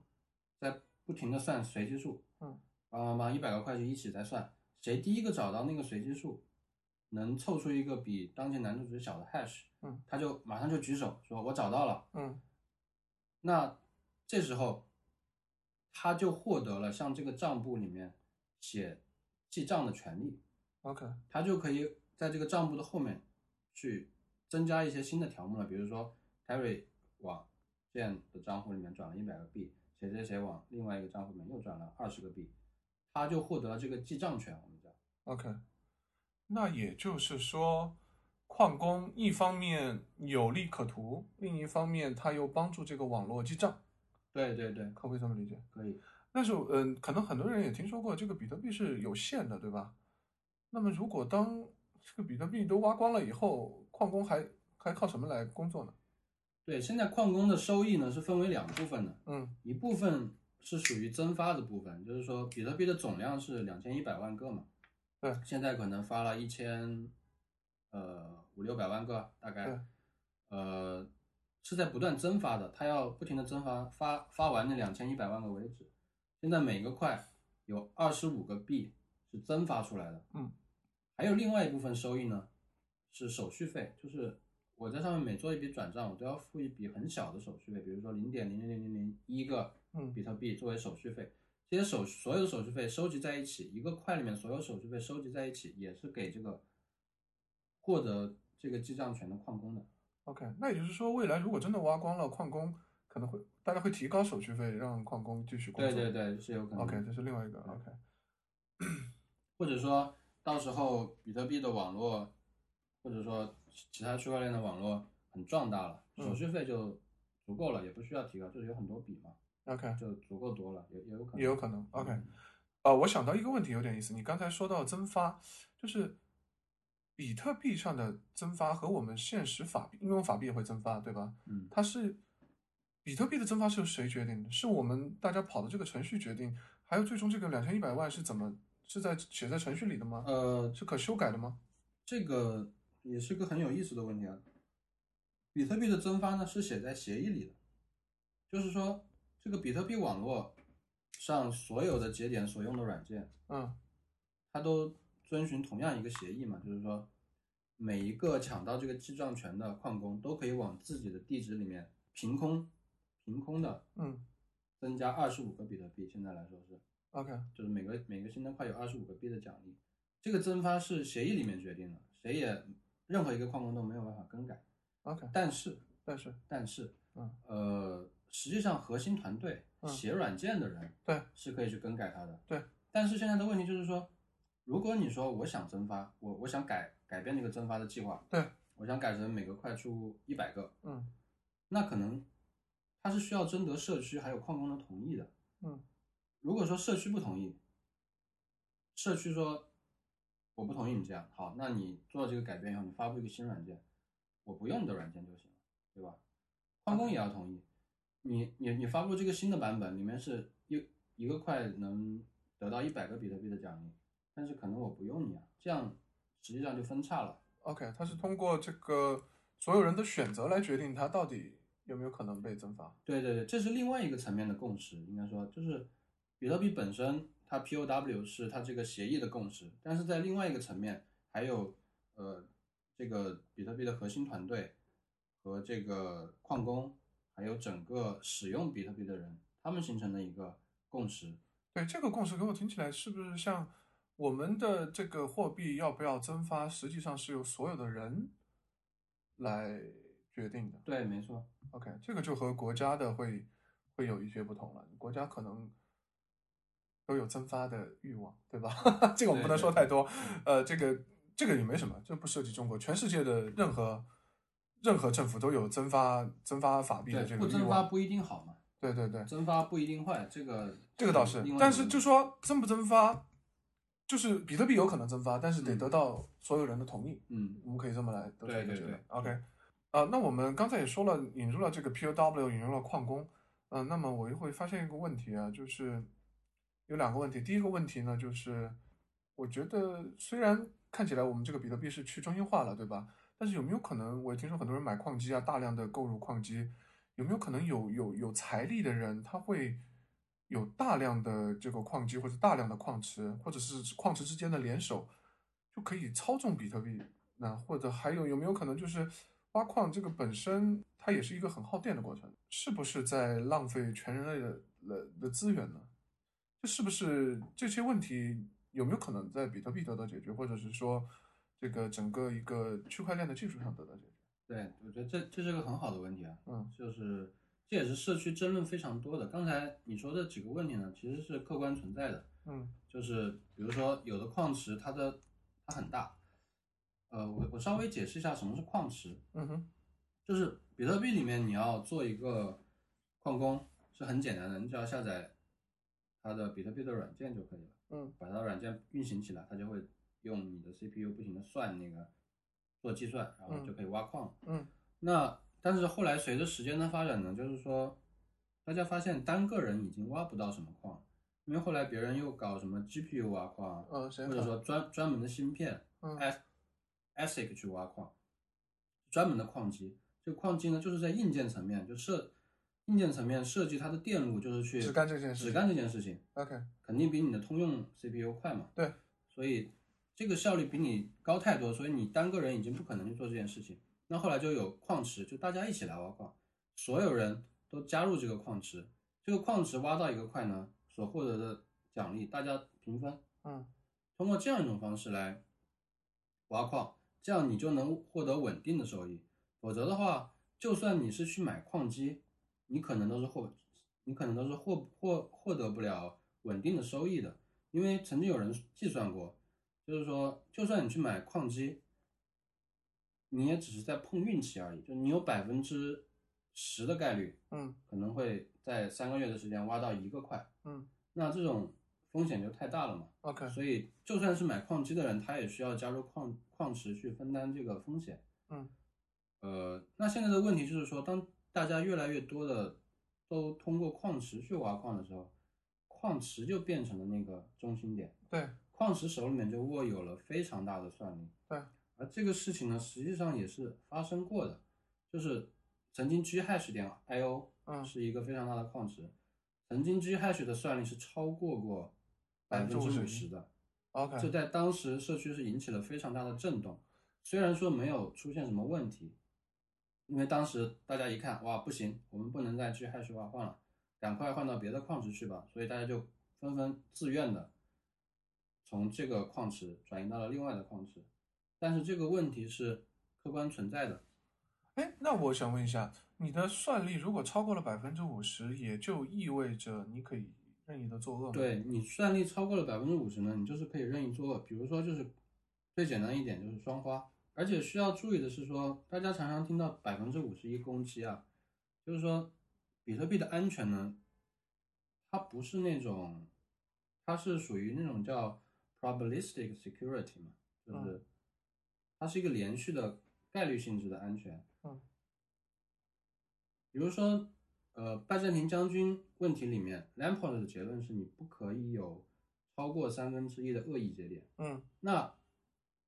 Speaker 2: 在不停的算随机数，
Speaker 1: 嗯，
Speaker 2: 帮帮帮一百个会计一起在算，谁第一个找到那个随机数，能凑出一个比当前难度值小的 hash，
Speaker 1: 嗯，
Speaker 2: 他就马上就举手说我找到了，
Speaker 1: 嗯
Speaker 2: 那这时候，他就获得了向这个账簿里面写记账的权利，
Speaker 1: OK
Speaker 2: 他就可以在这个账簿的后面去增加一些新的条目了，比如说 Terry 往这样的账户里面转了一百个币，谁谁谁往另外一个账户里面又转了二十个币，他就获得了这个记账权，我们叫
Speaker 1: OK，那也就是说，矿工一方面有利可图，另一方面他又帮助这个网络记账，
Speaker 2: 对对对，
Speaker 1: 可不可以这么理解？
Speaker 2: 可以，
Speaker 1: 但是，嗯，可能很多人也听说过，这个比特币是有限的，对吧？那么，如果当这个比特币都挖光了以后，矿工还还靠什么来工作呢？
Speaker 2: 对，现在矿工的收益呢是分为两部分的，
Speaker 1: 嗯
Speaker 2: 一部分是属于增发的部分，就是说比特币的总量是两千一百万个嘛，
Speaker 1: 对
Speaker 2: 现在可能发了一千，呃五六百万个大
Speaker 1: 对
Speaker 2: 概，呃是在不断增发的，它要不停的增发，发发完那两千一百万个为止。现在每个块有二十五个币是增发出来的，
Speaker 1: 嗯，
Speaker 2: 还有另外一部分收益呢是手续费，就是我在上面每做一笔转账，我都要付一笔很小的手续费，比如说零点零零零零零一个
Speaker 1: 嗯
Speaker 2: 比特币作为手续费，这些手所有的手续费收集在一起，一个块里面所有手续费收集在一起，也是给这个获得这个记账权的矿工的。
Speaker 1: ，OK，那也就是说，未来如果真的挖光了，矿工可能会大家会提高手续费，让矿工继续工
Speaker 2: 对
Speaker 1: 作。
Speaker 2: 对对，是有可能的。
Speaker 1: OK，这是另外一个 OK。
Speaker 2: 或者说到时候比特币的网络，或者说其他区块链的网络很壮大了，
Speaker 1: 嗯
Speaker 2: 手续费就足够了，也不需要提高，就是有很多笔嘛，
Speaker 1: OK，
Speaker 2: 就足够多了，也也有可能。
Speaker 1: 也有可能。OK，
Speaker 2: 嗯
Speaker 1: 呃，我想到一个问题，有点意思。你刚才说到增发，就是比特币上的增发和我们现实法币、应用法币也会增发，对吧？
Speaker 2: 嗯，
Speaker 1: 它是比特币的增发是由谁决定的？是我们大家跑的这个程序决定，还有最终这个两千一百万是怎么是在写在程序里的吗？
Speaker 2: 呃，
Speaker 1: 是可修改的吗？
Speaker 2: 这个也是个很有意思的问题啊。比特币的增发呢是写在协议里的，就是说这个比特币网络上所有的节点所用的软件，
Speaker 1: 嗯
Speaker 2: 它都遵循同样一个协议嘛，就是说每一个抢到这个记账权的矿工都可以往自己的地址里面凭空凭空的
Speaker 1: 嗯
Speaker 2: 增加二十五个比特币，现在来说是，
Speaker 1: ，OK
Speaker 2: 就是每个每个新增块有二十五个币的奖励，这个增发是协议里面决定的，谁也任何一个矿工都没有办法更改。
Speaker 1: OK，
Speaker 2: 但是
Speaker 1: 但是
Speaker 2: 但是，
Speaker 1: 嗯
Speaker 2: 呃，实际上核心团队、
Speaker 1: 嗯
Speaker 2: 写软件的人
Speaker 1: 对
Speaker 2: 是可以去更改它的。
Speaker 1: 对，
Speaker 2: 但是现在的问题就是说，如果你说我想增发，我我想改改变这个增发的计划，
Speaker 1: 对，
Speaker 2: 我想改成每个块出一百个，
Speaker 1: 嗯
Speaker 2: 那可能它是需要征得社区还有矿工的同意的。
Speaker 1: 嗯
Speaker 2: 如果说社区不同意，社区说我不同意你这样，好，那你做这个改变以后，你发布一个新软件，我不用你的软件就行了，对吧？矿工也要同意，你你你发布这个新的版本，里面是一一个块能得到一百个比特币的奖励，但是可能我不用你啊，这样实际上就分叉了。
Speaker 1: ，OK，它是通过这个所有人的选择来决定它到底有没有可能被增发。
Speaker 2: 对对对，这是另外一个层面的共识，应该说就是比特币本身它 POW 是它这个协议的共识，但是在另外一个层面还有呃这个比特币的核心团队和这个矿工，还有整个使用比特币的人，他们形成的一个共识。
Speaker 1: 对，这个共识给我听起来是不是像我们的这个货币要不要增发，实际上是由所有的人来决定的。
Speaker 2: 对，没错，
Speaker 1: OK，这个就和国家的会会有一些不同了。国家可能都有增发的欲望，对吧？ <laughs> 这个我们不能说太多。呃，这个这个也没什么，这不涉及中国，全世界的任何任何政府都有增发增发法币的
Speaker 2: 对
Speaker 1: 这，个
Speaker 2: 不
Speaker 1: 欲
Speaker 2: 增发
Speaker 1: 望。
Speaker 2: 不一定好嘛，
Speaker 1: 对对对，
Speaker 2: 增发不一定坏，这个
Speaker 1: 这个倒是
Speaker 2: 嗯另外一。个
Speaker 1: 但是就说增不增发，就是比特币有可能增发，但是得
Speaker 2: 嗯
Speaker 1: 得到所有人的同意。
Speaker 2: 嗯，
Speaker 1: 我们可以这么来得出一个
Speaker 2: 对对
Speaker 1: 结论
Speaker 2: 对嗯
Speaker 1: OK，啊、那我们刚才也说了，引入了这个 POW，引入了矿工。嗯、那么我又会发现一个问题啊，就是有两个问题。第一个问题呢，就是我觉得虽然看起来我们这个比特币是去中心化了，对吧？但是有没有可能，我也听说很多人买矿机啊，大量的购入矿机，有没有可能有有有财力的人，他会有大量的这个矿机或者大量的矿池，或者是矿池之间的联手，就可以操纵比特币？那或者还有有没有可能就是挖矿这个本身它也是一个很耗电的过程，是不是在浪费全人类的的的资源呢？这是不是这些问题有没有可能在比特币得到解决，或者是说这个整个一个区块链的技术上得到解决？
Speaker 2: 对，我觉得这这是个很好的问题啊，
Speaker 1: 嗯
Speaker 2: 就是这也是社区争论非常多的。刚才你说的几个问题呢，其实是客观存在的，
Speaker 1: 嗯
Speaker 2: 就是比如说有的矿池它的它很大，呃，我我稍微解释一下什么是矿池，
Speaker 1: 嗯哼
Speaker 2: 就是比特币里面你要做一个矿工是很简单的，你只要下载它的比特币的软件就可以了，
Speaker 1: 嗯
Speaker 2: 把它的软件运行起来，它就会用你的 CPU 不停的算那个做计算，然后就可以挖矿。
Speaker 1: 嗯
Speaker 2: 那但是后来随着时间的发展呢，就是说大家发现单个人已经挖不到什么矿，因为后来别人又搞什么 GPU 挖矿，啊
Speaker 1: 呃，谁
Speaker 2: 或者说专专门的芯片，
Speaker 1: 嗯
Speaker 2: S ASIC 去挖矿，专门的矿机。这个矿机呢，就是在硬件层面，就设硬件层面设计它的电路，就是去
Speaker 1: 只干这件事
Speaker 2: 只干这件事情，
Speaker 1: OK
Speaker 2: 肯定比你的通用 CPU 快嘛。
Speaker 1: 对，
Speaker 2: 所以这个效率比你高太多，所以你单个人已经不可能去做这件事情。那后来就有矿池，就大家一起来挖矿，所有人都加入这个矿池，这个矿池挖到一个块呢，所获得的奖励大家平分，
Speaker 1: 嗯
Speaker 2: 通过这样一种方式来挖矿，这样你就能获得稳定的收益。否则的话，就算你是去买矿机，你可能都是获，你可能都是获获获得不了稳定的收益的。因为曾经有人计算过，就是说，就算你去买矿机，你也只是在碰运气而已，就你有百分之十的概率
Speaker 1: 嗯
Speaker 2: 可能会在三个月的时间挖到一个块，
Speaker 1: 嗯
Speaker 2: 那这种风险就太大了嘛。
Speaker 1: OK
Speaker 2: 所以就算是买矿机的人，他也需要加入矿矿池去分担这个风险。
Speaker 1: 嗯
Speaker 2: 呃，那现在的问题就是说，当大家越来越多的都通过矿池去挖矿的时候，矿池就变成了那个中心点，
Speaker 1: 对
Speaker 2: 矿池手里面就握有了非常大的算力。
Speaker 1: 对
Speaker 2: 而这个事情呢，实际上也是发生过的，就是曾经 G Hash 点 I O
Speaker 1: 嗯
Speaker 2: 是一个非常大的矿池，曾经 G Hash 的算力是超过过百分之五十
Speaker 1: 51%
Speaker 2: 的，这
Speaker 1: OK
Speaker 2: 在当时社区是引起了非常大的震动。虽然说没有出现什么问题，因为当时大家一看，哇，不行，我们不能再去 hash 挖矿了，赶快换到别的矿池去吧。所以大家就纷纷自愿的从这个矿池转移到了另外的矿池。但是这个问题是客观存在的，
Speaker 1: 哎，那我想问一下，你的算力如果超过了百分之五十，也就意味着你可以任意的作恶吗？
Speaker 2: 对你算力超过了百分之五十呢，你就是可以任意作恶。比如说，就是最简单一点就是双花，而且需要注意的是说，大家常常听到百分之五十一攻击啊，就是说比特币的安全呢，它不是那种，它是属于那种叫 probabilistic security 嘛，就是它是一个连续的概率性质的安全。
Speaker 1: 嗯，
Speaker 2: 比如说，呃，拜占庭将军问题里面，Lamport 的结论是你不可以有超过三分之一的恶意节点。
Speaker 1: 嗯
Speaker 2: 那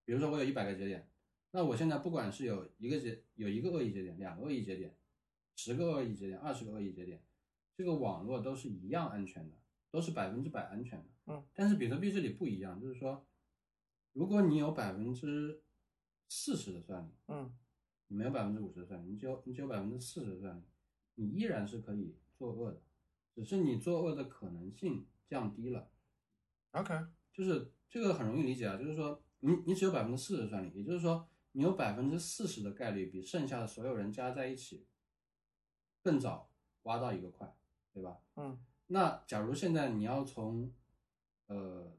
Speaker 2: 比如说我有一百个节点，那我现在不管是有一个节有一个恶意节点、两个恶意节点、十个恶意节点、二十个恶意节点，这个网络都是一样安全的，都是百分之百安全的。
Speaker 1: 嗯，
Speaker 2: 但是比特币这里不一样，就是说，如果你有百分之四十的算力，
Speaker 1: 嗯
Speaker 2: 你没有百分之五十的算力，你只有你只有百分之四十的算力，你依然是可以作恶的，只是你作恶的可能性降低了。
Speaker 1: ，OK，
Speaker 2: 就是这个很容易理解啊，就是说你你只有百分之四十算力，也就是说你有百分之四十的概率比剩下的所有人加在一起更早挖到一个块，对吧？
Speaker 1: 嗯
Speaker 2: 那假如现在你要从呃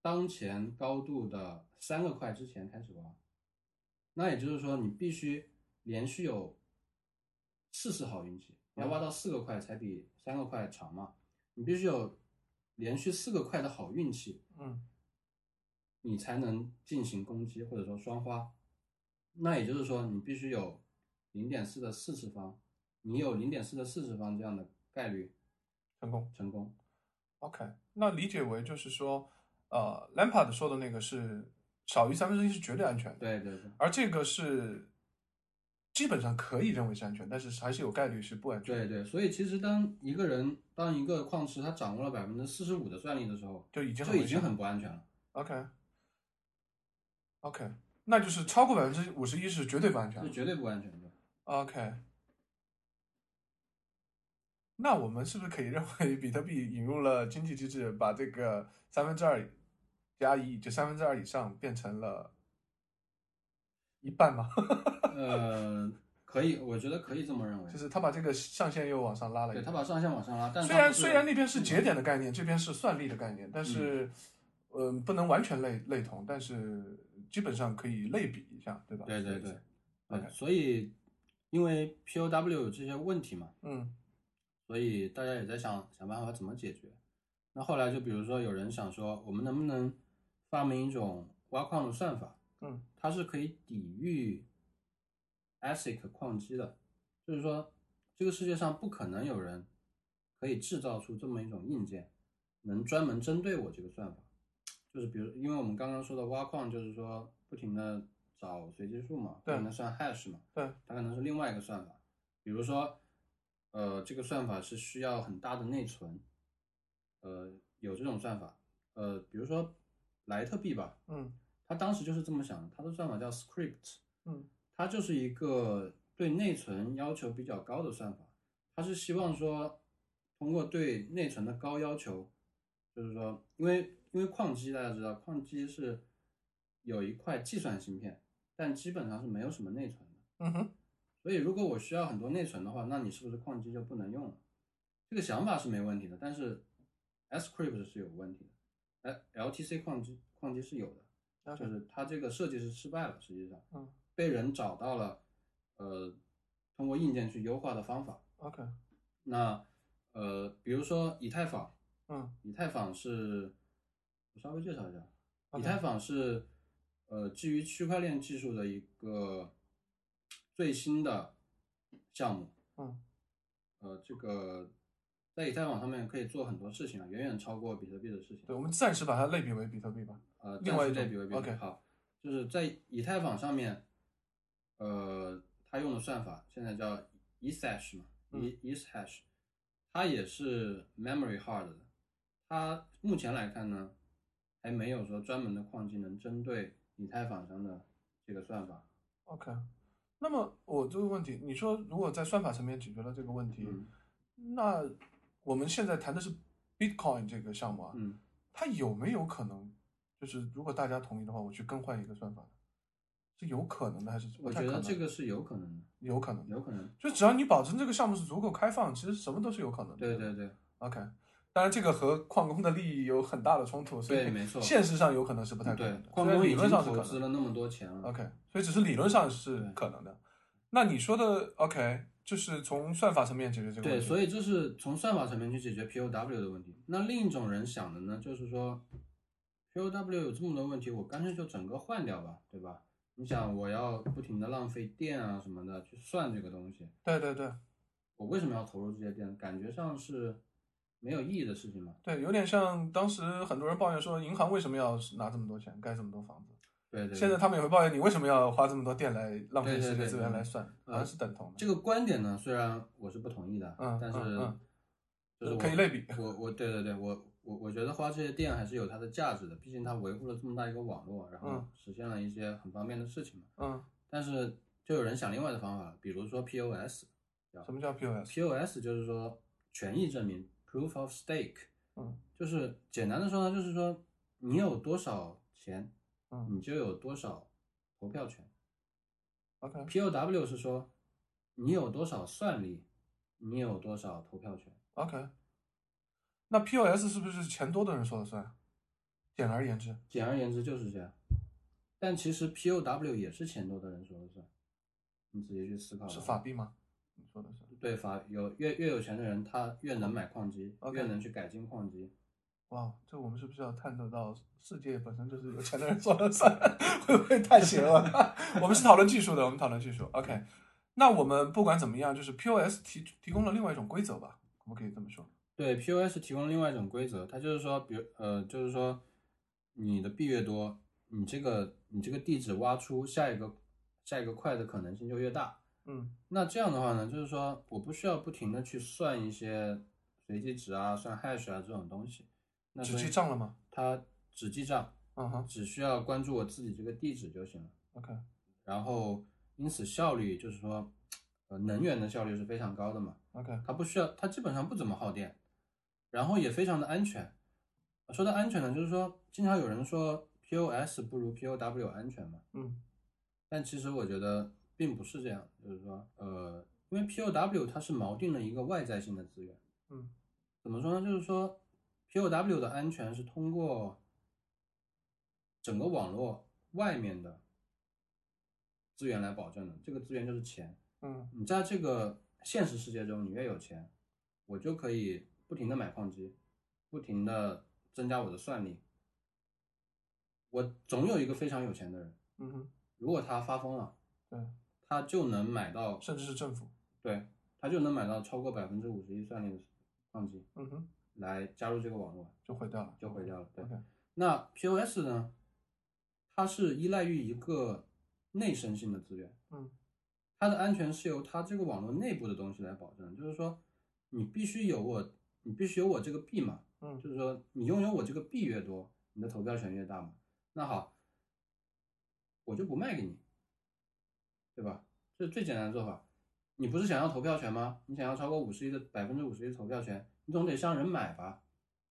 Speaker 2: 当前高度的三个块之前开始挖，那也就是说你必须连续有四次好运气，你要挖到四个块才比三个块长嘛，你必须有连续四个块的好运气，
Speaker 1: 嗯
Speaker 2: 你才能进行攻击或者说双花。那也就是说，你必须有零点四的四次方，你有零点四的四次方这样的概率
Speaker 1: 成功。
Speaker 2: 成功。
Speaker 1: OK，那理解为就是说，呃，Lampard 说的那个是少于三分之一是绝对安全的，
Speaker 2: 对对对
Speaker 1: 而这个是基本上可以认为是安全，但是还是有概率是不安全的。
Speaker 2: 对对，所以其实当一个人当一个矿池他掌握了百分之四十五的算力的时候，
Speaker 1: 就已经
Speaker 2: 就
Speaker 1: 很危
Speaker 2: 已
Speaker 1: 险
Speaker 2: 经
Speaker 1: 了。
Speaker 2: 很不安全了。
Speaker 1: OK OK，那就是超过百分之五十一是啊绝对不安全
Speaker 2: 就
Speaker 1: 的。
Speaker 2: 绝对不安全的。
Speaker 1: OK，那我们是不是可以认为比特币引入了经济机制，把这个三分之二加一，就三分之二以上变成了一半吗？
Speaker 2: 呃，可以，我觉得可以这么认为
Speaker 1: 就。是他把这个上限又往上拉了一
Speaker 2: 对
Speaker 1: 点。
Speaker 2: 他把上限往上拉，但是
Speaker 1: 虽
Speaker 2: 它
Speaker 1: 然
Speaker 2: 不是
Speaker 1: 虽然那边是节点的概念，这边是算力的概念，但
Speaker 2: 嗯
Speaker 1: 是嗯、呃不能完全类类同，但是基本上可以类比一下，对吧？
Speaker 2: 对对对，对，
Speaker 1: OK
Speaker 2: 所以因为 POW 有这些问题嘛，
Speaker 1: 嗯
Speaker 2: 所以大家也在想想办法怎么解决。那后来就比如说有人想说，我们能不能发明一种挖矿的算法？
Speaker 1: 嗯，
Speaker 2: 它是可以抵御 ASIC 矿机的，就是说这个世界上不可能有人可以制造出这么一种硬件，能专门针对我这个算法。就是比如，因为我们刚刚说的挖矿，就是说不停的找随机数嘛，不
Speaker 1: 对
Speaker 2: 停的算 hash 嘛，
Speaker 1: 对，
Speaker 2: 它可能是另外一个算法。比如说，呃，这个算法是需要很大的内存，呃，有这种算法，呃，比如说莱特币吧，
Speaker 1: 嗯
Speaker 2: 他当时就是这么想的，他的算法叫 script，
Speaker 1: 嗯
Speaker 2: 它就是一个对内存要求比较高的算法，它是希望说通过对内存的高要求，就是说，因为因为矿机大家知道，矿机是有一块计算芯片，但基本上是没有什么内存的，
Speaker 1: 嗯哼
Speaker 2: 所以如果我需要很多内存的话，那你是不是矿机就不能用了？这个想法是没问题的，但是 Script 是有问题的，哎，LTC 矿机矿机是有的，
Speaker 1: 了解
Speaker 2: 就是它这个设计是失败了，实际上，
Speaker 1: 嗯，
Speaker 2: 被人找到了，呃，通过硬件去优化的方法。
Speaker 1: ，OK，
Speaker 2: 那呃，比如说以太坊，
Speaker 1: 嗯
Speaker 2: 以太坊是，我稍微介绍一下，以
Speaker 1: OK
Speaker 2: 太坊是呃基于区块链技术的一个最新的项目，
Speaker 1: 嗯
Speaker 2: 呃，这个在以太坊上面可以做很多事情啊，远远超过比特币的事情。
Speaker 1: 对，我们暂时把它类比为比特币吧。
Speaker 2: 呃，
Speaker 1: 另外一
Speaker 2: 暂时
Speaker 1: 种
Speaker 2: 类比为比特
Speaker 1: OK
Speaker 2: 币好，就是在以太坊上面，呃，它用的算法现在叫 ETH 嘛
Speaker 1: 嗯
Speaker 2: ，E ETH，它也是 memory hard 的，它目前来看呢，还没有说专门的矿机能针对以太坊上的这个算法。
Speaker 1: OK，那么我这个问题，你说如果在算法层面解决了这个问题，
Speaker 2: 嗯
Speaker 1: 那我们现在谈的是 Bitcoin 这个项目啊，
Speaker 2: 嗯，
Speaker 1: 它有没有可能，就是如果大家同意的话，我去更换一个算法呢？是有可能的还是不
Speaker 2: 我
Speaker 1: 太
Speaker 2: 觉
Speaker 1: 可能？嗯
Speaker 2: 得这个嗯是有可能的，
Speaker 1: 有可能的，
Speaker 2: 有可能。
Speaker 1: 就只要你保证这个项目是足够开放，其实什么都是有可能的。
Speaker 2: 对对对
Speaker 1: OK，当然这个和矿工的利益有很大的冲突，所以
Speaker 2: 对，没错。
Speaker 1: 现实上有可能是不太可
Speaker 2: 对
Speaker 1: 能的，，
Speaker 2: 矿
Speaker 1: 虽然
Speaker 2: 工
Speaker 1: 理
Speaker 2: 已
Speaker 1: 论
Speaker 2: 经
Speaker 1: 上是可
Speaker 2: 投
Speaker 1: 能
Speaker 2: 资
Speaker 1: 的
Speaker 2: 了那么多钱了，
Speaker 1: OK，所以只是理论上是
Speaker 2: 对
Speaker 1: 可能的。那你说的 OK，就是从算法层面解决这个问
Speaker 2: 对，
Speaker 1: 题。
Speaker 2: 所以这是从算法层面去解决 POW 的问题。那另一种人想的呢，就是说 POW 有这么多问题，我干脆就整个换掉吧，对吧？你想，我要不停的浪费电啊什么的去算这个东西，
Speaker 1: 对对对
Speaker 2: 我为什么要投入这些电？感觉上是没有意义的事情嘛。
Speaker 1: 对，有点像当时很多人抱怨说，银行为什么要拿这么多钱盖这么多房子？
Speaker 2: 对对对。
Speaker 1: 现在他们也会抱怨你为什么要花这么多电来浪费
Speaker 2: 对对
Speaker 1: 世界
Speaker 2: 对
Speaker 1: 资源
Speaker 2: 对
Speaker 1: 来算，好
Speaker 2: 呃
Speaker 1: 像是等同的。
Speaker 2: 这个观点呢，虽然我是不同意的，
Speaker 1: 嗯
Speaker 2: 但是
Speaker 1: 嗯嗯
Speaker 2: 就是我
Speaker 1: 可以类比
Speaker 2: 我我对对对，我我我觉得花这些电还是有它的价值的，毕竟它维护了这么大一个网络，然后
Speaker 1: 嗯
Speaker 2: 实现了一些很方便的事情嘛。
Speaker 1: 嗯，
Speaker 2: 但是就有人想另外的方法，比如说 POS，POS
Speaker 1: 什么叫 POS？
Speaker 2: 就是说权益证明 （Proof of Stake），
Speaker 1: 嗯
Speaker 2: 就是简单的说呢，就是说你有多少钱，
Speaker 1: 嗯
Speaker 2: 你就有多少投票权。
Speaker 1: ，OK，
Speaker 2: POW 是说你有多少算力，你有多少投票权。
Speaker 1: OK，那 POS 是不是钱多的人说了算？简而言之，
Speaker 2: 简而言之就是这样。但其实 POW 也是钱多的人说了算，你仔细去思考吧。
Speaker 1: 是法币吗？你说的是
Speaker 2: 对法有越越有钱的人，他越能买矿机
Speaker 1: OK
Speaker 2: 越能去改进矿机。
Speaker 1: 哇，这我们是不是要探讨到世界本身就是有钱的人说了算？会不会太邪恶？ <laughs> 我们是讨论技术的，我们讨论技术。OK，那我们不管怎么样，就是 POS 提提供了另外一种规则吧，我们可以这么说。
Speaker 2: 对 POS 提供了另外一种规则，它就是说，比如呃，就是说你的币越多，你这个你这个地址挖出下一个下一个块的可能性就越大。
Speaker 1: 嗯
Speaker 2: 那这样的话呢，就是说我不需要不停的去算一些随机值啊、算 hash 啊这种东西，那
Speaker 1: 只
Speaker 2: 所以
Speaker 1: 记账了吗？
Speaker 2: 它只记账，
Speaker 1: 嗯哼
Speaker 2: 只需要关注我自己这个地址就行了。
Speaker 1: ，OK，
Speaker 2: 然后因此效率就是说，呃，能源的效率是非常高的嘛，
Speaker 1: OK，
Speaker 2: 它不需要，它基本上不怎么耗电，然后也非常的安全。说到安全呢，就是说经常有人说 POS 不如 POW 安全嘛，
Speaker 1: 嗯
Speaker 2: 但其实我觉得并不是这样，就是说，呃，因为 POW 它是锚定了一个外在性的资源，
Speaker 1: 嗯，
Speaker 2: 怎么说呢？就是说 POW 的安全是通过整个网络外面的资源来保证的，这个资源就是钱。
Speaker 1: 嗯
Speaker 2: 你在这个现实世界中，你越有钱，我就可以不停的买矿机，不停的增加我的算力。我总有一个非常有钱的人，
Speaker 1: 嗯哼，
Speaker 2: 如果他发疯了，
Speaker 1: 对，
Speaker 2: 他就能买到，
Speaker 1: 甚至是政府，
Speaker 2: 对，他就能买到超过百分之五十一算力的矿机
Speaker 1: 嗯哼，
Speaker 2: 来加入这个网络，
Speaker 1: 就毁掉了，
Speaker 2: 就毁掉了。对，
Speaker 1: OK，
Speaker 2: 那 POS 呢，它是依赖于一个内生性的资源，
Speaker 1: 嗯，
Speaker 2: 它的安全是由它这个网络内部的东西来保证，就是说你必须有我，你必须有我这个币嘛，
Speaker 1: 嗯
Speaker 2: 就是说你拥有我这个币越多，你的投票权越大嘛。那好，我就不卖给你，对吧？这是最简单的做法。你不是想要投票权吗？你想要超过五十一的百分之五十一的投票权，你总得向人买吧？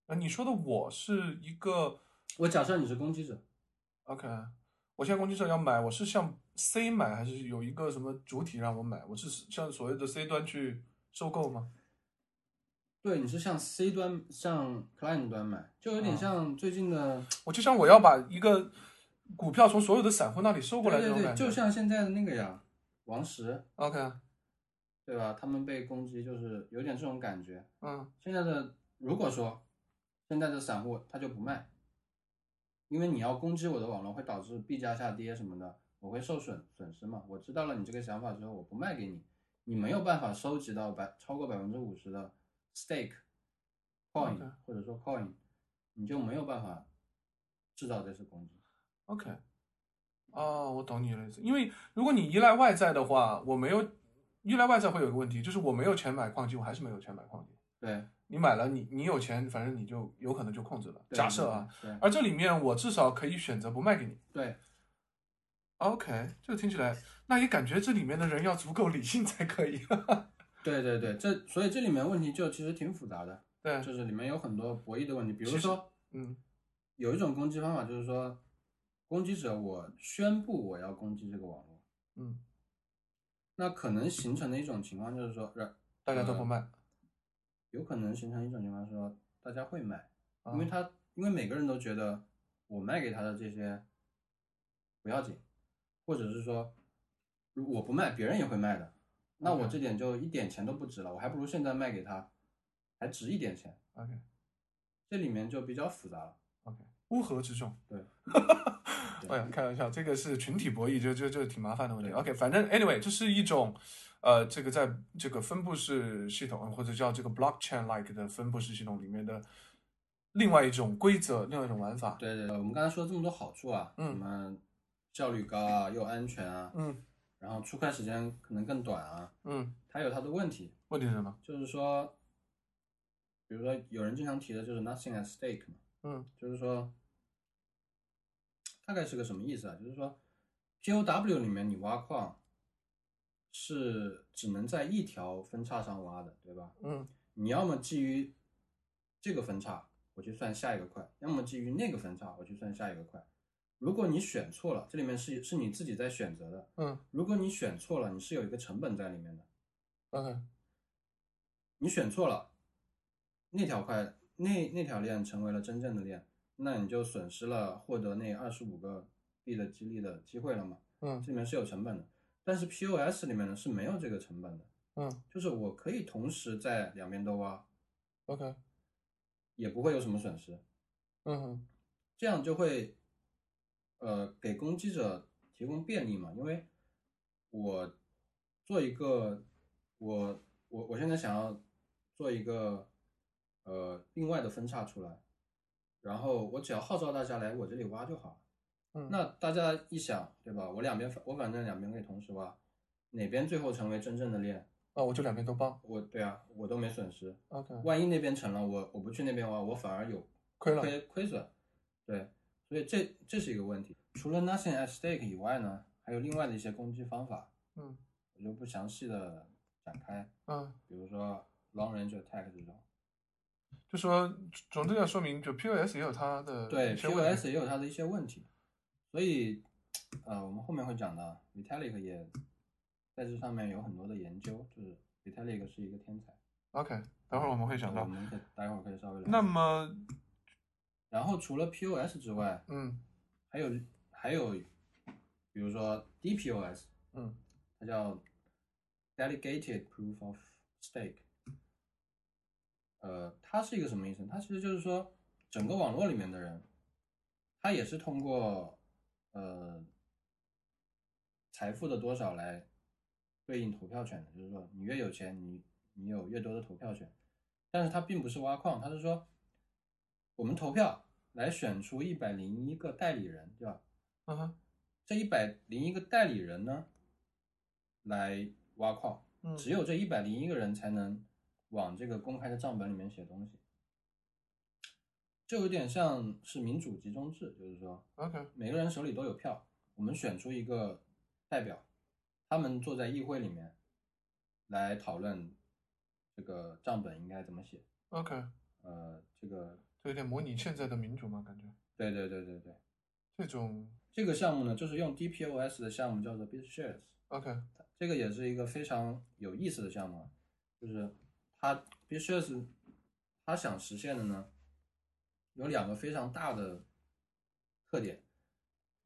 Speaker 1: 呃，你说的我是一个
Speaker 2: 我假设你是攻击者，
Speaker 1: OK，我现在攻击者要买，我是向 C 买，还是有一个什么主体让我买？我是向所谓的 C 端去收购吗？
Speaker 2: 对，你是向 C 端向 client 端买，就有
Speaker 1: 啊
Speaker 2: 点像最近的，
Speaker 1: 我就像我要把一个股票从所有的散户那里 <laughs> 收过来这
Speaker 2: 对
Speaker 1: 种
Speaker 2: 对对，
Speaker 1: 感觉。
Speaker 2: 就像现在的那个呀，王石，
Speaker 1: OK，
Speaker 2: 对吧？他们被攻击就是有点这种感觉。
Speaker 1: 嗯
Speaker 2: 现在的如果说现在的散户他就不卖，因为你要攻击我的网络会导致币价下跌什么的，我会受损损失嘛。我知道了你这个想法之后，我不卖给你，你没有办法收集到百超过百分之五十的 stake coin、
Speaker 1: OK
Speaker 2: 或者说 coin，你就没有办法制造这次攻击。
Speaker 1: ，OK，哦，我懂你的意思。因为如果你依赖外在的话，我没有依赖外在会有一个问题，就是我没有钱买矿机，我还是没有钱买矿机。
Speaker 2: 对，
Speaker 1: 你买了，你你有钱，反正你就有可能就控制了。
Speaker 2: 对
Speaker 1: 假设啊，，
Speaker 2: 对
Speaker 1: 而这里面我至少可以选择不卖给你。
Speaker 2: 对
Speaker 1: OK，这个听起来，那也感觉这里面的人要足够理性才可以。
Speaker 2: 对对对，这所以这里面问题就其实挺复杂的，
Speaker 1: 对，
Speaker 2: 就是里面有很多博弈的问题，比
Speaker 1: 其
Speaker 2: 如
Speaker 1: 实
Speaker 2: 说。
Speaker 1: 嗯
Speaker 2: 有一种攻击方法就是说，攻击者我宣布我要攻击这个网络，
Speaker 1: 嗯，
Speaker 2: 那可能形成的一种情况就是说，呃
Speaker 1: 大家都不卖，
Speaker 2: 有可能形成一种情况是说大家会买，
Speaker 1: 啊
Speaker 2: 因为他因为每个人都觉得我卖给他的这些不要紧，或者是说如我不卖，别人也会卖的，那我
Speaker 1: OK
Speaker 2: 这点就一点钱都不值了，我还不如现在卖给他，还值一点钱，
Speaker 1: OK
Speaker 2: 这里面就比较复杂了。
Speaker 1: OK，乌合之众。
Speaker 2: 对，
Speaker 1: 哎呀，开玩笑，这个是群体博弈，这这这挺麻烦的问题。
Speaker 2: 对
Speaker 1: OK，反正 anyway，这是一种，呃，这个在这个分布式系统或者叫这个 blockchain-like 的分布式系统里面的另外一种规则，另外一种玩法。
Speaker 2: 对对，对，我们刚才说这么多好处啊，
Speaker 1: 嗯
Speaker 2: 什么效率高啊，又安全啊，
Speaker 1: 嗯
Speaker 2: 然后出块时间可能更短啊，
Speaker 1: 嗯，
Speaker 2: 它有它的问题，
Speaker 1: 问题是什么？
Speaker 2: 就是说，比如说有人经常提的就是 nothing at stake 嘛，
Speaker 1: 嗯
Speaker 2: 就是说，大概是个什么意思啊？就是说，POW 里面你挖矿是只能在一条分叉上挖的，对吧？
Speaker 1: 嗯
Speaker 2: 你要么基于这个分叉我去算下一个块，要么基于那个分叉，我去算下一个块。如果你选错了，这里面是是你自己在选择的。
Speaker 1: 嗯
Speaker 2: 如果你选错了，你是有一个成本在里面的。
Speaker 1: ，OK，
Speaker 2: 你选错了，那条块那那条链成为了真正的链，那你就损失了获得那二十五个币的激励的机会了嘛？
Speaker 1: 嗯
Speaker 2: 这里面是有成本的，但是 POS 里面呢是没有这个成本的，
Speaker 1: 嗯
Speaker 2: 就是我可以同时在两边都挖，
Speaker 1: ，OK，
Speaker 2: 也不会有什么损失，
Speaker 1: 嗯哼
Speaker 2: 这样就会呃给攻击者提供便利嘛，因为我做一个我我我现在想要做一个呃另外的分叉出来，然后我只要号召大家来我这里挖就好了。
Speaker 1: 嗯，
Speaker 2: 那大家一想，对吧？我两边我反正两边可以同时挖，哪边最后成为真正的链，
Speaker 1: 啊，我就两边都帮
Speaker 2: 我对啊，我都没损失。
Speaker 1: ，OK，
Speaker 2: 万一那边成了，我我不去那边挖，我反而有
Speaker 1: 亏了，
Speaker 2: 亏亏损，对，所以这这是一个问题。除了 nothing at stake 以外呢，还有另外的一些攻击方法，
Speaker 1: 嗯
Speaker 2: 我就不详细的展开，
Speaker 1: 嗯。
Speaker 2: 比如说 long range attack 这种。
Speaker 1: 就说总之要说明，就 POS 也有它的
Speaker 2: 对
Speaker 1: 一些嗯问
Speaker 2: ，POS
Speaker 1: 题
Speaker 2: 也有它的一些问题，所以呃，我们后面会讲到 Vitalik 也在这上面有很多的研究，就是 Vitalik 是一个天才，
Speaker 1: OK，等会儿我们会讲
Speaker 2: 我
Speaker 1: 到。
Speaker 2: 们可以待会儿可以稍微聊。
Speaker 1: 那么，
Speaker 2: 然后除了 POS 之外，
Speaker 1: 嗯
Speaker 2: 还有还有，比如说 DPoS，
Speaker 1: 嗯
Speaker 2: 它叫 Delegated Proof of Stake。呃，它是一个什么意思？它其实就是说，整个网络里面的人，他也是通过呃财富的多少来对应投票权的，就是说你越有钱，你你有越多的投票权。但是它并不是挖矿，它是说我们投票来选出一百零一个代理人，对吧？
Speaker 1: 嗯哼
Speaker 2: 这一百零一个代理人呢，来挖矿，
Speaker 1: 嗯，
Speaker 2: 只有这一百零一个人才能往这个公开的账本里面写东西，这有点像是民主集中制，就是说
Speaker 1: OK
Speaker 2: 每个人手里都有票，我们选出一个代表，他们坐在议会里面来讨论这个账本应该怎么写，
Speaker 1: OK，
Speaker 2: 呃，这个
Speaker 1: 这有点模拟现在的民主嘛，感觉
Speaker 2: 对对对对对，
Speaker 1: 这种
Speaker 2: 这个项目呢，就是用 DPoS 的项目叫做 BitShares。
Speaker 1: OK
Speaker 2: 这个也是一个非常有意思的项目啊，就是它 b i s h e s 它想实现的呢，有两个非常大的特点，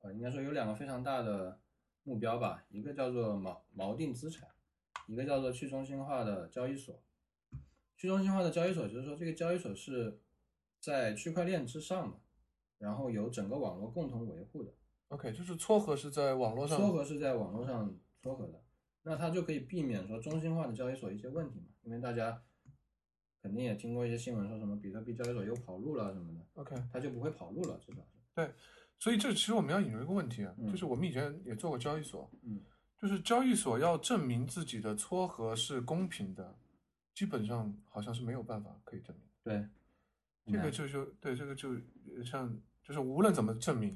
Speaker 2: 呃，应该说有两个非常大的目标吧，一个叫做锚锚定资产，一个叫做去中心化的交易所。去中心化的交易所就是说，这个交易所是在区块链之上的，然后由整个网络共同维护的。
Speaker 1: OK，就是撮合是在网络上
Speaker 2: 撮合是在网络上撮合的，那它就可以避免说中心化的交易所一些问题嘛，因为大家肯定也听过一些新闻，说什么比特币交易所又跑路了什么的，
Speaker 1: OK，
Speaker 2: 它就不会跑路了，至少是。
Speaker 1: 所以这其实我们要引入一个问题啊，
Speaker 2: 嗯
Speaker 1: 就是我们以前也做过交易所，
Speaker 2: 嗯，
Speaker 1: 就是交易所要证明自己的撮合是公平的，基本上好像是没有办法可以证明。
Speaker 2: 对，
Speaker 1: 这个就就对，这个就呃像就是无论怎么证明，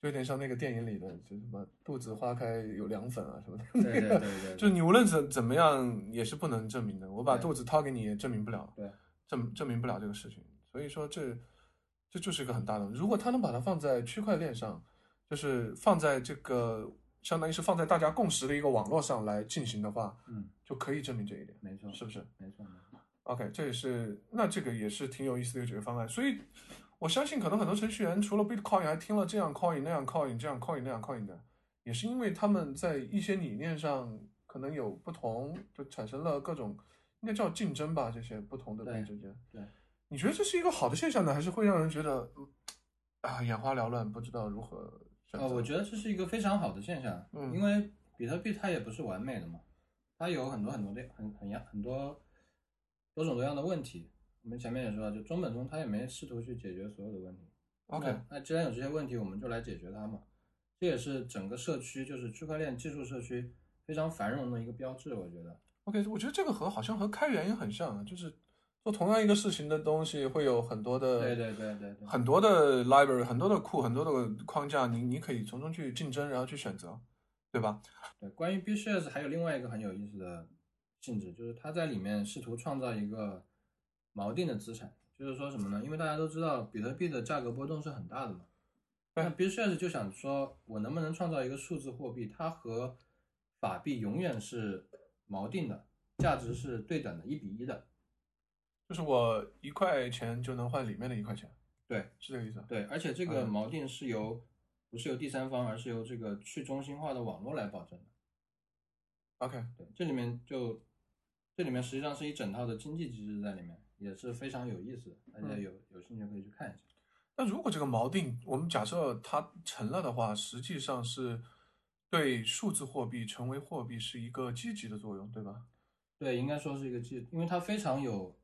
Speaker 1: 就有点像那个电影里的，就什么肚子花开有凉粉啊什
Speaker 2: <laughs>
Speaker 1: 么的，
Speaker 2: 对对
Speaker 1: <laughs>
Speaker 2: 对对对，
Speaker 1: 就是你无论怎怎么样也是不能证明的。我把
Speaker 2: 对
Speaker 1: 肚子掏给你也证明不了，
Speaker 2: 对，
Speaker 1: 证证明不了这个事情。所以说这这就是一个很大的问题。如果他能把它放在区块链上，就是放在这个相当于是放在大家共识的一个网络上来进行的话，
Speaker 2: 嗯，
Speaker 1: 就可以证明这一点，
Speaker 2: 没错，
Speaker 1: 是不是？
Speaker 2: 没错没错，
Speaker 1: OK，这也是那这个也是挺有意思的一个解决方案。所以我相信，可能很多程序员除了 Bitcoin，还听了这样 coin 那样 coin，这样 coin 那样 coin 的，也是因为他们在一些理念上可能有不同，就产生了各种应该叫竞争吧，这些不同的
Speaker 2: 对
Speaker 1: 币之间。
Speaker 2: 对，
Speaker 1: 你觉得这是一个好的现象呢，还是会让人觉得嗯啊眼花缭乱，不知道如何选择？
Speaker 2: 呃，我觉得这是一个非常好的现象，
Speaker 1: 嗯
Speaker 2: 因为比特币它也不是完美的嘛，它有很多很多的很很样很多多种多样的问题。我们前面也说了，就中本聪他也没试图去解决所有的问题。
Speaker 1: OK
Speaker 2: 那嗯那既然有这些问题，我们就来解决它嘛。这也是整个社区，就是区块链技术社区非常繁荣的一个标志，我觉得。
Speaker 1: OK，我觉得这个和好像和开源也很像啊，就是做同样一个事情的东西会有很多的
Speaker 2: 对对对对对，
Speaker 1: 呃很多的 library，很多的库，很多的框架，你你可以从中去竞争，然后去选择，对吧？
Speaker 2: 对。关于 b s h a r s 还有另外一个很有意思的性质，就是它在里面试图创造一个锚定的资产，就是说什么呢？因为大家都知道比特币的价格波动是很大的嘛，那 BitShares 就想说，我能不能创造一个数字货币，它和法币永远是锚定的，价值是对等的，一比一的。
Speaker 1: 就是我一块钱就能换里面的一块钱，
Speaker 2: 对
Speaker 1: 是这个意思啊？
Speaker 2: 对，而且这个
Speaker 1: 嗯
Speaker 2: 锚定是由不是由第三方，而是由这个去中心化的网络来保证的。
Speaker 1: OK，
Speaker 2: 对，这里面就这里面实际上是一整套的经济机制在里面，也是非常有意思的，大家
Speaker 1: 嗯
Speaker 2: 有有兴趣可以去看一下。
Speaker 1: 那如果这个锚定，我们假设它成了的话，实际上是对数字货币成为货币是一个积极的作用，对吧？
Speaker 2: 对，应该说是一个技，因为它非常有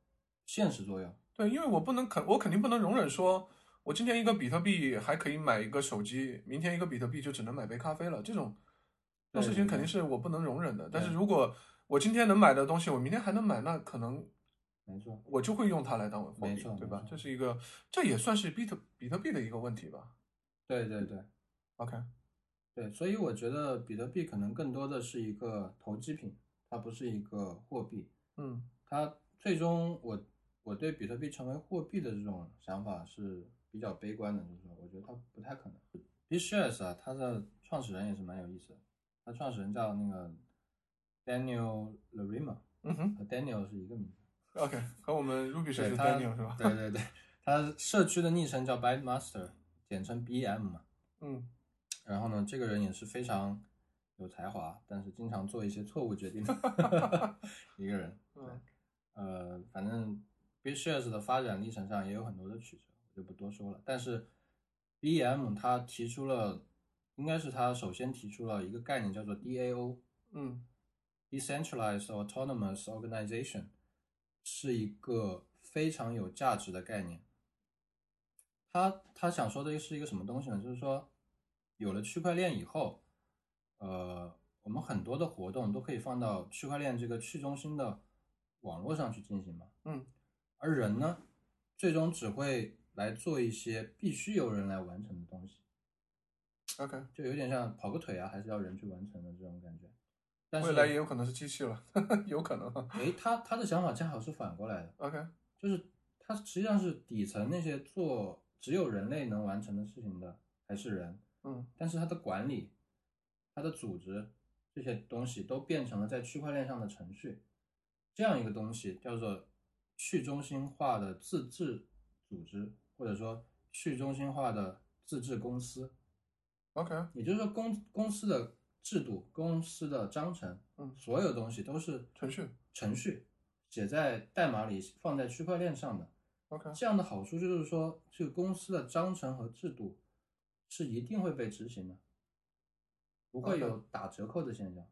Speaker 2: 现实作用。
Speaker 1: 对，因为我不能肯，我肯定不能容忍说，我今天一个比特币还可以买一个手机，明天一个比特币就只能买杯咖啡了，这种这种
Speaker 2: 对
Speaker 1: 事情
Speaker 2: 对
Speaker 1: 肯定
Speaker 2: 对
Speaker 1: 是我不能容忍的。但是
Speaker 2: 对
Speaker 1: 如果我今天能买的东西，我明天还能买，那可能
Speaker 2: 没错，
Speaker 1: 我就会用它来当我货
Speaker 2: 没
Speaker 1: 币
Speaker 2: 错，
Speaker 1: 对
Speaker 2: 没
Speaker 1: 吧？
Speaker 2: 错
Speaker 1: 这是一个，这也算是比特比特币的一个问题吧
Speaker 2: 对对对
Speaker 1: ？OK，
Speaker 2: 对，所以我觉得比特币可能更多的是一个投机品，它不是一个货币。
Speaker 1: 嗯，
Speaker 2: 它最终我我对比特币成为货币的这种想法是比较悲观的，就是说我觉得它不太可能。BShares 啊，它的创始人也是蛮有意思的，它创始人叫那个 Daniel Lerima，
Speaker 1: 嗯哼
Speaker 2: 和 Daniel 是一个名字。
Speaker 1: ，OK，和我们 Ruby 是
Speaker 2: 对
Speaker 1: d
Speaker 2: 他
Speaker 1: a n i e 是吧？
Speaker 2: <laughs> 对对对，他社区的昵称叫 Bytemaster，简称 BM 嘛。
Speaker 1: 嗯，
Speaker 2: 然后呢，这个人也是非常有才华，但是经常做一些错误决定的一个人。对
Speaker 1: 嗯，
Speaker 2: 呃，反正 BitShares 的发展历程上也有很多的曲折，我就不多说了。但是 BM 他提出了，应该是他首先提出了一个概念，叫做 DAO，
Speaker 1: 嗯
Speaker 2: Decentralized Autonomous Organization 是一个非常有价值的概念。他他想说的是一个什么东西呢？就是说，有了区块链以后，呃，我们很多的活动都可以放到区块链这个去中心的网络上去进行嘛。
Speaker 1: 嗯
Speaker 2: 而人呢，最终只会来做一些必须由人来完成的东西，
Speaker 1: ，OK，
Speaker 2: 就有点像跑个腿啊，还是要人去完成的这种感觉。但是
Speaker 1: 未来也有可能是机器了， <laughs> 有可能啊。
Speaker 2: 诶，他他的想法正好是反过来的，
Speaker 1: OK，
Speaker 2: 就是他实际上是底层那些做只有人类能完成的事情的还是人，
Speaker 1: 嗯
Speaker 2: 但是他的管理、他的组织这些东西都变成了在区块链上的程序，这样一个东西叫做去中心化的自治组织，或者说去中心化的自治公司。
Speaker 1: ，OK，
Speaker 2: 也就是说公公司的制度、公司的章程，
Speaker 1: 嗯
Speaker 2: 所有东西都是
Speaker 1: 程序
Speaker 2: 程序写在代码里，放在区块链上的。
Speaker 1: ，OK，
Speaker 2: 这样的好处就是说，这个公司的章程和制度是一定会被执行的，不会
Speaker 1: OK
Speaker 2: 有打折扣的现象。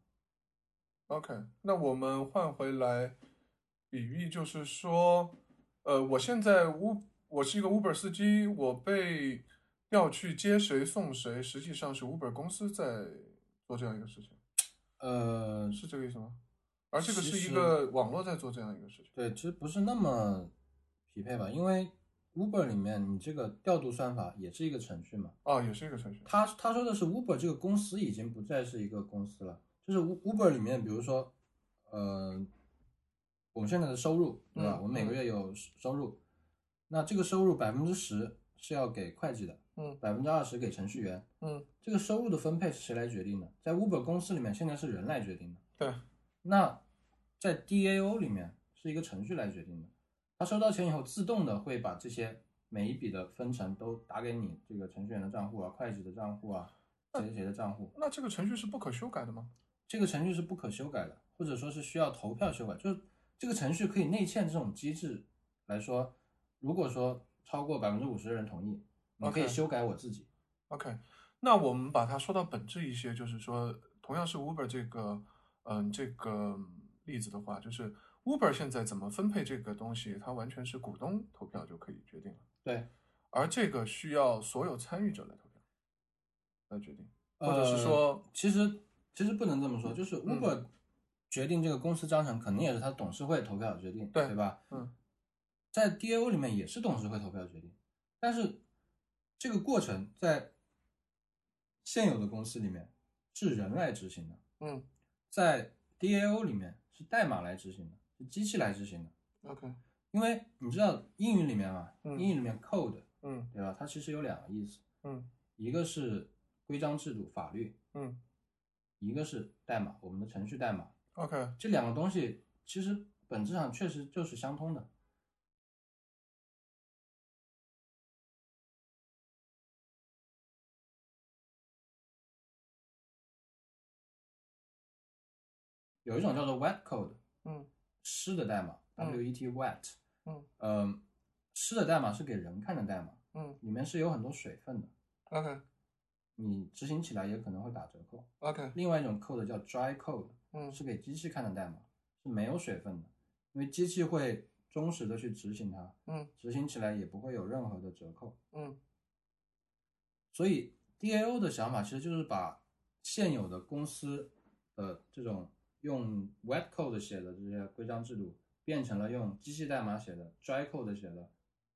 Speaker 1: OK，那我们换回来，比喻就是说，呃，我现在 u 我是一个 Uber 司机，我被调去接谁送谁，实际上是 Uber 公司在做这样一个事情，
Speaker 2: 呃，
Speaker 1: 是这个意思吗？而这个
Speaker 2: 其
Speaker 1: 是一
Speaker 2: 实
Speaker 1: 个网络在做这样一个事情。
Speaker 2: 对，其实不是那么匹配吧，因为 Uber 里面你这个调度算法也是一个程序嘛。
Speaker 1: 啊，也是一个程序。
Speaker 2: 他他说的是 Uber 这个公司已经不再是一个公司了，就是 U- Uber 里面，比如说，呃，我们现在的收入，对吧？
Speaker 1: 嗯
Speaker 2: 我们每个月有收入，那这个收入百分之十是要给会计的，
Speaker 1: 嗯
Speaker 2: 百分之二十给程序员。
Speaker 1: 嗯，
Speaker 2: 这个收入的分配是谁来决定的？在 Uber 公司里面，现在是人来决定的。
Speaker 1: 对，
Speaker 2: 那在 DAO 里面是一个程序来决定的，他收到钱以后，自动的会把这些每一笔的分成都打给你这个程序员的账户啊、会计的账户啊、谁谁谁的账户。
Speaker 1: 那这个程序是不可修改的吗？
Speaker 2: 这个程序是不可修改的，或者说是需要投票修改。就是这个程序可以内嵌这种机制来说，如果说超过百分之五十的人同意，我可以
Speaker 1: OK
Speaker 2: 修改我自己。
Speaker 1: OK，那我们把它说到本质一些，就是说，同样是 Uber 这个，嗯，这个例子的话，就是 Uber 现在怎么分配这个东西，它完全是股东投票就可以决定了，
Speaker 2: 对，
Speaker 1: 而这个需要所有参与者来投票来决定，或者是
Speaker 2: 呃
Speaker 1: 说，嗯
Speaker 2: 其实其实不能这么说，就是 Uber 决定这个公司章程，肯定也是他董事会投票决定，
Speaker 1: 对
Speaker 2: 对吧？
Speaker 1: 嗯，
Speaker 2: 在 DAO 里面也是董事会投票决定，但是这个过程在现有的公司里面是人来执行的，
Speaker 1: 嗯
Speaker 2: 在 DAO 里面是代码来执行的，是机器来执行的。
Speaker 1: ，OK，
Speaker 2: 因为你知道英语里面啊，
Speaker 1: 嗯
Speaker 2: 英语里面 code
Speaker 1: 嗯
Speaker 2: 对吧？它其实有两个意思，
Speaker 1: 嗯
Speaker 2: 一个是规章制度、法律，
Speaker 1: 嗯
Speaker 2: 一个是代码，我们的程序代码。
Speaker 1: ，OK，
Speaker 2: 这两个东西其实本质上确实就是相通的。有一种叫做 wet code，
Speaker 1: 嗯
Speaker 2: 湿的代码
Speaker 1: 嗯
Speaker 2: ，W E T wet，
Speaker 1: 嗯
Speaker 2: 呃湿的代码是给人看的代码，
Speaker 1: 嗯
Speaker 2: 里面是有很多水分的，
Speaker 1: ，OK
Speaker 2: 你执行起来也可能会打折扣。
Speaker 1: OK，
Speaker 2: 另外一种 code 叫 dry code，
Speaker 1: 嗯
Speaker 2: 是给机器看的代码，是没有水分的，因为机器会忠实的去执行它，
Speaker 1: 嗯
Speaker 2: 执行起来也不会有任何的折扣。
Speaker 1: 嗯
Speaker 2: 所以 DAO 的想法其实就是把现有的公司的这种用 web code 写的这些规章制度，变成了用机器代码写的 dry code 写的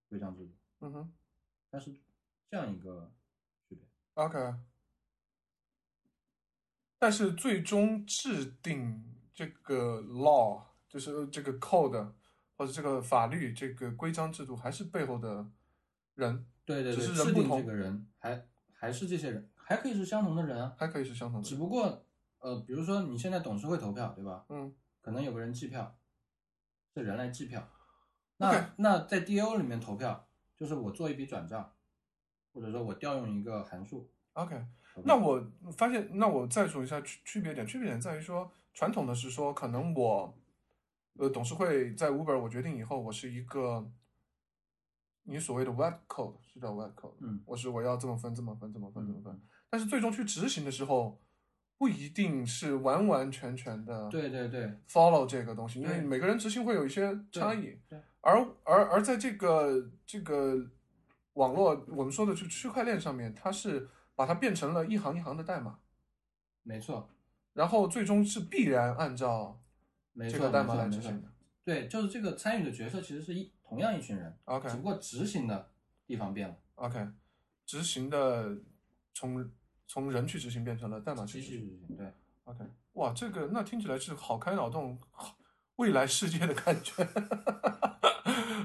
Speaker 2: 规章制度，
Speaker 1: 嗯哼
Speaker 2: 它是这样一个区别。
Speaker 1: ，OK。但是最终制定这个 law，就是呃这个 code 或者这个法律、这个规章制度，还是背后的人，
Speaker 2: 对对
Speaker 1: 只
Speaker 2: 对，
Speaker 1: 是人
Speaker 2: 制
Speaker 1: 不
Speaker 2: 定
Speaker 1: 同
Speaker 2: 这个人还还是这些人，还可以是相同的人啊，
Speaker 1: 还可以是相同的
Speaker 2: 只
Speaker 1: 人。
Speaker 2: 不过呃，比如说你现在董事会投票对吧？
Speaker 1: 嗯
Speaker 2: 可能有个人计票，是人来计票。那
Speaker 1: OK
Speaker 2: 那在 DO 里面投票，就是我做一笔转账，或者说我调用一个函数。
Speaker 1: ，OK。
Speaker 2: 投
Speaker 1: 那
Speaker 2: 票
Speaker 1: 我发现，那我再说一下区区别点，区别点在于说，传统的是说，可能我，呃，董事会在 Uber 我决定以后，我是一个，你所谓的 wet code 是叫 wet code，
Speaker 2: 嗯
Speaker 1: 我是我要这么分，这么分，这么分，这么分
Speaker 2: 嗯，
Speaker 1: 但是最终去执行的时候，不一定是完完全全的
Speaker 2: 对对对
Speaker 1: follow 这个东西，因为
Speaker 2: 对
Speaker 1: 每个人执行会有一些差异
Speaker 2: 对对。
Speaker 1: 而而而在这个这个网络，我们说的是区块链上面，它是把它变成了一行一行的代码，
Speaker 2: 没错
Speaker 1: 然后最终是必然按照
Speaker 2: 没
Speaker 1: 这
Speaker 2: 错
Speaker 1: 个代
Speaker 2: 没
Speaker 1: 码
Speaker 2: 错
Speaker 1: 来
Speaker 2: 没
Speaker 1: 执
Speaker 2: 错
Speaker 1: 行。的。
Speaker 2: 对，就是这个参与的角色其实是一同样一群人，
Speaker 1: OK
Speaker 2: 只不过执行的地方变了，
Speaker 1: OK，执行的从从人去执行变成了代码去
Speaker 2: 机
Speaker 1: 执
Speaker 2: 器
Speaker 1: 行。
Speaker 2: 执行。对，
Speaker 1: OK，哇，这个那听起来是好开脑洞，好未来世界的感觉。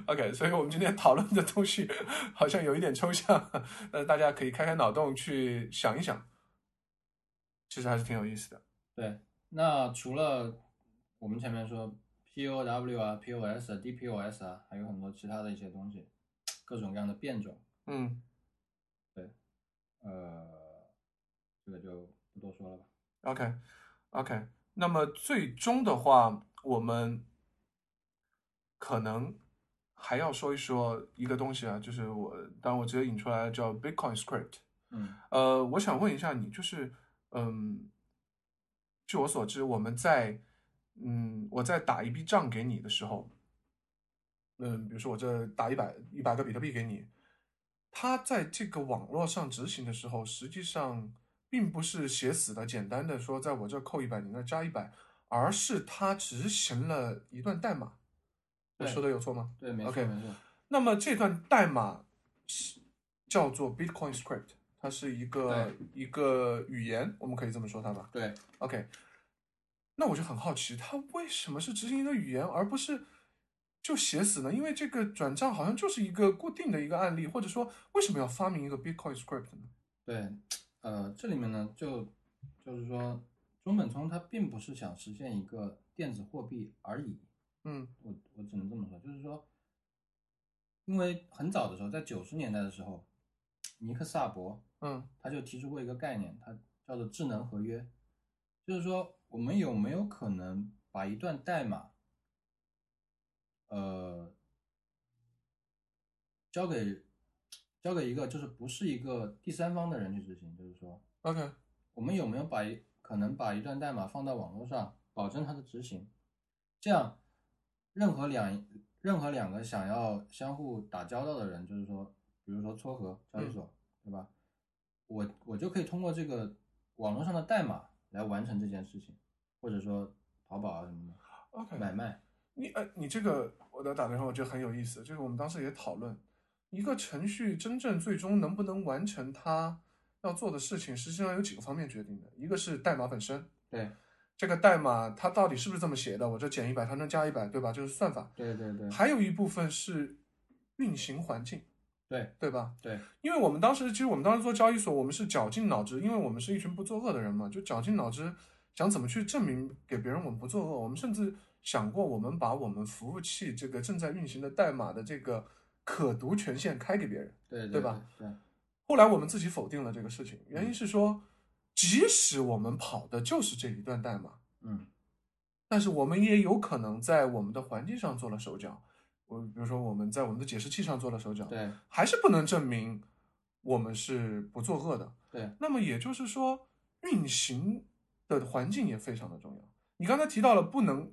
Speaker 1: OK，所以我们今天讨论的东西好像有一点抽象，但是大家可以开开脑洞去想一想，其实还是挺有意思的。
Speaker 2: 对，那除了我们前面说 POW 啊、POS 啊、DPoS 啊，还有很多其他的一些东西，各种各样的变种。
Speaker 1: 嗯
Speaker 2: 呃，这个就不多说了吧。
Speaker 1: ，OK OK，那么最终的话，我们可能还要说一说一个东西啊，就是我当然我直接引出来叫 Bitcoin Script。
Speaker 2: 嗯
Speaker 1: 呃，我想问一下你，就是，嗯，据我所知，我们在，嗯，我在打一笔账给你的时候，嗯，比如说我这打一百一百个比特币给你，它在这个网络上执行的时候，实际上并不是写死的，简单的说，在我这扣一百，你那加一百，而是它执行了一段代码。我
Speaker 2: 对
Speaker 1: 说的有错吗？，
Speaker 2: 对，没错
Speaker 1: OK
Speaker 2: 没错，
Speaker 1: 那么这段代码是叫做 Bitcoin Script，它是一个一个语言，我们可以这么说它吧
Speaker 2: 对，
Speaker 1: ？OK，那我就很好奇，它为什么是执行一个语言，而不是就写死呢？因为这个转账好像就是一个固定的一个案例，或者说为什么要发明一个 Bitcoin Script 呢？
Speaker 2: 对，呃，这里面呢，就就是说，中本聪他并不是想实现一个电子货币而已，
Speaker 1: 嗯
Speaker 2: 我我只能这么说，就是说，因为很早的时候，在九十年代的时候，尼克萨博
Speaker 1: 嗯
Speaker 2: 他就提出过一个概念，它叫做智能合约，就是说，我们有没有可能把一段代码，呃，交给交给一个就是不是一个第三方的人去执行，就是说，
Speaker 1: ，OK，
Speaker 2: 我们有没有把一可能把一段代码放到网络上，保证它的执行？这样，任何两任何两个想要相互打交道的人，就是说，比如说撮合交易所，对吧？我我就可以通过这个网络上的代码来完成这件事情，或者说淘宝啊什么
Speaker 1: OK，
Speaker 2: 的买卖，
Speaker 1: 你呃，你这个我的打断一下，我觉得很有意思。这个我们当时也讨论，一个程序真正最终能不能完成它要做的事情，实际上有几个方面决定的。一个是代码本身，
Speaker 2: 对
Speaker 1: 这个代码它到底是不是这么写的？我这减一百，它能加一百，对吧？这是算法。
Speaker 2: 对对对
Speaker 1: 还有一部分是运行环境，
Speaker 2: 对
Speaker 1: 对吧？
Speaker 2: 对，
Speaker 1: 因为我们当时其实我们当时做交易所，我们是绞尽脑汁，因为我们是一群不作恶的人嘛，就绞尽脑汁想怎么去证明给别人我们不作恶。我们甚至想过，我们把我们服务器这个正在运行的代码的这个可读权限开给别人。
Speaker 2: 对
Speaker 1: 对吧？
Speaker 2: 对，
Speaker 1: 后来我们自己否定了这个事情，原因是说，即使我们跑的就是这一段代码，
Speaker 2: 嗯，
Speaker 1: 但是我们也有可能在我们的环境上做了手脚。我比如说我们在我们的解释器上做了手脚，
Speaker 2: 对
Speaker 1: 还是不能证明我们是不作恶的。
Speaker 2: 对，
Speaker 1: 那么也就是说，运行的环境也非常的重要。你刚才提到了不能，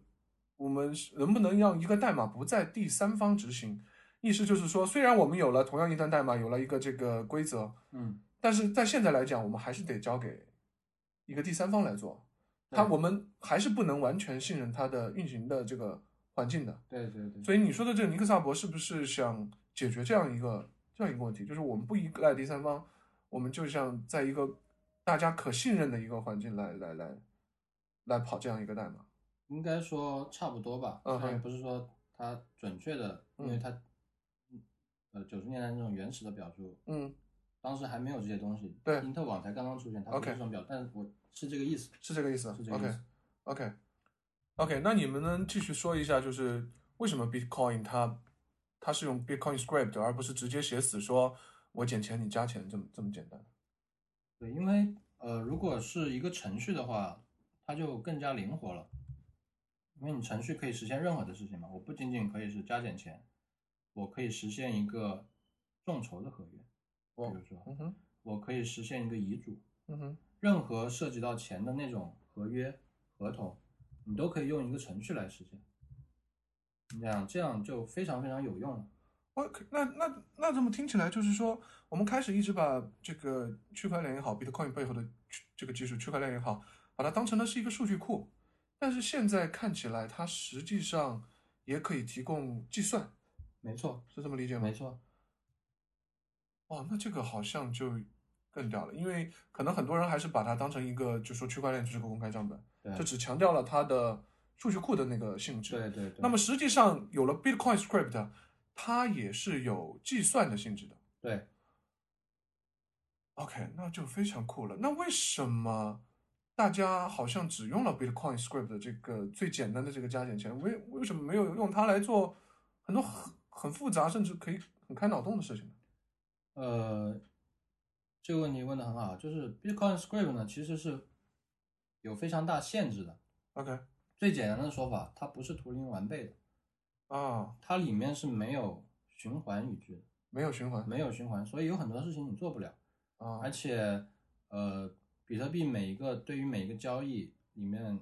Speaker 1: 我们是能不能让一个代码不在第三方执行？意思就是说，虽然我们有了同样一段代码，有了一个这个规则，
Speaker 2: 嗯，
Speaker 1: 但是在现在来讲，我们还是得交给一个第三方来做。它
Speaker 2: 对
Speaker 1: 我们还是不能完全信任它的运行的这个环境的。
Speaker 2: 对对对，
Speaker 1: 所以你说的这个尼克萨博是不是想解决这样一个这样一个问题？就是我们不依赖第三方，我们就像在一个大家可信任的一个环境来来来来跑这样一个代码。
Speaker 2: 应该说差不多吧，
Speaker 1: 嗯
Speaker 2: 虽然
Speaker 1: 哼
Speaker 2: 不是说它准确的，因为
Speaker 1: 嗯
Speaker 2: 它，嗯呃，九十年代那种原始的表述，
Speaker 1: 嗯，
Speaker 2: 当时还没有这些东西，
Speaker 1: 对
Speaker 2: 因特网才刚刚出现，它不
Speaker 1: OK
Speaker 2: 是这种表，但是我是这个意思，
Speaker 1: 是这个意思。
Speaker 2: 是这个
Speaker 1: OK
Speaker 2: 意思。
Speaker 1: OK OK，那你们能继续说一下，就是为什么 Bitcoin 它它是用 Bitcoin Script 而不是直接写死说我减钱你加钱这么这么简单？
Speaker 2: 对，因为呃，如果是一个程序的话，它就更加灵活了，因为你程序可以实现任何的事情嘛。我不仅仅可以是加减钱，我可以实现一个众筹的合约，
Speaker 1: 哦
Speaker 2: 比如说
Speaker 1: 嗯哼，
Speaker 2: 我可以实现一个遗嘱，
Speaker 1: 嗯哼，
Speaker 2: 任何涉及到钱的那种合约、合同，你都可以用一个程序来实现。你想这样就非常非常有用了。
Speaker 1: 我哦可那那那这么听起来就是说，我们开始一直把这个区块链也好，Bitcoin 背后的区这个技术区块链也好，把它当成的是一个数据库，但是现在看起来它实际上也可以提供计算，
Speaker 2: 没错，
Speaker 1: 是这么理解吗？
Speaker 2: 没错，
Speaker 1: 哇，那这个好像就更屌了，因为可能很多人还是把它当成一个，就说区块链就是个公开账本，
Speaker 2: 对
Speaker 1: 就只强调了它的数据库的那个性质。
Speaker 2: 对对对。
Speaker 1: 那么实际上有了 Bitcoin Script，它也是有计算的性质的。
Speaker 2: 对，
Speaker 1: OK，那就非常酷了。那为什么大家好像只用了 Bitcoin Script 的这个最简单的这个加减钱？为为什么没有用它来做很多很很复杂，甚至可以很开脑洞的事情呢？
Speaker 2: 呃，这个问题问的很好，就是 Bitcoin Script 呢，其实是有非常大限制的。
Speaker 1: ？OK，
Speaker 2: 最简单的说法，它不是图灵完备的，
Speaker 1: 啊，
Speaker 2: 它里面是没有循环语句
Speaker 1: 没有循环
Speaker 2: 的，没有循环，所以有很多事情你做不了。
Speaker 1: 啊
Speaker 2: 而且，呃，比特币每一个对于每一个交易里面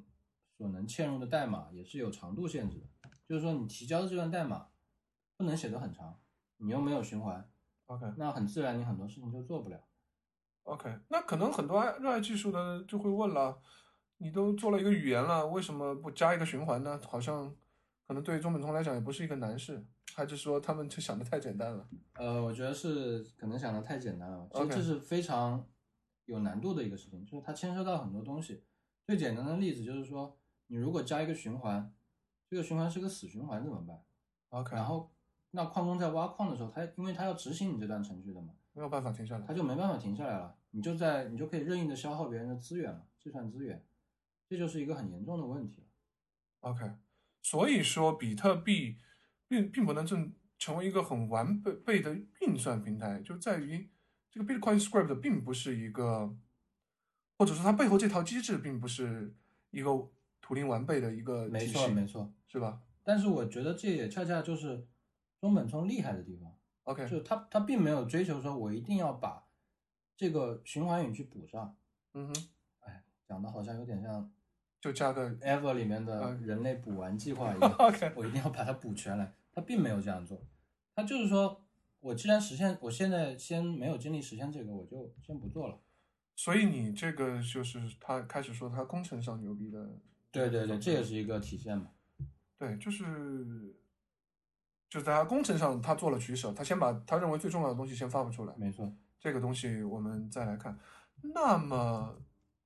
Speaker 2: 所能嵌入的代码也是有长度限制的，就是说你提交的这段代码不能写得很长，你又没有循环，
Speaker 1: ，OK。
Speaker 2: 那很自然你很多事情就做不了。
Speaker 1: OK，那可能很多爱热爱技术的就会问了，你都做了一个语言了，为什么不加一个循环呢？好像可能对于中本聪来讲也不是一个难事，还是说他们就想的太简单了？
Speaker 2: 呃，我觉得是可能想的太简单了吧。其实
Speaker 1: OK
Speaker 2: 这是非常有难度的一个事情，就是它牵涉到很多东西。最简单的例子就是说，你如果加一个循环，这个循环是个死循环怎么办？
Speaker 1: OK，
Speaker 2: 然后那矿工在挖矿的时候，他因为他要执行你这段程序的嘛，
Speaker 1: 没有办法停下
Speaker 2: 他
Speaker 1: 来。
Speaker 2: 就没办法停下来了。你就在你就可以任意的消耗别人的资源了，计算资源，这就是一个很严重的问题了。
Speaker 1: OK，所以说比特币并并不能正成为一个很完备备的运算平台，就在于这个 Bitcoin Script 并不是一个，或者说它背后这套机制并不是一个图灵完备的一个
Speaker 2: 没
Speaker 1: 体
Speaker 2: 错，没
Speaker 1: 系，
Speaker 2: 错。
Speaker 1: 是吧
Speaker 2: 但是我觉得这也恰恰就是中本聪厉害的地方。
Speaker 1: ？OK，
Speaker 2: 就他他并没有追求说我一定要把这个循环语去补上，
Speaker 1: 嗯哼。
Speaker 2: 讲的好像有点像
Speaker 1: 就加
Speaker 2: <laughs>
Speaker 1: 个
Speaker 2: Ever 里面的
Speaker 1: 嗯
Speaker 2: 人类补完计划一样，
Speaker 1: OK
Speaker 2: 我一定要把它补全来。他并没有这样做，他就是说我既然实现，我现在先没有精力实现这个，我就先不做了。
Speaker 1: 所以你这个就是他开始说他工程上牛逼的，
Speaker 2: 对对对，这也是一个体现嘛。
Speaker 1: 对，就是就是在他工程上他做了取舍，他先把他认为最重要的东西先发布出来，
Speaker 2: 没错，
Speaker 1: 这个东西我们再来看。那么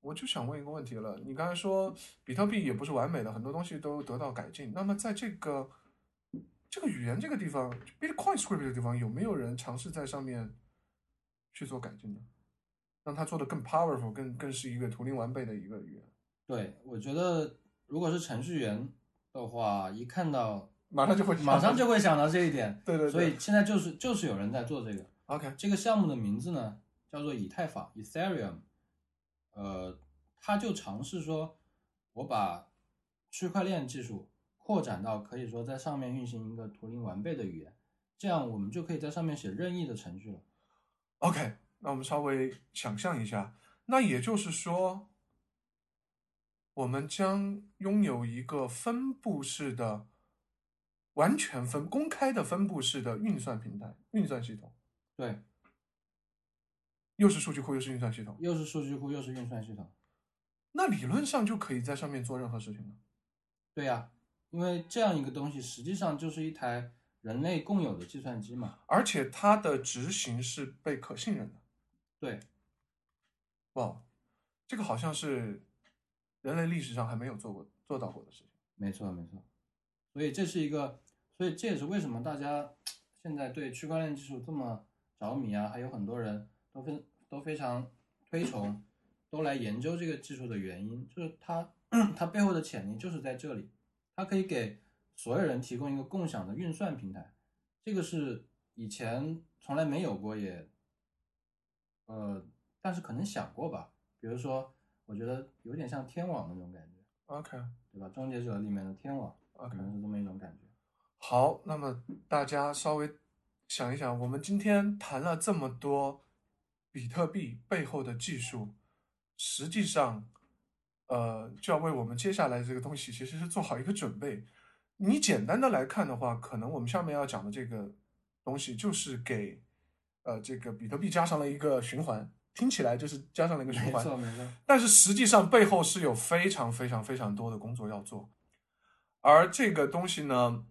Speaker 1: 我就想问一个问题了，你刚才说比特币也不是完美的，很多东西都得到改进。那么在这个这个语言这个地方，Bitcoin Script 这个地方，有没有人尝试在上面去做改进呢？让它做的更 powerful，更更是一个图灵完备的一个语言，
Speaker 2: 对，我觉得如果是程序员的话，一看到
Speaker 1: 马上就会
Speaker 2: 马上就会想到这一点，
Speaker 1: <laughs> 对对对，
Speaker 2: 所以现在就是就是有人在做这个。
Speaker 1: OK
Speaker 2: 这个项目的名字呢叫做以太坊 （Ethereum），呃，它就尝试说，我把区块链技术扩展到可以说在上面运行一个图灵完备的语言，这样我们就可以在上面写任意的程序了。
Speaker 1: OK，那我们稍微想象一下，那也就是说，我们将拥有一个分布式的、完全分公开的分布式的运算平台、运算系统，
Speaker 2: 对，
Speaker 1: 又是数据库，又是运算系统。
Speaker 2: 又是数据库，又是运算系统。
Speaker 1: 那理论上就可以在上面做任何事情了。
Speaker 2: 对呀、因为这样一个东西实际上就是一台人类共有的计算机嘛。
Speaker 1: 而且它的执行是被可信任的。
Speaker 2: 对，
Speaker 1: 哇，这个好像是人类历史上还没有做过做到过的事情。
Speaker 2: 没错，没错。所以这是一个，所以这也是为什么大家现在对区块链技术这么着迷啊，还有很多人都非都非常推崇，都来研究这个技术的原因，就是它它背后的潜力就是在这里，它可以给所有人提供一个共享的运算平台，这个是以前从来没有过也，呃，但是可能想过吧，比如说，我觉得有点像天网那种感觉。
Speaker 1: OK
Speaker 2: 对吧？终结者里面的天网，可
Speaker 1: OK，
Speaker 2: 能是这么一种感觉。
Speaker 1: 好，那么大家稍微想一想，我们今天谈了这么多比特币背后的技术，实际上，呃，就要为我们接下来这个东西其实是做好一个准备。你简单的来看的话，可能我们下面要讲的这个东西就是给，呃，这个比特币加上了一个循环，听起来就是加上了一个循
Speaker 2: 没
Speaker 1: 环，
Speaker 2: 错，没错，
Speaker 1: 但是实际上背后是有非常非常非常多的工作要做，而这个东西呢，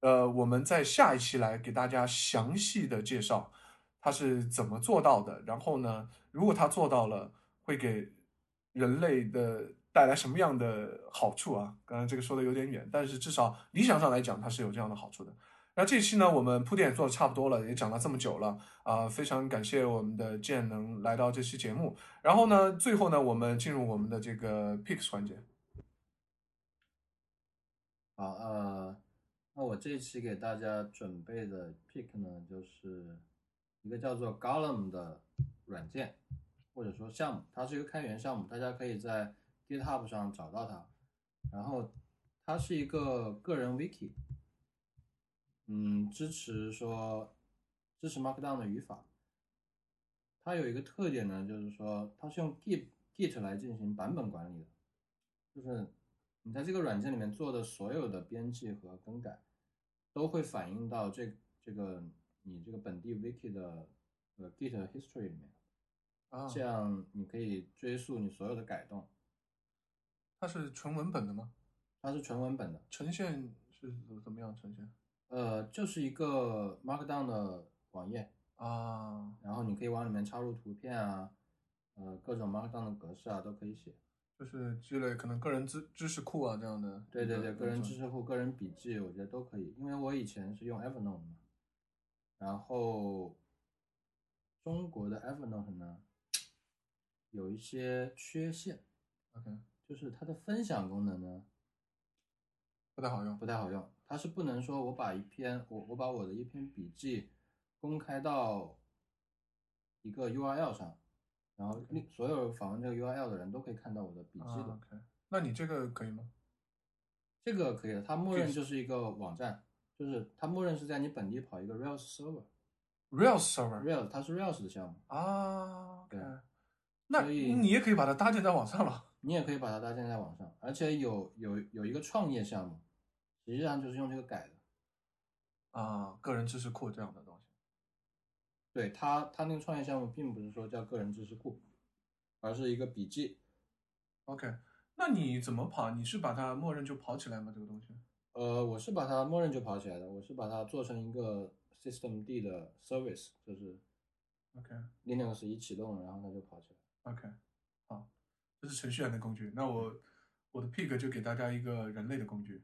Speaker 1: 呃，我们在下一期来给大家详细的介绍它是怎么做到的，然后呢，如果它做到了，会给人类的带来什么样的好处啊？刚才这个说的有点远，但是至少理想上来讲，它是有这样的好处的。那这期呢，我们铺垫也做的差不多了，也讲了这么久了啊、非常感谢我们的健能来到这期节目。然后呢，最后呢，我们进入我们的这个 picks 环节。
Speaker 2: 好，呃，那我这一期给大家准备的 pick 呢，就是一个叫做 Golem 的软件，或者说项目，它是一个开源项目，大家可以在 GitHub 上找到它。然后它是一个个人 wiki，嗯，支持说支持 Markdown 的语法。它有一个特点呢，就是说它是用 Git Git 来进行版本管理的，就是你在这个软件里面做的所有的编辑和更改，都会反映到这这个你这个本地 wiki 的呃 Git history 里面，
Speaker 1: 啊
Speaker 2: 这样你可以追溯你所有的改动。
Speaker 1: 它是纯文本的吗？
Speaker 2: 它是纯文本的，
Speaker 1: 呈现是怎怎么样呈现？
Speaker 2: 呃，就是一个 Markdown 的网页，
Speaker 1: 啊，
Speaker 2: 然后你可以往里面插入图片啊，呃，各种 Markdown 的格式啊都可以写。
Speaker 1: 就是积累可能个人知知识库啊这样的。
Speaker 2: 对对对，个人知
Speaker 1: 知识。
Speaker 2: 识库、个人笔记，我觉得都可以。因为我以前是用 Evernote 嘛，然后中国的 Evernote 呢，有一些缺陷，
Speaker 1: OK，
Speaker 2: 就是它的分享功能呢
Speaker 1: 不太好用。
Speaker 2: 不太好用，它是不能说我把一篇我我把我的一篇笔记公开到一个 URL 上，然后另所有访问这个 URL 的人都可以看到我的笔
Speaker 1: 啊
Speaker 2: 记的。
Speaker 1: OK，那你这个可以吗？
Speaker 2: 这个可以的，它默
Speaker 1: 这
Speaker 2: 认
Speaker 1: 是
Speaker 2: 就是一个网站，就是它默认是在你本地跑一个 Rails server。
Speaker 1: Rails server
Speaker 2: Rails 它是 Rails 的项目，
Speaker 1: 啊，OK，
Speaker 2: 对
Speaker 1: 那
Speaker 2: 所以
Speaker 1: 你也可以把它搭建在网上了。
Speaker 2: 你也可以把它搭建在网上，而且有有有一个创业项目，实际上就是用这个改的。
Speaker 1: 啊，个人知识库这样的东西。
Speaker 2: 对它它那个创业项目并不是说叫个人知识库，而是一个笔记。
Speaker 1: OK，那你怎么跑？你是把它默认就跑起来吗？这个东西？
Speaker 2: 呃，我是把它默认就跑起来的，我是把它做成一个 System D 的 service，就是
Speaker 1: OK。
Speaker 2: Linux 一启动，然后它就跑起来。
Speaker 1: OK，好，这是程序员的工具。那我我的 Pig 就给大家一个人类的工具，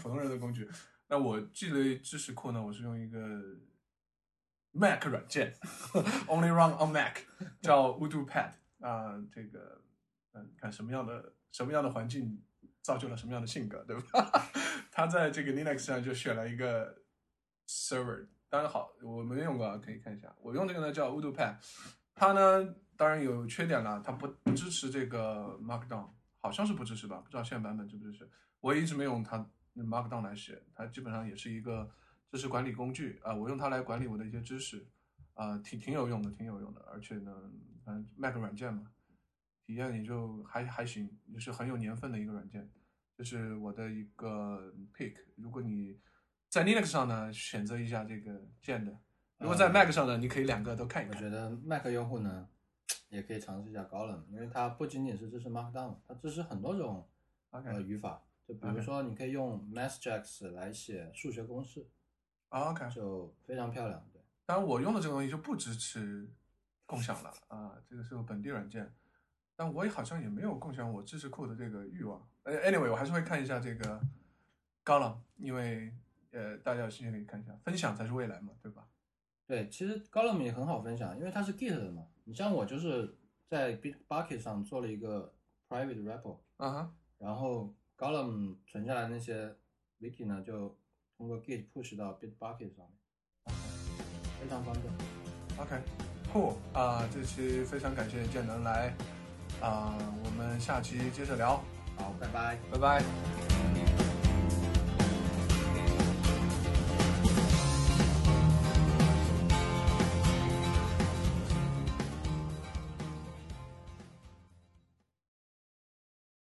Speaker 1: 普通人的工具。那我积累知识库呢，我是用一个 Mac 软件 <laughs> ，Only Run on Mac，叫 Voodoo Pad 啊、这个嗯，你看什么样的什么样的环境造就了什么样的性格，对吧？ <laughs> 他在这个 Linux 上就选了一个 server，当然好，我没用过，啊，可以看一下。我用这个呢叫 Voodoo Pad，它呢当然有缺点了，它不不支持这个 Markdown，好像是不支持吧？不知道现在版本支不支持。我一直没用它 Markdown 来写，它基本上也是一个知识管理工具啊、我用它来管理我的一些知识，啊、挺挺有用的，挺有用的。而且呢，反正 Mac 软件嘛，体验也就还还行，也是很有年份的一个软件。这是我的一个 pick。如果你在 Linux 上呢，选择一下这个 Gen 的；如果在
Speaker 2: 嗯
Speaker 1: Mac 上呢，你可以两个都看一
Speaker 2: 我
Speaker 1: 看。
Speaker 2: 觉得 Mac 用户呢，也可以尝试一下 Golem，因为它不仅仅是支持 Markdown，它支持很多种
Speaker 1: OK
Speaker 2: 呃语法。就比如
Speaker 1: OK
Speaker 2: 说，你可以用 MathJax 来写数学公式，
Speaker 1: 啊 OK，
Speaker 2: 就非常漂亮。对，
Speaker 1: 当然我用的这个东西就不支持共享了啊，这个是我本地软件。但我也好像也没有共享我知识库的这个欲望。呃，anyway，我还是会看一下这个高朗，因为呃，大家有兴趣可以看一下，分享才是未来嘛，对吧？
Speaker 2: 对，其实 Golem 也很好分享，因为它是 Git 的嘛。你像我就是在 Bitbucket 上做了一个 private repo，
Speaker 1: 啊哈，
Speaker 2: 然后 Golem 存下来那些 wiki 呢，就通过 Git push 到 Bitbucket 上面，非常方便。
Speaker 1: OK，酷啊！这期非常感谢建能来啊，我们下期接着聊，
Speaker 2: 好，拜拜。
Speaker 1: 拜拜。